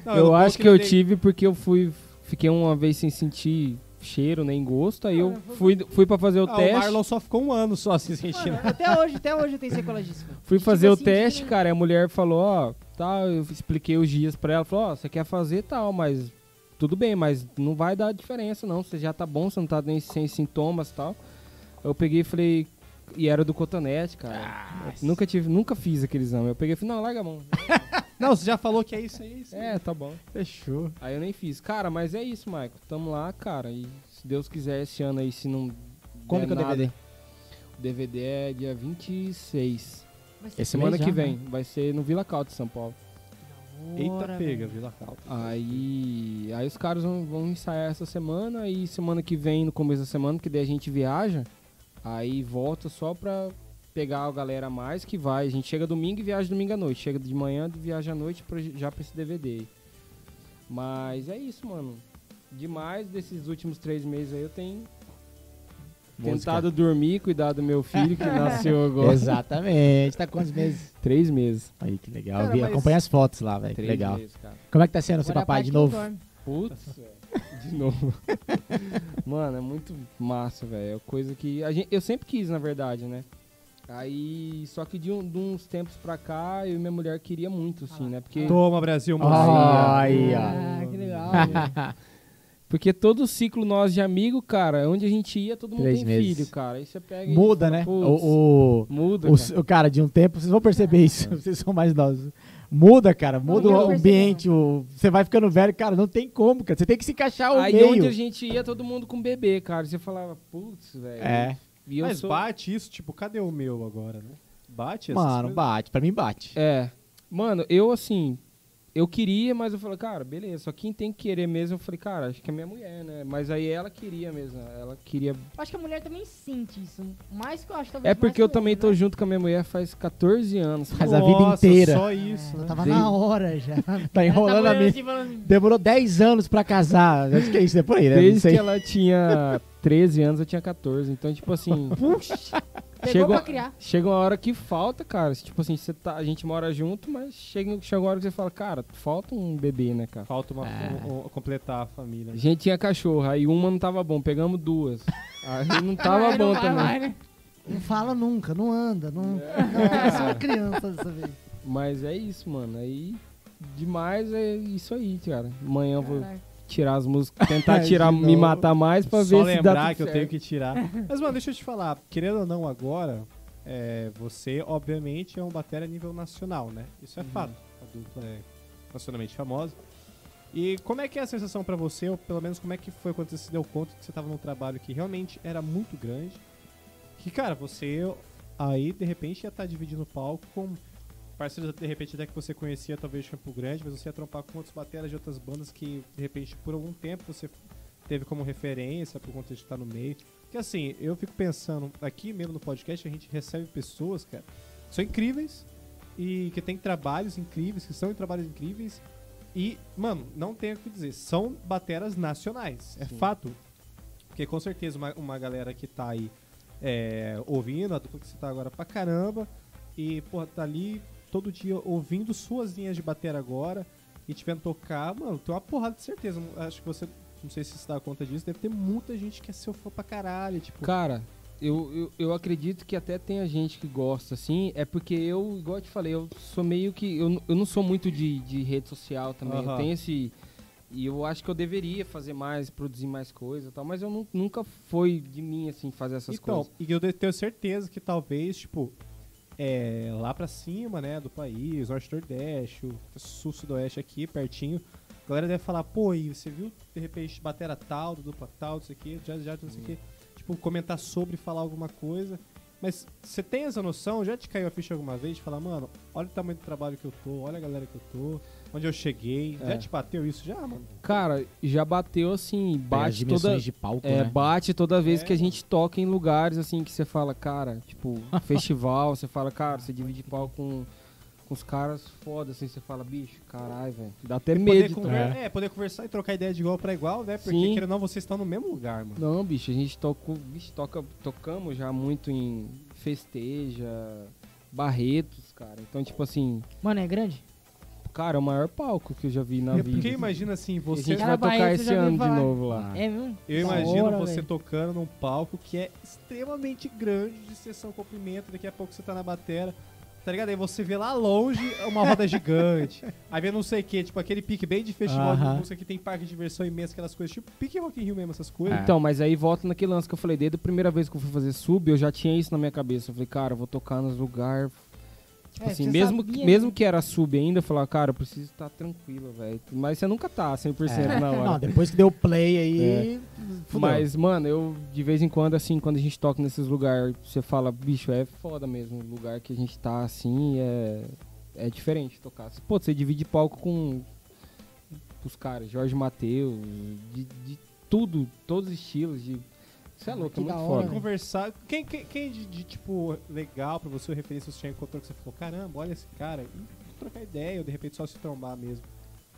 Não, eu não acho vou que eu nem- tive porque eu fui. Fiquei uma vez sem sentir cheiro nem gosto. Aí Ah, eu eu vou- fui, fui pra fazer o Ah, o teste. Marlon só ficou um ano só assim sentindo. Mano, até hoje, até hoje eu tenho sequelas disso. velho. Fui Tipo fazer o assim, teste, de- cara. E a mulher falou, ó, tá, eu expliquei os dias pra ela. Falou, ó, você quer fazer tal, mas tudo bem, mas não vai dar diferença, não. Você já tá bom, você não tá nem sem sintomas e tal. Eu peguei e falei. E era do cotonete, cara. Eu nunca tive, nunca fiz aquele exame. Eu peguei e falei, não, larga a mão. Não, você já falou que é isso, é isso. é, tá bom. Fechou. Aí eu nem fiz. Cara, mas é isso, Michael. Tamo lá, cara. E se Deus quiser, esse ano aí, se não. Quando der que é o nada- DVD? O DVD é dia 26. Vai ser Esse Semana mês que já, vem. Vai ser no Vila Cal de São Paulo. da Eita, hora, pega, velho. Vila Calda. Aí. Aí os caras vão, vão ensaiar essa semana. E semana que vem, no começo da semana, que daí a gente viaja. Aí volta só pra pegar a galera a mais que vai. A gente chega domingo e viaja domingo à noite. Chega de manhã, viaja à noite pra- já pra esse DVD. aí. Mas é isso, mano. Demais desses últimos três meses aí eu tenho Música. tentado dormir, cuidar do meu filho que nasceu agora. Exatamente. Tá quantos meses? Três meses. Aí, que legal. Cara, Vi- mas- Acompanha as fotos lá, velho. Que Três legal. meses, cara. Como é que tá sendo Agora ser é a papai parte de que não novo? dorme. Putz, velho. De novo. Mano, é muito massa, velho. É coisa que. A gente, eu sempre quis, na verdade, né? Aí. Só que de, um- de uns tempos pra cá, eu e minha mulher queria muito, assim, né? Porque, Toma, Ah, Brasil, mocinha. Ai, ó. ah, que legal. velho. porque todo o ciclo nosso de amigo, cara, onde a gente ia, todo mundo Três tem meses. filho, cara. Aí você pega. e Muda, fala, né? "Putz, O, o, Muda. o, cara." o cara, de um tempo, vocês vão perceber isso, vocês são mais novos. Muda, cara, muda eu o percebi, ambiente, o, você vai ficando velho, cara, não tem como, cara. Você tem que se encaixar é o Aí meio. onde a gente ia, todo mundo com bebê, cara. Você falava, putz, velho. É, E eu Mas sou- bate isso, tipo, cadê o meu agora, né? Bate essas mano, coisas? bate, pra mim bate. É. Mano, eu assim, eu queria, mas eu falei, cara, beleza, só quem tem que querer mesmo, eu falei, cara, acho que é minha mulher, né? Mas aí ela queria mesmo, ela queria. Acho que a mulher também sente isso. Mais que eu acho, talvez É porque eu mais que também tô né? junto com a minha mulher faz 14 anos. Faz a vida Nossa, inteira. Só isso, né? Tava Desde- na hora já. né? Tá Ela tá enrolando a olhando mim. assim, falando, Demorou 10 anos pra casar. Acho que é isso, é por aí, né? Não Desde sei. que ela tinha 13 anos, eu tinha 14. Então, tipo assim, Pegou Chegou- pra criar. chega uma hora que falta, cara. Tipo assim, você tá, a gente mora junto, mas chega, chega uma hora que você fala, cara, falta um bebê, né, cara? Falta uma, um- um- completar a família. né? A gente tinha cachorro, aí uma não tava bom, pegamos duas. Aí não tava Vai, bom não vai, também. vai, né? Não fala nunca, não anda, não. Não, tem só uma criança dessa vez. Mas é isso, mano. Aí demais é isso aí, cara. Amanhã eu vou Caraca. tirar as músicas, É, É, tentar De tirar, me novo. matar mais pra Só ver se dá lembrar tudo que eu certo. tenho que tirar. Mas, mano, deixa eu te falar. Querendo ou não, agora, é, você, obviamente, é um batera a nível nacional, né? Isso é Uhum. fato. A dupla é nacionalmente famosa. E como é que é a sensação pra você, ou pelo menos como é que foi quando você se deu conta que você tava num trabalho que realmente era muito grande? Que, cara, você aí, de repente, ia estar dividindo o palco com parceiros, de repente, até que você conhecia, talvez, de Campo Grande, mas você ia trompar com outros bateras de outras bandas que, de repente, por algum tempo você teve como referência, por conta de estar no meio. Porque assim, eu fico pensando, aqui mesmo no podcast a gente recebe pessoas, cara, que são incríveis e que tem trabalhos incríveis, que são em trabalhos incríveis. E, mano, não tenho o que dizer, são bateras nacionais, é fato. Porque com certeza uma, uma galera que tá aí é, ouvindo, a dupla que você tá agora pra caramba, e, porra, tá ali todo dia ouvindo suas linhas de batera agora e te vendo tocar, mano, tem uma porrada de certeza. Acho que você, não sei se você dá conta disso, deve ter muita gente que é seu fã pra caralho, tipo, Cara, eu, eu, eu acredito que até tenha gente que gosta, assim. É porque eu, igual eu te falei, eu sou meio que. Eu, n- eu não sou muito de, de rede social também. Eu Aham. tenho esse. E eu acho que eu deveria fazer mais, produzir mais coisa e tal, mas eu nu- nunca foi de mim, assim, fazer essas então, coisas. e eu de- tenho certeza que talvez, tipo, é, lá pra cima, né, do país, Norte Nordeste, o Sul Sudoeste aqui, pertinho, a galera deve falar, pô, e você viu, de repente, batera tal, do dupla tal, isso aqui, já, já, não sei o quê. Uhum. Tipo, comentar sobre, falar alguma coisa. Mas você tem essa noção? Já te caiu a ficha alguma vez de falar, mano, olha o tamanho do trabalho que eu tô, olha a galera que eu tô, onde eu cheguei. É. Já te bateu isso? Já, mano? Cara, já bateu assim, Pega bate toda. de palco, É, né? bate toda vez É, que a mano. gente toca em lugares assim que você fala, cara, tipo, festival, você fala, cara, você divide palco com, com os caras foda, assim, você fala, bicho, caralho, velho. Dá até Poder medo. tá? conver- é, poder conversar e trocar ideia de igual pra igual, né? Porque, Sim. querendo ou não, vocês estão no mesmo lugar, mano. Não, bicho, a gente tocou, bicho, toca, tocamos já muito em festeja, barretos, cara. Então, tipo assim, Mano, é grande? cara, é o maior palco que eu já vi na É vida. porque imagina assim, E a você. gente Cara, vai tocar Barretos eu esse já ouvi ano de falar. novo lá. É mesmo? Eu Da imagino hora, você velho. tocando num palco que é extremamente grande, de sessão comprimento, daqui a pouco você tá na batera. Tá ligado? Aí você vê lá longe uma roda gigante. Aí vê não sei o que, tipo aquele pique bem de festival Aham. de música que tem parque de diversão imenso, aquelas coisas, tipo pique Rock in Rio mesmo, essas coisas. Então, mas aí volta naquele lance que eu falei, desde a primeira vez que eu fui fazer sub, eu já tinha isso na minha cabeça. Eu falei, cara, eu vou tocar nos lugar. Tipo É, assim, você mesmo, sabia, mesmo né? que era sub ainda, eu falava, cara, eu preciso estar tranquilo, velho. Mas você nunca tá 100% É. na hora. É. É. Não, depois que deu play aí. fudeu. Mas, mano, eu de vez em quando, assim, quando a gente toca nesses lugares, você fala, bicho, é foda mesmo. O lugar que a gente tá assim é, é diferente tocar. Pô, você divide palco com os caras, Jorge Mateus, de, de tudo, todos os estilos. De... Você é Ah, louco, Que é muito da hora, foda. velho. Conversar. Quem, quem, quem de, de, tipo, legal pra você, referência você já encontrou que você falou, caramba, olha esse cara. E trocar ideia, ou de repente só se trombar mesmo.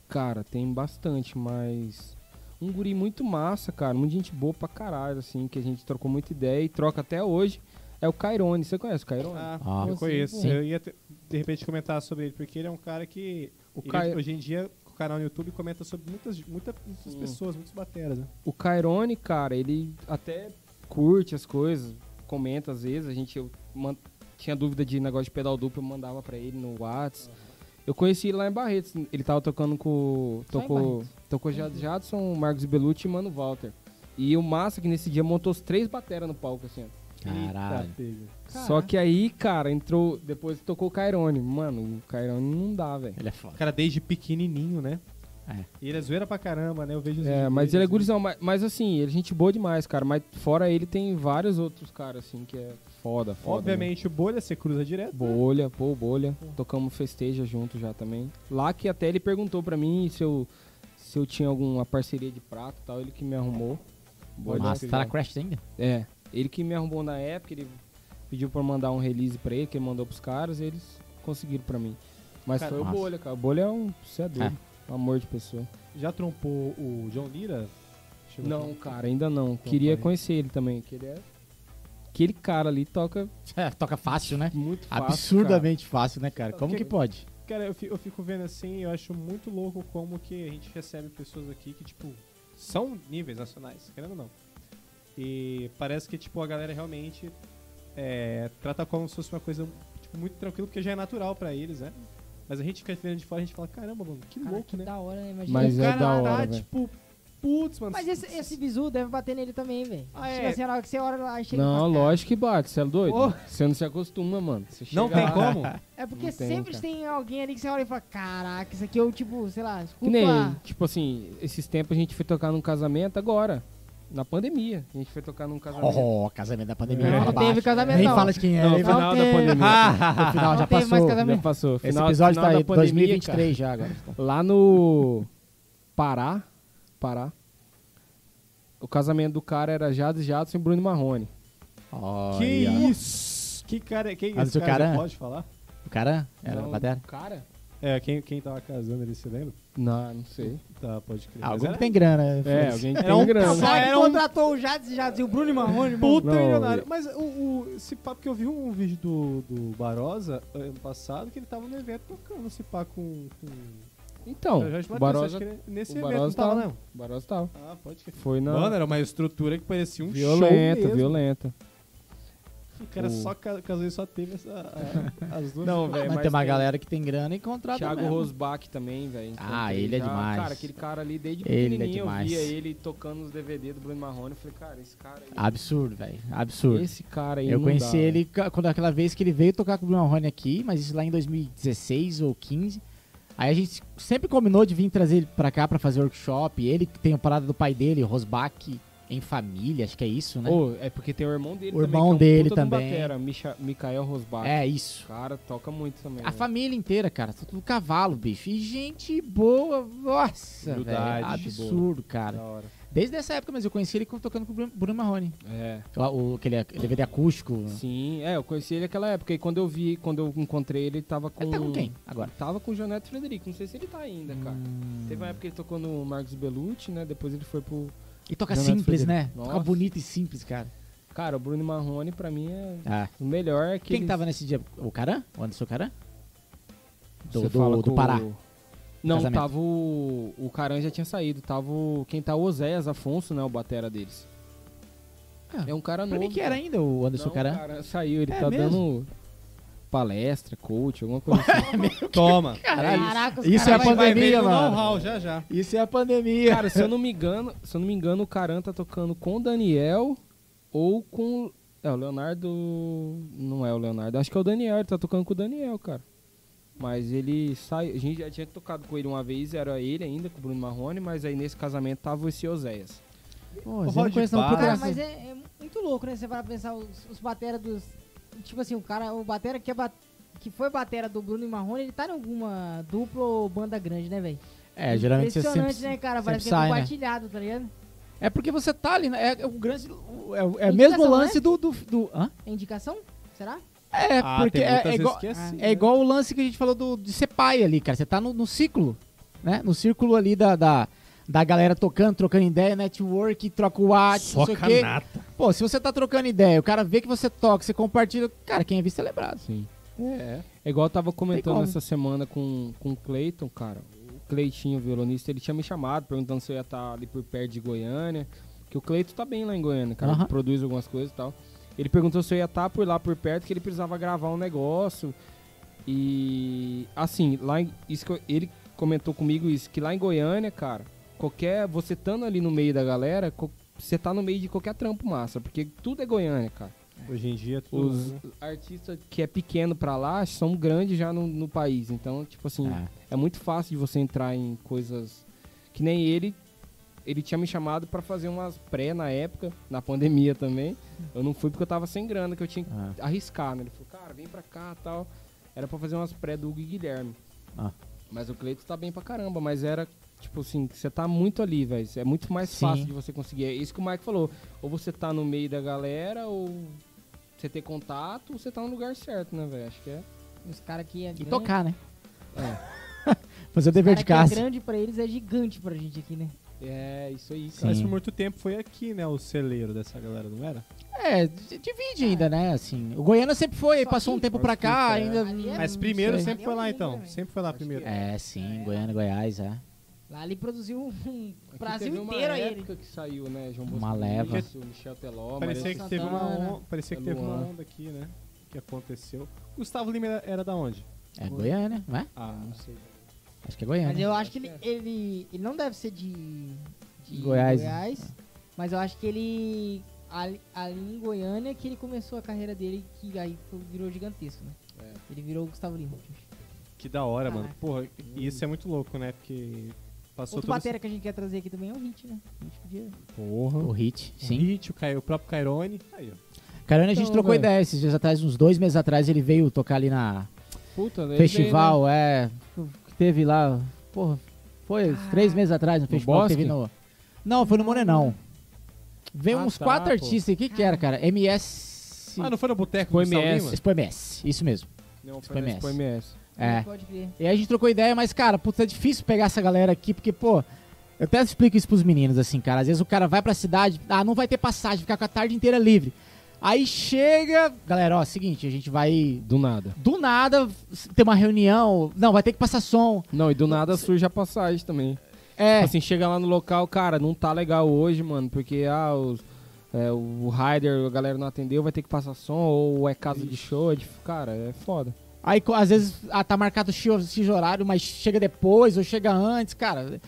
Cara, tem bastante, mas. Um guri muito massa, cara. Muita gente boa pra caralho, assim, que a gente trocou muita ideia e troca até hoje. É o Cairone. Você conhece o Cairone? Ah, Ah, eu sim, conheço. sim. Eu ia, te- de repente, comentar sobre ele, porque ele é um cara que o Ele, Cai- Hoje em dia, canal no YouTube e comenta sobre muitas, muita- muitas Sim. pessoas, muitos bateras, né? O Cairone, cara, ele até curte as coisas, comenta às vezes. A gente eu man- tinha dúvida de negócio de pedal duplo, eu mandava pra ele no Whats. Eu conheci ele lá em Barretos. Ele tava tocando com. Só em Tocou, Barretos. Uhum. tocou Ja- Jadson, Marcos Belucci e Mano Walter. E o massa é que nesse dia montou os três bateras no palco, assim. ó. Caralho. Só que aí, cara, entrou. Depois tocou o Cairone. Mano, o Cairone não dá, velho. Ele é foda. Cara, desde pequenininho, né? É. E ele é zoeira pra caramba, né? Eu vejo os É, vídeos mas dele, ele é assim. gurizão, mas, mas assim, ele é gente boa demais, cara. Mas fora ele tem vários outros caras, assim, que é foda, foda. Obviamente, o Bolha você cruza direto. né? Bolha, pô, bolha. Tocamos festeja junto já também. Lá que até ele perguntou pra mim se eu, se eu tinha alguma parceria de prato e tal, ele que me arrumou. Bolha. Mas tá na Crash ainda? É, ele que me arrumou na época, ele pediu pra eu mandar um release pra ele, que ele mandou pros caras, e eles conseguiram pra mim. Mas Cara, foi massa. o Bolha, cara. O Bolha é um. Você é doido. Um amor de pessoa. Já trompou o John Lira? Chegou a Não, trompar. cara, ainda não. Queria parei. conhecer ele também, que ele é. Aquele cara ali toca Toca fácil, né? muito fácil. Absurdamente fácil, né, cara? Como Que- que pode? Cara, eu fi- eu fico vendo assim, eu acho muito louco como que a gente recebe pessoas aqui que, tipo, são níveis nacionais, querendo ou não. E parece que, tipo, a galera realmente é, trata como se fosse uma coisa, tipo, muito tranquila, porque já é natural pra eles, né? Mas a gente fica vendo de fora e a gente fala, caramba, mano, que Cara, louco, que né? da hora, né? Imagina. Mas o é cara da hora, tá, velho. tipo, putz, mano. Mas esse, esse bizu deve bater nele também, velho. Ah, é. Tipo assim, na hora que você olha lá e chega. e Não, fala, lógico que bate, você é doido. Ô. Você não se acostuma, mano. Você chega Não tem lá- como? "Cara, É porque Não tem, sempre cara. tem alguém ali que você olha e fala: Caraca, isso aqui eu, tipo, sei lá, escuto Que nem, a- tipo assim, esses tempos a gente foi tocar num casamento agora, na pandemia. A gente foi tocar num casamento. Oh, casamento da pandemia. É. Não, fala não teve baixo. casamento, Nem não. fala de quem é. Não, nem no fala- final Não da teve. Ah, pandemia. no final já Não teve mais passou. casamento. Já passou. Esse Final- episódio tá final aí, da pandemia, 2023 já agora. lá no Pará, Pará, o casamento do cara era Jades Jadson e Bruno Marrone. Que Olha. isso? Que cara, quem Mas esse o cara, já cara- pode falar? O cara era Ah, Não, batera? Então, Cara? É, quem, quem tava casando, ele se lembra? Não, não sei. Tá, pode crer. Ah, Mas algum era- que tem grana. É, foda-se. alguém que Era tem um grana. casal. Só que Era um- contratou o Jades, Jades e o Bruno Marrone, mano. Puta Não, milionário. ele- Mas o, o- esse pá, porque eu vi um vídeo do, do Barosa eh, ano passado que ele tava no evento tocando esse pá com. com... Então, Eu já te o matei, Barosa, acho que ele- nesse o evento Barosa não tava, tava. não. o Barosa tava. Ah, pode que. Foi na Mano, era uma estrutura que parecia um violenta, show. mesmo. violenta. O cara O- só ca- casou e só teve essa, a- as duas. Não, velho, Ah, Mas tem uma galera que tem grana e contrata Thiago mesmo. Rosbach também, velho. Ah, Encontrei ele é já. demais. Cara, aquele cara ali desde Ele é pequenininho eu demais. via ele tocando os DVD do Bruno Marrone, eu falei, cara, esse cara aí, Absurdo, velho. Absurdo. esse cara aí Eu não conheci dá, ele ca- quando aquela vez que ele veio tocar com o Bruno Rony aqui, mas isso lá em 2016 ou 15. Aí a gente sempre combinou de vir trazer ele pra cá pra fazer workshop. Ele que tem a parada do pai dele, Rosbach em família, acho que é isso, né? Ô, é porque tem o irmão dele O também. irmão que é um dele puta de um também. Batera, Micha, Mikael Rosbach. é isso. O cara toca muito também. A né? família inteira, cara, tá tudo cavalo, bicho. E gente boa, nossa, velho. Humildade, Absurdo, cara. Da hora. Desde essa época, mas eu conheci ele com- tocando com o Bruno- Bruno Marrone. É. Lá, O, aquele DVD acústico. Sim, é, eu conheci ele naquela época. E quando eu vi, quando eu encontrei ele, ele tava com. Ele tá com quem agora? Ele Tava com o Joneto Frederico. Não sei se ele tá ainda, cara. Hum. Teve uma época que ele tocou no Marcos Bellucci, né? Depois ele foi pro. E toca Leonardo simples, Frederico. né? Toca Nossa. bonito e simples, cara. Cara, o Bruno Marrone, pra mim, é Ah. o melhor. Que Quem ele... que tava nesse dia? O Caran? O Anderson Caran? Do, Você do- fala do com o- Pará. Não, Casamento. tava o. O Caran já tinha saído. Tava o. Quem tá o Oséias Afonso, né? O batera deles. Ah, é um cara Pra mim novo. que era ainda o Anderson Não, Caran. cara, saiu, ele É tá mesmo? dando palestra, coach, alguma coisa assim. Toma. Caralho. Caraca, os Isso é a caras Vai ver pandemia, ele no mano. know-how, já já. Isso é a pandemia. Cara, se eu não me engano, se eu não me engano, o Caran tá tocando com o Daniel ou com. É, o Leonardo. Não é o Leonardo, acho que é o Daniel, ele tá tocando com o Daniel, cara. Mas ele saiu. A gente já tinha tocado com ele uma vez, era ele ainda, com o Bruno Marrone, mas aí nesse casamento tava esse Oséias. Pô, Rod eu não conheço não, Bar. por Cara, graça. mas é, é muito louco, né? Você vai pensar os, os batera dos. Tipo assim, o cara, o batera que, é ba- que foi batera do Bruno e Marrone, ele tá em alguma dupla ou banda grande, né, velho? É, geralmente você Impressionante, sempre... né, cara? sempre Parece que é sai, né? compartilhado, tá ligado? É porque você tá ali, né? É, o grande... o- É o é o Indicação, mesmo né? lance do... do, do- hã? É indicação? Será? É, Ah, porque tem é, é muitas vezes igual, que é assim, é igual o lance que a gente falou do, de ser pai ali, cara. Você tá no, no ciclo, né? No círculo ali da... da da galera tocando, trocando ideia, network, troca o WhatsApp, não sei o quê. Pô, se você tá trocando ideia, o cara vê que você toca, você compartilha, cara, quem é visto é lembrado. Sim. É. É igual eu tava Tem comentando como. essa semana com, com o Clayton, cara. O Cleitinho, violonista, ele tinha me chamado, perguntando se eu ia estar ali por perto de Goiânia. Que o Cleito tá bem lá em Goiânia, cara. Aham. ele Produz algumas coisas e tal. Ele perguntou se eu ia estar por lá por perto, que ele precisava gravar um negócio. E assim, lá em- isso que eu- ele comentou comigo isso, que lá em Goiânia, cara, qualquer. Você estando ali no meio da galera, co- você tá no meio de qualquer trampo massa, porque tudo é Goiânia, cara. Hoje em dia, tudo. Os né? artistas que é pequeno pra lá são grandes já no, no país. Então, tipo assim, É. é. muito fácil de você entrar em coisas que nem ele. Ele tinha me chamado pra fazer umas pré na época, na pandemia também. Eu não fui porque eu tava sem grana, que eu tinha que Ah. arriscar, né? Ele falou, cara, vem pra cá tal. Era pra fazer umas pré do Hugo e Guilherme. Ah. Mas o Cleito tá bem pra caramba, mas era. Tipo assim, você tá muito ali, velho. É muito mais Sim. fácil de você conseguir. É isso que o Mike falou. Ou você tá no meio da galera, ou você ter contato, você tá no lugar certo, né, velho? Acho que é. Os caras que é E grande- tocar, né? Fazer o dever cara de que é casa. grande pra eles é gigante pra gente aqui, né? É, isso aí, cara. Mas Sim. por muito tempo foi aqui, né? O celeiro dessa galera, não era? É, d- divide ainda, né? Assim, o Goiânia sempre foi, Só passou um que- tempo pra cá, Ali é- ainda. ali é- Mas não primeiro sei. sempre foi lá, então. Também. Sempre foi lá primeiro. É, sim, Goiânia, Goiás, é. Lá ele produziu um Aqui Brasil teve uma inteiro a ele. época que saiu, né, João Uma Bosco leva. Isso, Michel Teló, Parecia Maria que teve uma Santana, onda, parecia que teve uma Luan. onda aqui, né? Que aconteceu. Gustavo Lima era, era da onde? É Goiânia, né? Ah, não sei. Acho que é Goiânia. Mas eu acho que ele, ele, ele não deve ser de, de Goiás. mas eu acho que ele. Ali, ali em Goiânia que ele começou a carreira dele, que aí foi- virou gigantesco, né? É. Ele virou o Gustavo Lima. Que da hora, mano. Caraca. Porra, e isso é muito louco, né? Porque passou Outro todo batera que a gente quer trazer aqui também é o Hit, né? A gente podia. esse... Porra. O Hit, O sim. Hit, o, Cai- o próprio Cairone. Aí, ó. Caramba, a gente Então, trocou velho. ideia esses dias atrás, uns dois meses atrás, ele veio tocar ali na Puta, ele festival, é. Que teve lá. Porra, foi uns três meses atrás no festival que Bosque? teve no. Não, foi no Morenão. Veio Ah, uns tá, quatro pô. artistas aqui, que era, cara? MS. Ah, não foi no boteco Foi do Gustavo MS. Lima? Expo MS, isso mesmo. Veio, né? Não, Foi foi na MS. Expo MS. É. Pode crer. E aí a gente trocou ideia, mas, cara, puta, é difícil pegar essa galera aqui, porque, pô, eu até explico isso pros meninos, assim, cara. Às vezes o cara vai pra cidade, ah, não vai ter passagem, ficar com a tarde inteira livre. Aí chega, galera, ó, é seguinte, a gente vai Do nada. do nada ter uma reunião, não, vai ter que passar som. Não, e do nada surge a passagem também. É, Assim, chega lá no local, cara, não tá legal hoje, mano, porque ah, os, é, o rider, a galera não atendeu, vai ter que passar som, ou é casa de show, é dif- cara, é foda. aí co- às vezes ah, tá marcado X, X horário, mas chega depois ou chega antes, cara.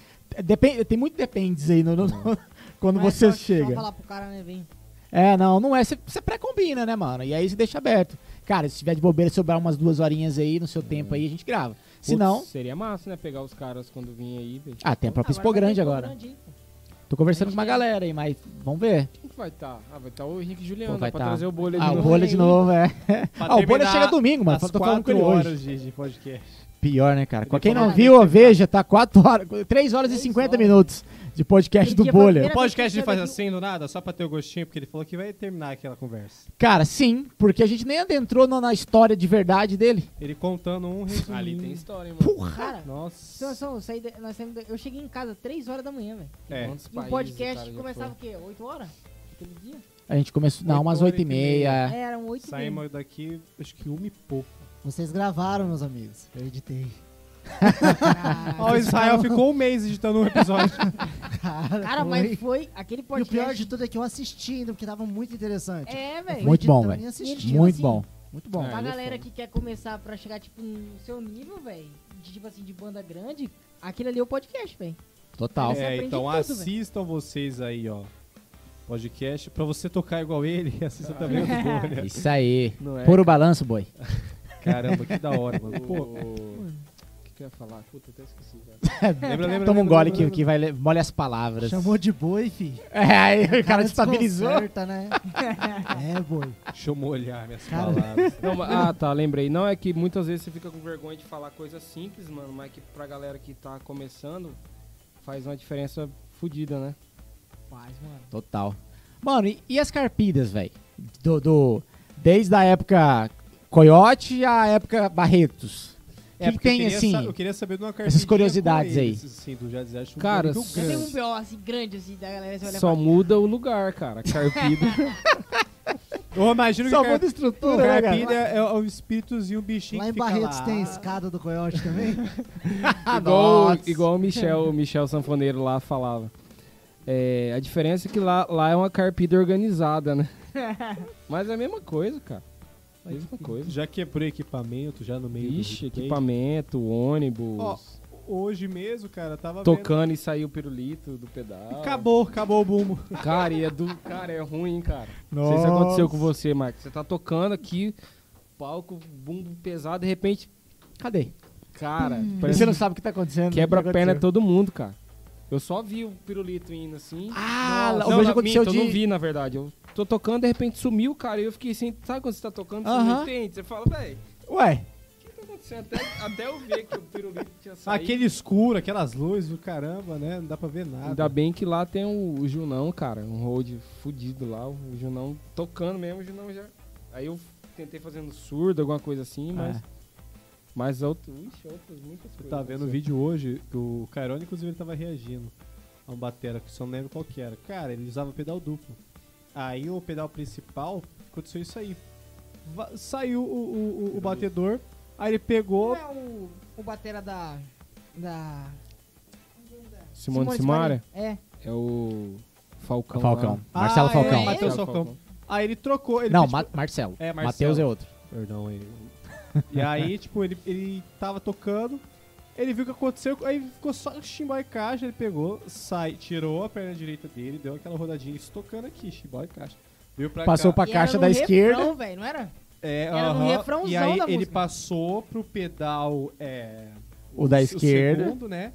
Depende, tem muito dependes aí no, no- quando Mas você é só- Só chega. falar pro cara, né? Vem. É, não, não é. Você pré-combina, né, mano? E aí você deixa aberto. Cara, se tiver de bobeira, sobrar umas duas horinhas aí no seu tempo aí, a gente grava. Se Putz, não. Seria massa, né, pegar os caras quando vinha aí, velho. Ah, tem a própria Ah, Expo vai ter Grande Expo agora. Grande, hein, pô. Tô conversando com uma galera aí, mas vamos ver. Quem que vai Tá? Ah, vai estar o Henrique Juliano, Pô, vai pra tá. trazer o bolha de Ah, o novo. bolha de novo, é. Pra Ah, o bolha terminar chega domingo, mano. Às Tô falando com ele quatro hoje. horas de, de podcast. Pior, né, cara? Pra quem não Caralho, viu, a veja, tá 4 horas, 3 horas e 50 minutos de podcast Esse do dia foi a bolha. primeira- O podcast ele vez que faz eu assim do nada, só pra ter o gostinho, porque ele falou que vai terminar aquela conversa. Cara, sim, porque a gente nem adentrou na na história de verdade dele. Ele contando um resumo. Ali tem história, hein, mano. Porra! Cara, Nossa. só, só, eu, saí da- nós saímos da- eu cheguei em casa 3 horas da manhã, velho. É. Quantos E o países, podcast cara, já começava o foi? quê? 8 horas? Aquele dia? A gente começou, não, Oito umas horas 8 e e meia. meia. É, eram 8 Saímos daqui, acho que uma e pouco. Vocês gravaram, meus amigos. Eu editei. Ó, o Israel ficou um mês editando um episódio. Cara, Cara, mas foi aquele E o podcast. pior de tudo é que eu assisti ainda, porque tava muito interessante. É, velho. Muito bom, editando e velho. assistindo, Muito assim. bom. Muito bom. É. Pra ele galera foda. que quer começar pra chegar, tipo, no seu nível, velho, de tipo assim, de banda grande, aquele ali é o podcast, velho. Total. Você É, aprende então tudo, assistam vocês aí, ó. Podcast. Pra você tocar igual ele, assista também o do Bolha. Isso aí. Não é? Por o balanço, boi. Caramba, que da hora, mano. Pô, O o que, que eu ia falar? Puta, até esqueci, velho. lembra, lembra, Toma um lembra, gole lembra, que, que vai le- molha as palavras. Chamou de boi, fi. É, aí o cara desestabilizou. desconcerta, né? é, boi. lembra. Deixa eu molhar minhas Cara. palavras. Não, mas- ah, tá, lembrei. Não é que muitas vezes você fica com vergonha de falar coisa simples, mano, mas que pra galera que tá começando faz uma diferença fodida, né? Faz, mano. Total. Mano, e, e as carpidas, velho? Do, do- desde a época Coyote à época Barretos. O que, que É, porque eu tem, queria assim? sa- Eu queria saber de uma essas carpidinha curiosidades com aí. eles, assim, do Jazz Jazz, um Cara, Muito Você tem um grande. um BO assim grande assim da galera, você olha Só muda o lugar, cara. Carpida. Eu imagino que o Salvou car- da o estrutura, né, carpira cara? é um espíritozinho, um bichinho Lá que em fica Barretos lá. tem a escada do coiote também. Ah, igual, Nossa. igual o Michel, o Michel Sanfoneiro lá falava. É, a diferença é que lá, lá é uma carpida organizada, né? Mas é a mesma coisa, cara. É Mesma coisa. Já quebrou equipamento, já no meio Ixi, do replay. equipamento, ônibus, Ó, Hoje mesmo, cara, tava tocando e saiu o pirulito do pedal. vendo... Acabou, acabou o bumbo. Cara, e é do... cara, é ruim, hein, cara. Não sei se aconteceu com você, Marcos. Você tá tocando aqui, palco, bumbo pesado, de repente, Cadê? cara, E Você parece não sabe o que tá acontecendo. Quebra o que a perna aconteceu. todo mundo, cara. Eu só vi o pirulito indo assim. Ah, Nossa, o meu não, aconteceu minto, de... Eu não vi, na verdade. Eu tô tocando, de repente sumiu, cara. E eu fiquei assim, sabe quando você tá tocando, você Aham. não entende? Você fala, velho, o Ué, que tá acontecendo? Até, até eu ver que o pirulito tinha saído. Aquele escuro, aquelas luzes do caramba, né? Não dá pra ver nada. Ainda bem que lá tem o, o Junão, cara. Um road fudido lá. O Junão tocando mesmo, o Junão já. Aí eu tentei fazendo surdo, alguma coisa É. assim, mas. Mas outro, ixi, outras, muitas coisas. Tá vendo o vídeo hoje, que o Cairone, inclusive, ele tava reagindo a um batera, que só não lembro qual que era. Cara, ele usava pedal duplo. Aí o pedal principal, aconteceu isso aí. Va- saiu o, o, o- o batedor, aí ele pegou... Não é o, o batera da. Da. Simone Simara É. é o. Falcão. Falcão. lá. Marcelo Ah, é, Falcão. é, Matheus Marcelo Falcão. Falcão. Aí ele trocou. Ele Não, pediu- Ma- Marcelo. É, Marcelo. Matheus é outro. Perdão aí. E aí, tipo, ele, ele tava tocando, ele viu o que aconteceu, aí ficou só chimbó e caixa, ele pegou, sai, tirou a perna direita dele, deu aquela rodadinha, isso tocando aqui, chimbó e caixa. Veio pra Passou cá. pra E caixa era da no esquerda. refrão, velho, não era? É, era no aham, refrãozão E aí da ele música. passou pro pedal, é... O da esquerda. segundo, né?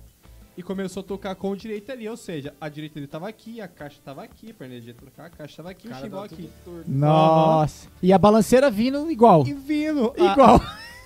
E começou a tocar com o direito ali, ou seja, a direita dele tava aqui, a caixa tava aqui, a perna direita pra cá, a caixa tava aqui, o Cara, chimbó tá aqui. tudo torto. Nossa. E a balanceira vindo igual. E vindo! a- Igual.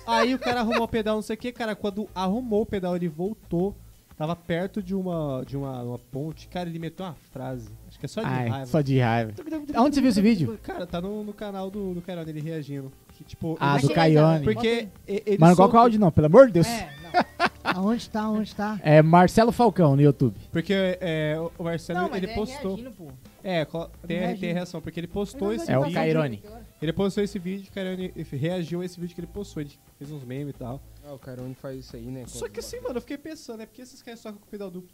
Aí o cara arrumou o pedal, não sei o que, cara. Quando arrumou o pedal, ele voltou. Tava perto de uma, de uma, uma ponte. Cara, ele meteu uma frase. Acho que é só de Ai, raiva. só de raiva. Aonde você viu esse vídeo? Cara, tá no, no canal do, do Carol dele reagindo. Que, tipo, Ah, ele- do Caione. Bota Porque aí. e- ele. Mas não coloca o soltou- áudio não, pelo amor de Deus. É, não. Aonde tá, onde tá? É Marcelo Falcão no YouTube. Porque é, o Marcelo, Não, mas ele é postou. reagindo, pô. É, co- tem, tem reagindo. reação. Porque ele postou esse É o vídeo. Cairone. Ele postou esse vídeo, o Caione reagiu a esse vídeo que ele postou. Ele fez uns memes e tal. Ah, o Carone faz isso aí, né? Só que assim, mano, eu fiquei pensando, né? Por que esses caras tocam com pedal duplo?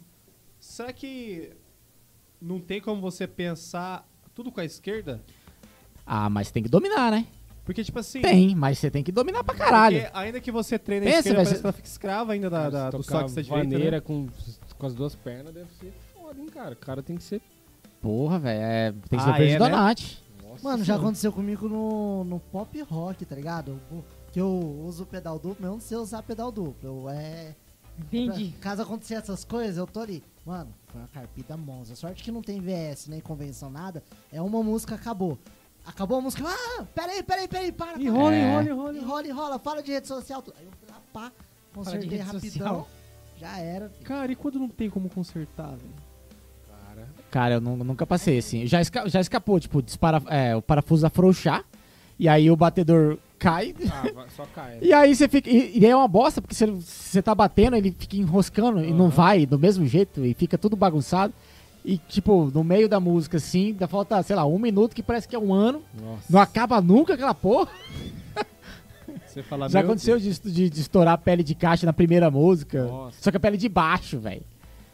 Será que não tem como você pensar tudo com a esquerda? Ah, mas tem que dominar, né? Porque, tipo assim. Tem, mas você tem que dominar pra caralho. porque ainda que você treine a Pensa, esquerda, velho, parece você- que ela fica escrava ainda da, da, do tocar sax da direita. vaneira Né? com, com as duas pernas deve ser foda, hein, cara. O cara tem que ser. Porra, velho, é- tem que Ah, ser é, o né? Donati. Nossa Mano, já Senhora. aconteceu comigo no, no pop rock, tá ligado? Eu- Que eu uso pedal duplo, mas eu não sei usar pedal duplo. Eu, é, Entendi. pra- Né? caso acontecer essas coisas, eu tô ali. Mano, foi uma carpida monza. Sorte que não tem VS, nem convenção, nada. É uma música, acabou. Acabou a música. Ah, peraí, peraí, peraí, para. para. Enrola, É. enrola, enrola. Enrola, enrola. Fala de rede social. tudo. Aí eu fui lá, pá, consertei rede rapidão. social. Já era. filho. Cara, e quando não tem como consertar, velho? Cara, eu nu- nunca passei assim. Já, esca- já escapou, tipo, dispara, é, o parafuso afrouxar, e aí o batedor cai, Ah, vai- só cai. né? e aí você fica. E, e é uma bosta, porque você, você tá batendo, ele fica enroscando e não Aham. vai do mesmo jeito, e fica tudo bagunçado. E, tipo, no meio da música, assim, dá falta, sei lá, um minuto, que parece que é um ano, Nossa. não acaba nunca aquela porra. Você Ah, fala Já meu aconteceu de, de, de estourar a pele de caixa na primeira música. Nossa. Só que a pele de baixo, velho.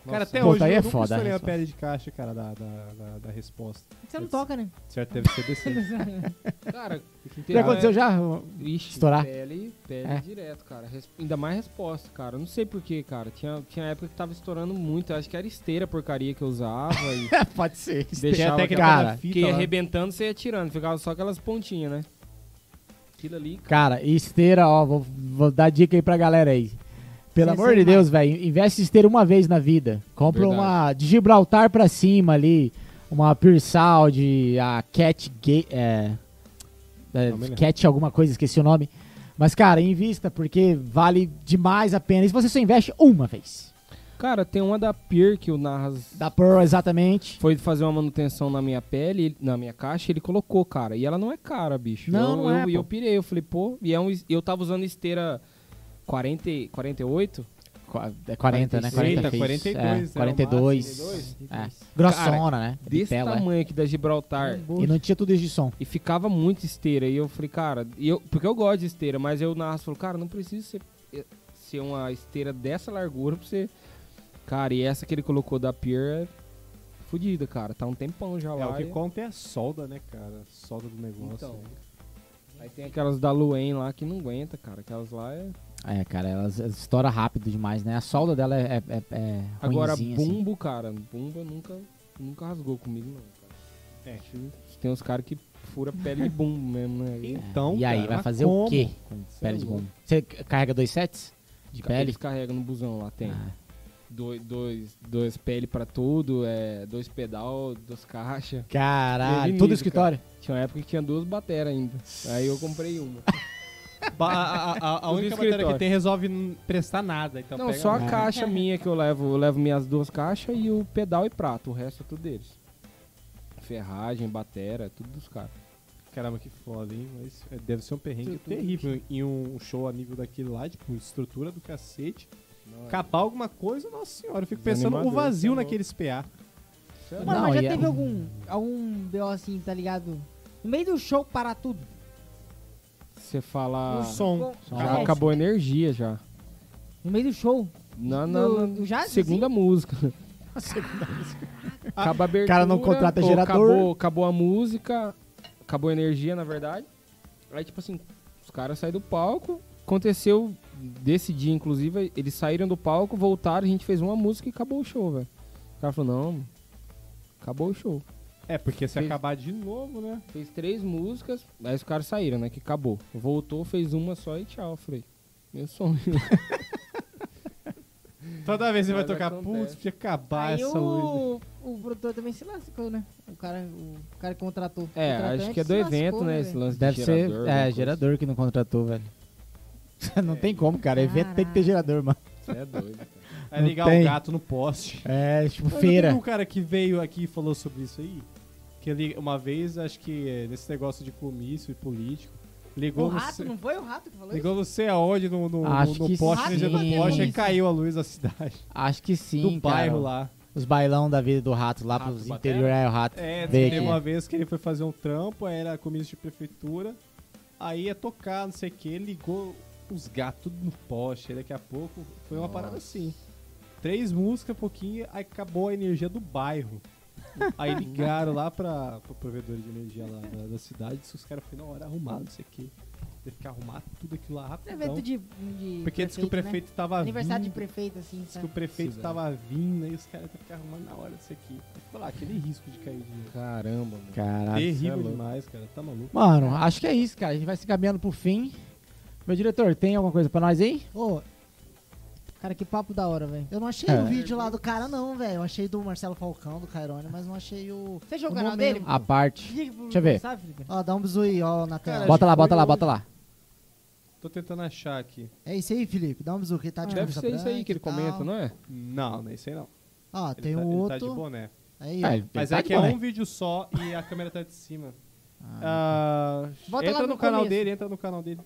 Deus. Cara, até Nossa, hoje aí eu é nunca foda a estourei a resposta. pele de caixa, cara, da, da, da, da resposta. Você não toca, né? Certo, deve ser decente. Cara, fica Já inteirado. aconteceu já? Ixi, Estourar. pele, pele É. direto, cara. Res- Ainda mais resposta, cara. Eu Não sei porquê, cara. Tinha, tinha época que tava estourando muito. Eu acho que era esteira a porcaria que eu usava e É, Pode ser. deixava até aquela- cara. Porque ia arrebentando, você ia tirando. Ficava só aquelas pontinhas, né? Aquilo ali, cara. Cara, esteira, ó, vou, vou dar dica aí pra galera aí. Pelo Sim, amor sim, de Deus, velho, investe em esteira uma vez na vida. Compra Verdade. uma de Gibraltar pra cima ali, uma Pearsall, a Cat Gay, é, é, Não, beleza. Cat alguma coisa, esqueci o nome. Mas, cara, invista, porque vale demais a pena. E se você só investe uma vez. Cara, tem uma da Pier que o Narras Da Pearl, exatamente. foi fazer uma manutenção na minha pele, ele- na minha caixa, ele colocou, cara. E ela não é cara, bicho. Não, eu, não eu, é, pô. E eu pirei, eu falei, pô, e é um, es- eu tava usando esteira 40, e- 48, qua- é 40, né? 40 fez. 42, é, né, 42. o máximo. É. Grossona, né? De Desse tela. tamanho aqui da Gibraltar. E não é tinha tudo isso de som. E ficava muito esteira. E eu falei, cara, e eu, porque eu gosto de esteira, mas eu na raça falo, cara, não precisa ser, eh, ser uma esteira dessa largura pra você. Cara, e essa que ele colocou da Pier é fodida, cara. Tá um tempão já É, lá. o que e- conta é a solda, né, cara? A solda do negócio. né? Então. Aí tem aquelas da Luen lá que não aguenta, cara. Aquelas lá é. É, cara, elas elas estouram rápido demais, né? A solda dela é, é, é, é Agora, ruinzinha, assim. bumbo, cara. Bumbo nunca, nunca rasgou comigo, não, cara. É. Tem uns caras que fura pele de bumbo mesmo, né? E- E- Então, E aí, cara, vai mas fazer o como? quê com pele de louco. bumbo? Você c- carrega dois sets de pele? Eles carregam no busão lá, tem. Ah, Dois, dois, dois pele pra tudo, é, dois pedal, duas caixas. Caralho, Ele tudo liga, escritório. Tinha uma época que tinha duas bateras ainda. Aí eu comprei uma. Ba- a, a- a- a Do única matéria escritório. que tem resolve não prestar nada. Então não, pega só lá. a caixa minha que eu levo. Eu levo minhas duas caixas e o pedal e prato. O resto é tudo deles. Ferragem, batera, é tudo dos caras. Caramba, que foda, hein? Mas é, deve ser um perrengue Tudo- tudo terrível em um show a nível daquele lá, tipo, estrutura do cacete. Capar alguma coisa, nossa senhora, eu fico pensando o Desanimador, vazio tá louco. naquele SPA. Cê é Mano, Não, mas já e é- teve algum, algum BO assim, tá ligado? No meio do show, parar tudo. Você fala. O som. som. Já É, acabou a energia já. No meio do show. Na, na, Do- na do jazz, segunda música. Acaba a abertura. O cara não contrata ou gerador. Acabou, acabou a música, acabou a energia, na verdade. Aí, tipo assim, os caras saem do palco. Aconteceu desse dia, inclusive, eles saíram do palco, voltaram, a gente fez uma música e acabou o show, velho. O cara falou, não, acabou o show. É, porque se Fez- acabar de novo, né? Fez três músicas, aí os caras saíram, né? Que acabou. Voltou, fez uma só e tchau. Eu Falei, meu sonho. Toda vez você vai Mas tocar, acontece. putz, podia acabar aí essa luz. né? o, o produtor também se lascou, né? O cara, o cara que contratou. É, acho que é do evento, né? Esse lance de Deve gerador. ser é, alguma coisa. assim. gerador que não contratou, velho. não tem como, cara. Evento tem que ter Caraca. gerador, mano. Você é doido, cara. É Não ligar tem. o gato no poste. É, tipo, Mas não feira. Teve um cara que veio aqui e falou sobre isso aí. Que ele, uma vez, acho que é, nesse negócio de comício e político, ligou O no rato, ce- não foi o rato que falou Ligou não sei aonde no, no, Acho no, que no poste, sim. energia do poste, Sim. e caiu a luz da cidade. Acho que sim, do cara. bairro lá. Os bailão da vida do rato lá Rato pros batera? interior é o rato. É, Veio teve aqui. uma vez que ele foi fazer um trampo, aí era comício de prefeitura, aí ia tocar, não sei o que, ligou os gatos tudo no poste, aí daqui a pouco foi uma parada assim. Três músicas, pouquinho, aí acabou a energia do bairro. Aí ligaram lá pra, pra provedora de energia lá da, da cidade, disse que os caras foram na hora arrumar, não sei o que. Teve que arrumar tudo aquilo lá No É evento rapidão. de, de Porque disse que o né? prefeito tava Aniversário de vindo, prefeito, assim, Diz que o sabe? prefeito Sim, tava vindo e os caras têm que ficar arrumando na hora disso aqui. Ficou lá, aquele risco de cair de novo. Caramba, mano. Caralho. é Terrível louco. demais, cara. Tá maluco. Mano, acho que é isso, cara. A gente vai se caminhando pro fim. Meu diretor, tem alguma coisa pra nós aí? Ô, Cara, que papo da hora, velho. eu não achei É. o vídeo lá do cara, não, velho. Eu achei do Marcelo Falcão, do Cairone, mas não achei o. Você achou o o canal momento. dele? A parte. Diga pro- Deixa eu ver. Sabe, Felipe? Ó, dá um bisu aí, ó, na tela. Tá Cara, Bota lá, acho que bota foi lá, hoje. bota lá. Tô tentando achar aqui. É isso aí, Felipe. Dá um bisu, que ele tá de Deve camisa ser isso aí branca que ele e tal. comenta, não é? Não, nem sei não. Ó, Ele tem tá, um Ele tá de outro. boné. Aí, ó. É, ele Mas tá é de que é boné. um vídeo só e a câmera tá de cima. Ah, Bota lá entra no no canal começo. dele, entra no canal dele.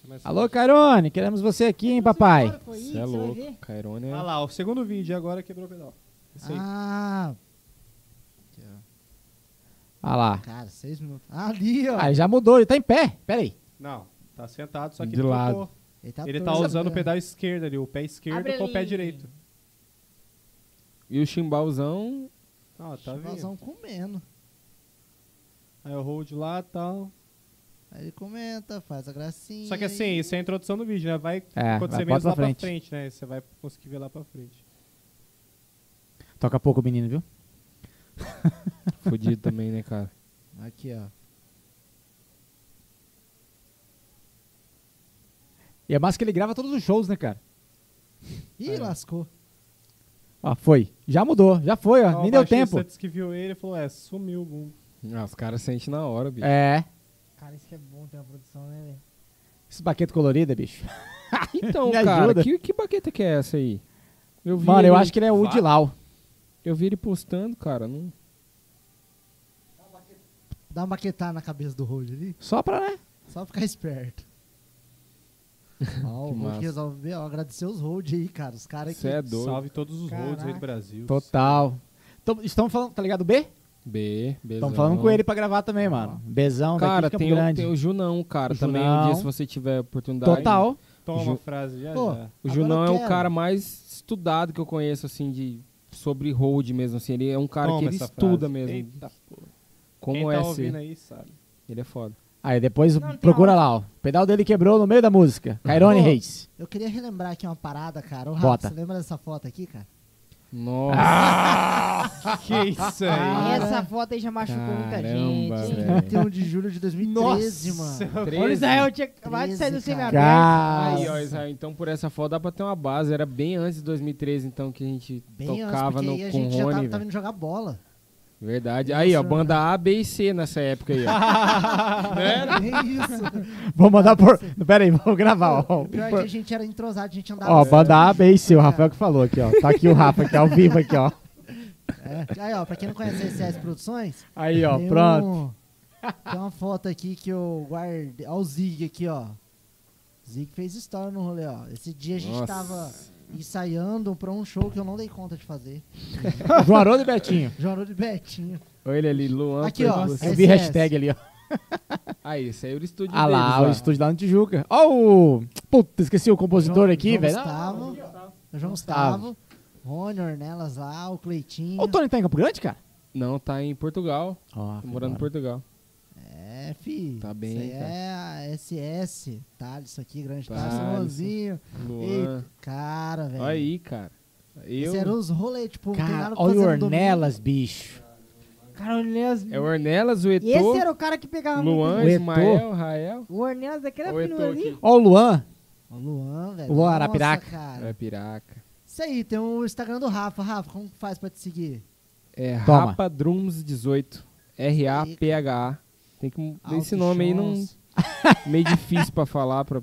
Deixa eu mais- Alô, Cairone, queremos você aqui, hein, papai? Foi Você é vai louco. ver. Cairone é. Ah lá, o segundo vídeo agora quebrou o pedal. Esse aí. Ah, Olha lá. cara, seis minutos. Ali, ó. Ah, ele já mudou, ele tá em pé. Pera aí. Não, tá sentado, só que De ele lado. trocou. Ele tá, Ele tá torto, usando o né? pedal esquerdo ali, o pé esquerdo Abre com o pé ali. direito. E o chimbalzão. Ah, tá vendo? Chivalzão comendo. Aí eu hold lá e tal. Aí ele comenta, faz a gracinha. Só que assim, isso é a introdução do vídeo, né? Vai É, vai acontecer bota menos pra lá frente. pra frente, né? Você vai conseguir ver lá pra frente. Toca pouco o menino, viu? Fudido também, né, cara? Aqui, ó. E é massa que ele grava todos os shows, né, cara? Ih, lascou. Ó, foi. Já mudou, já foi, ó. Ah, Nem o deu baixista tá tempo. disse que viu ele e falou, é, sumiu o boom. Ah, os caras sentem na hora, bicho. É. Cara, isso que é bom ter uma produção, né, velho? Esse baqueta colorida, bicho. Então, Me cara, ajuda. que, que baqueta que é essa aí? Eu vi Mano, eu ele- acho que ele é o Udilau. Eu vi ele postando, cara. Não... Dá uma baquetada na cabeça do Roger ali. Só pra, né? Só ficar esperto. Ó, o Que Road massa. que resolve ver, ó, agradecer os Road aí, cara. Os caras que. Você é doido. Salve todos os roads aí Caraca. do Brasil. Total. Então, Estamos falando, tá ligado, B? B, B. Estamos falando com ele pra gravar também, mano. Bezão daqui Cara, de Campo tem o, Grande. tem o Junão, cara. O também Junão. um dia, se você tiver oportunidade. Total. Toma Ju- a frase já, Pô, já. O Agora Junão eu é o quero. cara mais estudado que eu conheço, assim, de sobre road mesmo, assim. Ele é um cara Toma que ele essa estuda frase. mesmo. Eita, porra. Como Quem é tá ser. ouvindo aí sabe. Ele é foda. Aí depois Não, não tem procura hora. lá, ó. O pedal dele quebrou no meio da música. Cairone Pô. Reis. Eu queria relembrar aqui uma parada, cara. Ô, Bota. Rafa, você lembra dessa foto aqui, cara? Ah, Nossa, Que isso aí? Ah, Essa foto aí já machucou muita Caramba, gente. velho. 31 de julho de 2013, mano. Olha, o 13. Israel tinha acabado de sair do 13, cara. semiaberto. Cara. Aí, ó, Israel, então por essa foto dá pra ter uma base. Era bem antes de 2013, então, que a gente Bem antes, tocava porque no, aí a com o gente já Rony. tava, né? velho. tava indo jogar bola. Verdade. Aí, ó, banda A, B e C nessa época aí, ó. É isso. Vou mandar por. Pera aí, vou gravar, ó. Pior que a gente era entrosado, a gente andava. Ó, junto. banda A, B e C, o Rafael que falou aqui, ó. Tá aqui o Rafa, aqui ao vivo, aqui, ó. É. Aí, ó, pra quem não conhece a SS Produções, Aí, ó, tem um- pronto. tem uma foto aqui que eu guardei. Ó, o Zig aqui, ó. Zig fez história no rolê, ó. Esse dia a gente Nossa. tava ensaiando pra um show que eu não dei conta de fazer. João Haroldo e Betinho. Jornal de Betinho. Olha ele ali, Luan. Aqui, ó. Perdoce. Eu vi SS. hashtag ali, ó. Aí, saiu do estúdio Ah lá, o deles, estúdio lá no Tijuca. Ó o... Puta, esqueci o compositor João- aqui, João velho. Gustavo. O João Gustavo. Rony Ornelas lá, o Cleitinho. Ó, O Tony tá em Campo Grande, cara? Não, tá em Portugal. Ó, Tá morando em Portugal. É, fi. Tá bem, Isso aí cara. é a SS. Thales aqui, grande Thales. Thales. Luanzinho. Luan. Eita, cara, velho. Olha aí, cara. Esse Eu... era os rolês, tipo, não tem Cara, nada pra olha fazer o no domingo. Ornelas, bicho. Cara, o Ornelas. É o Ornelas, o Etô, E esse era o cara que pegava Luan, O Eto'o. Ismael, Rael. muito. O Ornelas daquela Ou finura Etô ali. aqui. Ó o Luan. O Luan, velho. O Luan Nossa, Arapiraca. cara. É piraca. Isso aí, tem o Instagram do Rafa. Rafa, como que faz pra te seguir? É Toma. Rapa Drums 18. R-A-P-H-A. Tem que... Esse nome aí não... Meio difícil pra falar pra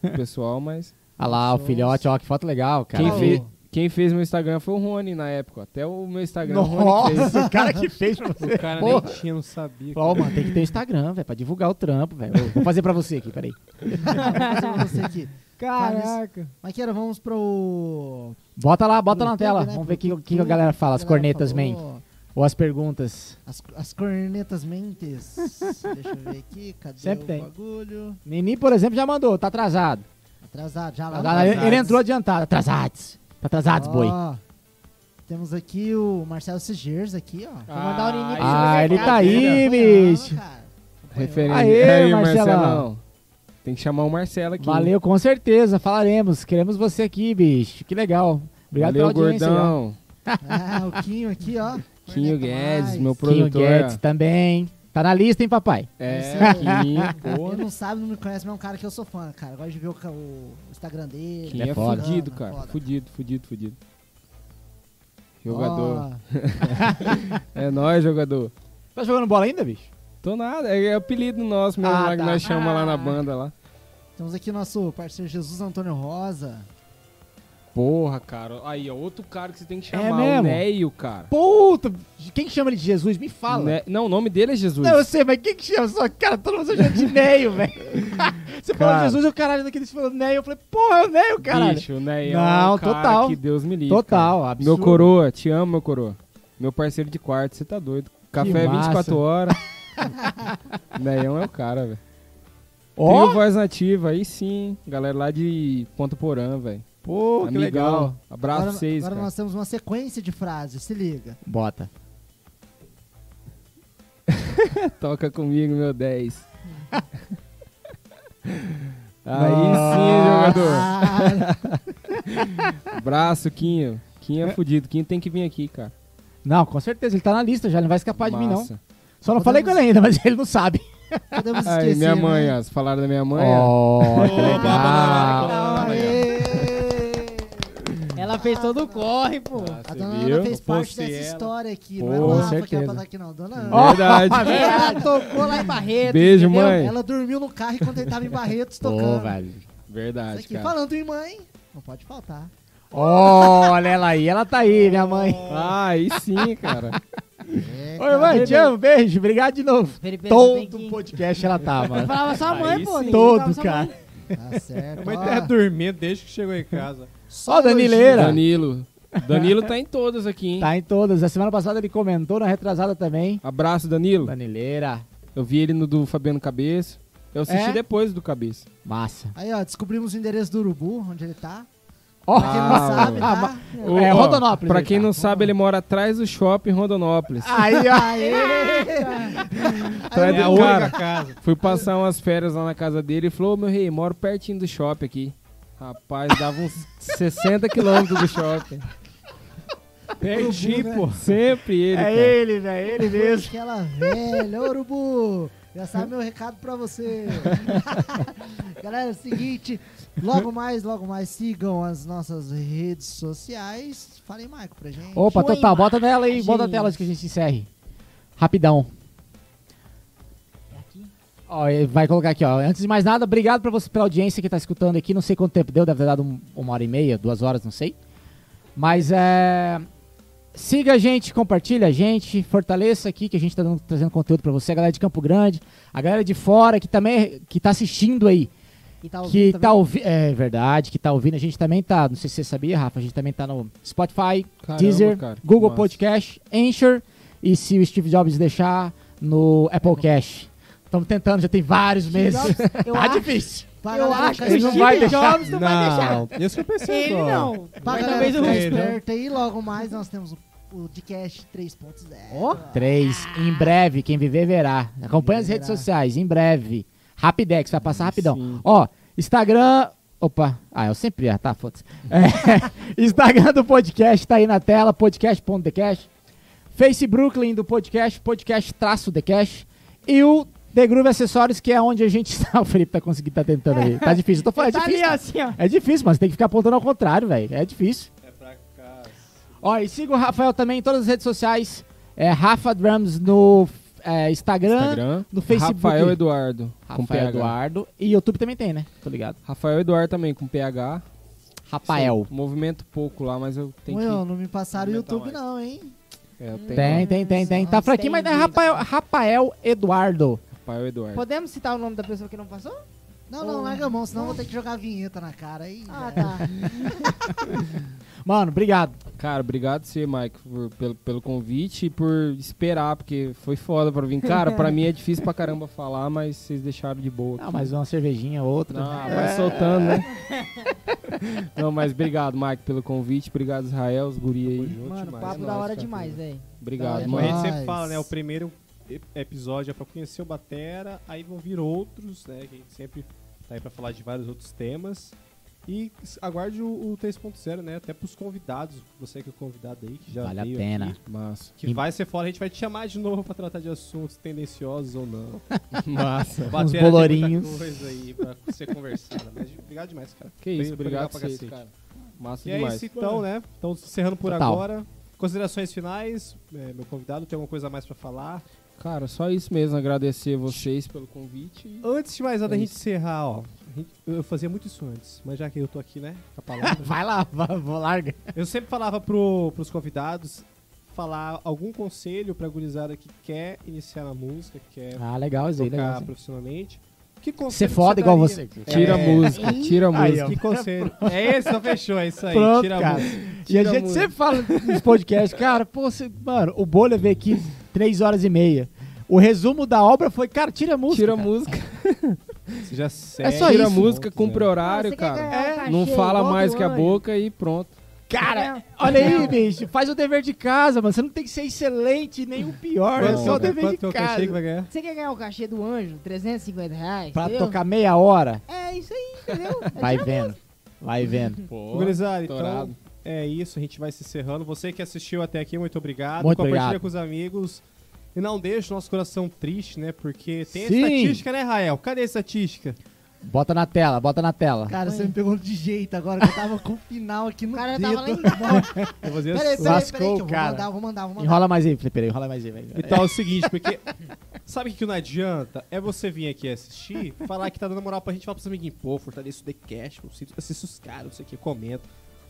pro pessoal, mas... Olha Ah lá, o filhote, ó, que foto legal, cara. Quem Ô. fez, quem fez meu Instagram foi o Rony na época. Até o meu Instagram o Rony fez. Nossa, o cara que fez pra você. O cara Porra. nem tinha, não sabia. Falou, ó, mano, tem que ter Instagram, velho, pra divulgar o trampo, velho. Ô, Vou fazer pra você aqui, peraí. fez? você aqui. Caraca. Maqueira, vamos pro... Bota lá, bota na YouTube, tela. né? Vamos ver o que, Pro o que a YouTube. galera fala, A as galera cornetas, falou. man. Ou as perguntas. As, as cornetas mentes. Deixa eu ver aqui, cadê Sempre o tem. bagulho? Nini, por exemplo, já mandou, tá atrasado. Atrasado, já lá. Tá Atrasado. no- Ah, Ele, ele entrou adiantado, atrasados. Tá atrasados, boi. Ó, Temos aqui o Marcelo Sigers aqui, ó. Vou mandar o Nini Ah, ele tá aí, Acompanhando, bicho. cara. Referência. Aê, Aí, Marcelão. Tem que chamar o Marcelo aqui. Valeu, com certeza, falaremos. Queremos você aqui, bicho. Que legal. Obrigado Valeu, pela audiência. já. gordão. Ah, o Quinho aqui, ó. Quinho Corneta Guedes, mais. meu Quinho produtor. Guedes também. Tá na lista, hein, papai? É, Esse é o- Quinho, Ele porra. não sabe, não me conhece, mas é um cara que eu sou fã, cara. Eu gosto de ver o, ca- o Instagram dele. Quinho é, foda. fudido, Foda, cara. foda. Fudido, fudido, fudido. Jogador. Ó, É nóis, jogador. Tá jogando bola ainda, bicho? Tô nada, é, é apelido nosso mesmo, Ah, lá que tá. nós chamamos lá na banda lá. temos aqui o nosso parceiro Jesus Antônio Rosa. Porra, cara. Aí, ó, outro cara que você tem que É chamar, mesmo? o Neio, cara. Puta, quem chama ele de Jesus? Me fala. Ne- Não, o nome dele é Jesus. Não, eu sei, mas quem que chama? Só, cara, todo mundo chama de Neio, velho. Você falou Cara. Jesus e o caralho daquele falou Neio. Eu falei, porra, é o Neio, caralho. Bicho, o Neio é Não, um cara total. que Deus me livre. Total, cara. absurdo. Meu coroa, te amo, meu coroa. Meu parceiro de quarto, você tá doido. Café massa. 24 horas. Neião é o cara, velho. Tem Ó, o Voz Nativa, aí sim. Galera lá de Ponta Porã, velho. pô, que Amigão, legal. Abraço agora pra vocês, agora cara. nós temos uma sequência de frases, se liga. Bota. Toca comigo, meu 10. Aí Nossa. sim, jogador. Ah, Abraço, Quinho. Quinho é fudido. Quinho tem que vir aqui, cara. Não, com certeza, ele tá na lista já, ele não vai escapar de mim, não. Massa. Só não Podemos- falei com ele ainda, mas ele não sabe. podemos esquecer. Aí, minha mãe, né? ó. se Falaram da minha mãe. ó. Oh, que Opa, legal. Ana Maria. Ela fez todo o corre, pô. Ah, A cê dona viu? Ana fez Eu parte postei dessa ela. história aqui. Pô, não era o com Rafa que certeza. era pra estar aqui, não. Dona Ana. Verdade. Ela tocou lá em Barreto. Beijo, entendeu? mãe. Ela dormiu no carro enquanto ele tava em Barretos Pô, tocando. velho. Isso Verdade, aqui, cara. falando em mãe, não pode faltar. Oh, olha ela aí, ela tá aí, minha mãe. Ah, aí sim, cara. É, Oi, mãe, te amo, beijo, obrigado de novo. Felipe, Todo tem que- podcast ela tá, Eu mano. falava sua mãe, Aí pô. sim. ninguém falava Todo, sua mãe. cara. Tá certo. Mas ó. tá dormindo desde que chegou em casa. Ó, Danileira. Danilo. Danilo tá em todas aqui, hein? Tá em todas. A semana passada ele comentou na retrasada também. Abraço, Danilo. Danileira. Eu vi ele no do Fabiano Cabeça. Eu assisti É? depois do Cabeça. Massa. Aí, ó, descobrimos o endereço do Urubu, onde ele tá. Ó, Pra quem não Ah, sabe, ah, tá? Ô, É, ó, Rondonópolis Pra ele quem tá. Ah, não sabe, ele mora atrás do shopping Rondonópolis. Aí, ó. atrás é a do única cara. casa. Fui passar umas férias lá na casa dele e falou, "Ô, meu rei, moro pertinho do shopping aqui. Rapaz, dava uns 60 quilômetros do shopping. né? Perdi, pô. Sempre ele, É cara. ele, velho. Ele mesmo. Aquela velha, ô, Urubu. Já sabe meu recado pra você. Galera, é o seguinte, logo mais, logo mais, sigam as nossas redes sociais. Falem, Maico, pra gente. Opa, Sua Total, bota nela aí. Bota a imagem. tela antes que a gente encerre. Rapidão. Aqui. Ó, ele vai colocar aqui, ó. Antes de mais nada, obrigado pra você pela audiência que tá escutando aqui. Não sei quanto tempo deu, deve ter dado um- uma hora e meia, duas horas, não sei. Mas é. Siga a gente, compartilha a gente, fortaleça aqui que a gente tá dando- trazendo conteúdo pra você, a galera de Campo Grande, a galera de fora que também que tá assistindo aí, E tá que ouvindo também. tá ouvindo, é verdade, que tá ouvindo, a gente também tá, não sei se você sabia, Rafa, a gente também tá no Spotify, Caramba, Deezer, cara, que Google massa. Podcast, Anchor e se o Steve Jobs deixar no Apple Cash. Estamos tentando, já tem vários meses. Jobs, eu tá acho- difícil. Pra Eu galera acho ficar que ele não o vai Steve deixar. Jobs não, vai deixar. Isso que eu pensei Ele agora. não. Pra Mas galera talvez o ficar Pedro. esperta aí, logo mais nós temos o podcast 3.0. Ó. Três. Em breve, quem viver verá. Acompanha as redes verá. sociais, em breve. Rapidex, vai passar rapidão. Sim. Ó, Instagram. Opa, ah, eu sempre ia, tá? Foda-se. É, Instagram do podcast tá aí na tela, podcast.thecast. Face Brooklyn do podcast, podcast-thecast. E o The Groove Acessórios, que é onde a gente está. O Felipe tá conseguindo, tá tentando aí. Tá difícil, eu tô falando, é Tá ali, difícil. assim, ó. É difícil, mas tem que ficar apontando ao contrário, velho. É difícil. É pra cá. Ó, e siga o Rafael também em todas as redes sociais. É Rafa Drums no é, Instagram, Instagram. no Facebook. Rafael Eduardo. com Rafael PH. Eduardo. E YouTube também tem, né? Tô ligado. Rafael Eduardo também, com PH. Rafael. Sim, movimento pouco lá, mas eu tenho Ué, que... não me passaram o Aumentar YouTube mais. não, hein? É, eu tenho Tem, tem, tem, tem. Tá Nossa, fraquinho, mas é entendi. Rafael, Rafael Eduardo. Rafael Eduardo. Podemos citar o nome da pessoa que não passou? Não, não, larga a mão, senão eu vou ter que jogar a vinheta na cara aí. né? Ah, tá. Mano, obrigado. Cara, obrigado você, Mike, por- pelo, pelo convite e por esperar, porque foi foda pra vir. Cara, pra mim é difícil pra caramba falar, mas vocês deixaram de boa. Ah, aqui. mais uma cervejinha, outra. né? Não, vai soltando, né? Não, mas obrigado, Mike, pelo convite. Obrigado, Israel, os guri aí. Mano, demais. papo É da nóis, hora cara. demais, velho. Obrigado, É Como a mano. gente sempre Mas- fala, né? O primeiro ep- episódio é pra conhecer o Batera, aí vão vir outros, né? Que a gente sempre tá aí pra falar de vários outros temas. E s- aguarde o, o 3.0, né? Até pros convidados, você que é convidado aí, que já Vale a veio pena. aqui, Massa. que vai ser fora, a gente vai te chamar de novo pra tratar de assuntos tendenciosos ou não. Massa. Batera tem bolorinhos. muita coisa aí pra ser conversada. Mas obrigado demais, cara. Que isso, Foi- foi obrigado legal pra pra cacete. vocês, cara. Massa E é demais. isso então, né? Então, encerrando por Total. agora. Considerações finais, é, meu convidado, tem alguma coisa a mais pra falar? Cara, só isso mesmo. Agradecer vocês pelo convite. e- Antes de mais nada, É a gente encerrar, ó. a gente- eu fazia muito isso antes, mas já que eu tô aqui, né? Com a palavra. Vai lá, vai- vou larga. eu sempre falava pro, pros convidados falar algum conselho pra gurizada que quer iniciar na música, que quer Ah, legal, Zé, tocar legal. Zé. profissionalmente. Que Ser conselho foda você igual daria? você. Tira a É. música, tira a Aí, música. Que conselho. É esse, só fechou, é isso aí. Pronto, tira a cara. música. E a Tira a gente música. sempre fala nos podcasts, cara, pô, você, mano, o Bolha veio aqui 3 horas e meia. O resumo da obra foi, cara, tira a música. Tira a cara. música. Você já segue É só os isso. Tira a pontos, música, né? cumpre Ah, horário, você quer cara. É? ganhar um cachê Não fala igual mais do que a anjo. boca e pronto. Cara, Não. olha aí, Não. bicho, faz o dever de casa, mano. Você não tem que ser excelente, nem o pior, é Quanto, só o quanto, dever que é de o cachê que casa. vai ganhar? Você quer ganhar o cachê do anjo? 350 reais? Pra entendeu? tocar meia hora, É isso aí, entendeu? É vai dinheiro. vendo, vai vendo. Pô, Gurizada, então estourado. é isso, a gente vai se encerrando. Você que assistiu até aqui, muito obrigado. Muito Compartilha obrigado. com os amigos. E não deixe o nosso coração triste, né? Porque tem Sim. a estatística, né, Rael? Cadê a estatística? Bota na tela, bota na tela. Cara, você me pegou de jeito agora, que eu tava com o final aqui no O cara dedo. tava lá em Eu vou dizer Peraí, assim. peraí, Lascou peraí, que o eu vou cara. mandar, vou mandar, vou mandar. Enrola mais aí, Felipe, enrola mais aí, vai. vai. Então é o seguinte, porque. Sabe o que que não adianta? É você vir aqui assistir, falar que tá dando moral pra gente, falar pros amiguinhos, pô, fortaleça o The Cash, assista os caras, não sei o que, comenta.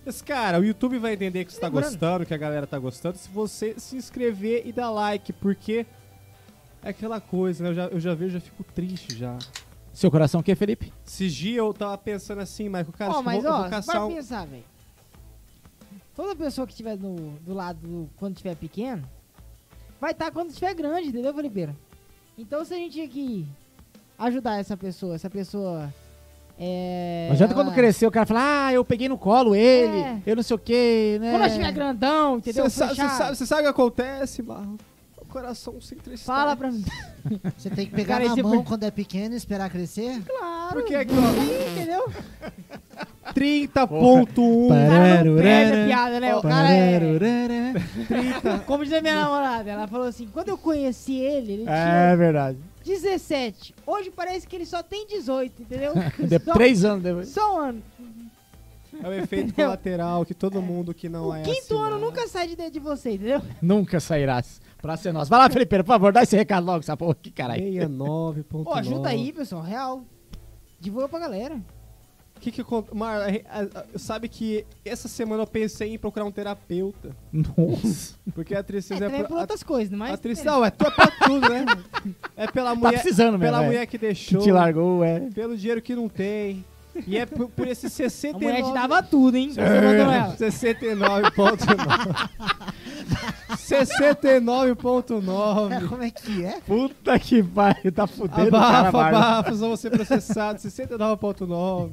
Mas, cara, o YouTube vai entender que você tá gostando, que a galera tá gostando, se você se inscrever e dar like, porque é aquela coisa, né? Eu já, eu já vejo, já fico triste já. Seu coração o quê, Felipe? Esses dias eu tava pensando assim, Michael, cara, Ó, acho que eu mas vou, eu ó, vou para caçar um... pensar, velho. Toda pessoa que estiver no- do lado do- quando estiver pequeno, vai estar quando estiver grande, entendeu, Felipeira? Então se a gente aqui ajudar essa pessoa, essa pessoa. É, Não adianta ela- quando crescer o cara falar, ah, eu peguei no colo ele, É. eu não sei o quê, né? Quando ela estiver grandão, entendeu? Você sa- você Fechado. sabe, você sabe o que acontece, Marro? O coração se entristece. Fala pra mim. Você tem que pegar Cara, na esse mão boi- quando é pequeno e esperar crescer? Claro. Porque aqui, Aí, entendeu? ó, 30.1. O cara não perde a piada, né? O cara é... Como diz a minha namorada, ela falou assim, quando eu conheci ele, ele É tinha verdade. 17. Hoje parece que ele só tem 18, entendeu? De Só- três anos depois. Só um ano. É o efeito colateral que todo mundo que não o é quinto ano assinado- nunca sai de dentro de você, entendeu? Nunca sairás. Pra ser nosso. Vai lá, Felipe, por favor, dá esse recado logo, essa porra aqui, caralho. 69.9. Pô, ajuda aí, pessoal, real. Divulga pra galera. Que que acon- Mar, a- a- a- sabe que essa semana eu pensei em procurar um terapeuta. Nossa. Porque a É, tristeza é, também pra- por outras coisas, não a, é? a tristeza, não, é tua pra tudo, né? É pela Tá mulher, precisando mesmo, pela velho. mulher que Que deixou, te largou, é. pelo dinheiro que não tem. E é por, por esse A 69. mulher te dava tudo, hein? Você mandou É. ela. 69.9. 69.9. É, como é que é? Puta que pariu, tá fudendo o cara, Abafa, Marlon. abafa, só você processado, 69.9.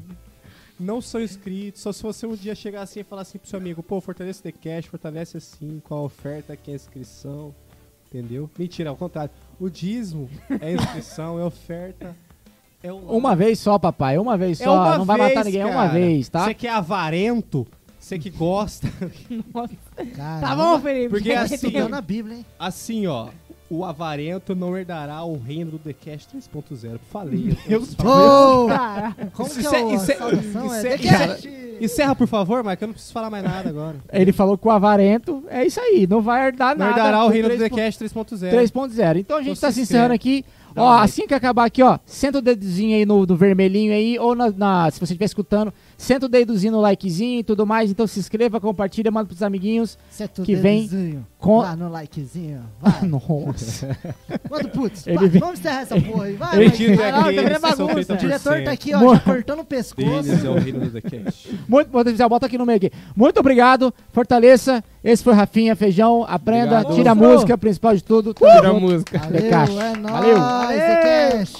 Não são inscritos, só se você um dia chegar assim e falar assim pro seu amigo, pô, fortalece o The Cash, fortalece assim, com a oferta que é a inscrição, entendeu? Mentira, ao contrário. O dízimo é inscrição, é oferta, é um... Uma vez só, papai, uma vez só. é uma não vai matar vez, ninguém, é uma cara. vez, tá? Você que é avarento, você que gosta, Caramba, Tá bom, Felipe. Porque tá assim- estudando a Bíblia, hein? assim ó, o avarento não herdará o reino do The Cash 3.0. Falei. Oh, Cara, como que Tá Isso é- é o- a isso é- saudação? isso É é- The isso é- Cast. Encerra, por favor, Marco, eu não preciso falar mais nada agora. Ele falou que o avarento é isso aí, não vai herdar Não nada. herdará o reino do The 3.0. Cash 3.0. 3.0. Então a gente Você tá se se encerrando aqui. Dá ó, um like. assim que acabar aqui, ó, senta o dedozinho aí no, no vermelhinho aí, ou na, na- se você estiver escutando, senta o dedozinho no likezinho e tudo mais. Então se inscreva, compartilha, manda pros amiguinhos. Isso é tudo que vem dedozinho. com- Lá no likezinho. Vai. Nossa. Manda o putz. Ele vai, vem- Vamos encerrar essa porra aí. Vai, Ele vai. diz Caralho, tá virando aqui, são bagunça. O 30%. diretor tá aqui, ó, Mor- já cortando o pescoço. Deles é o reino do The Cash. Muito bom, especial, bota aqui no meio aqui. Muito obrigado, fortaleça. Esse foi Rafinha Feijão. Aprenda, Obrigado. tira a é Monstro. música, principal de tudo. Tamo Tira a junto. música. The Cash. Valeu, é nóis, Valeu. The Cash.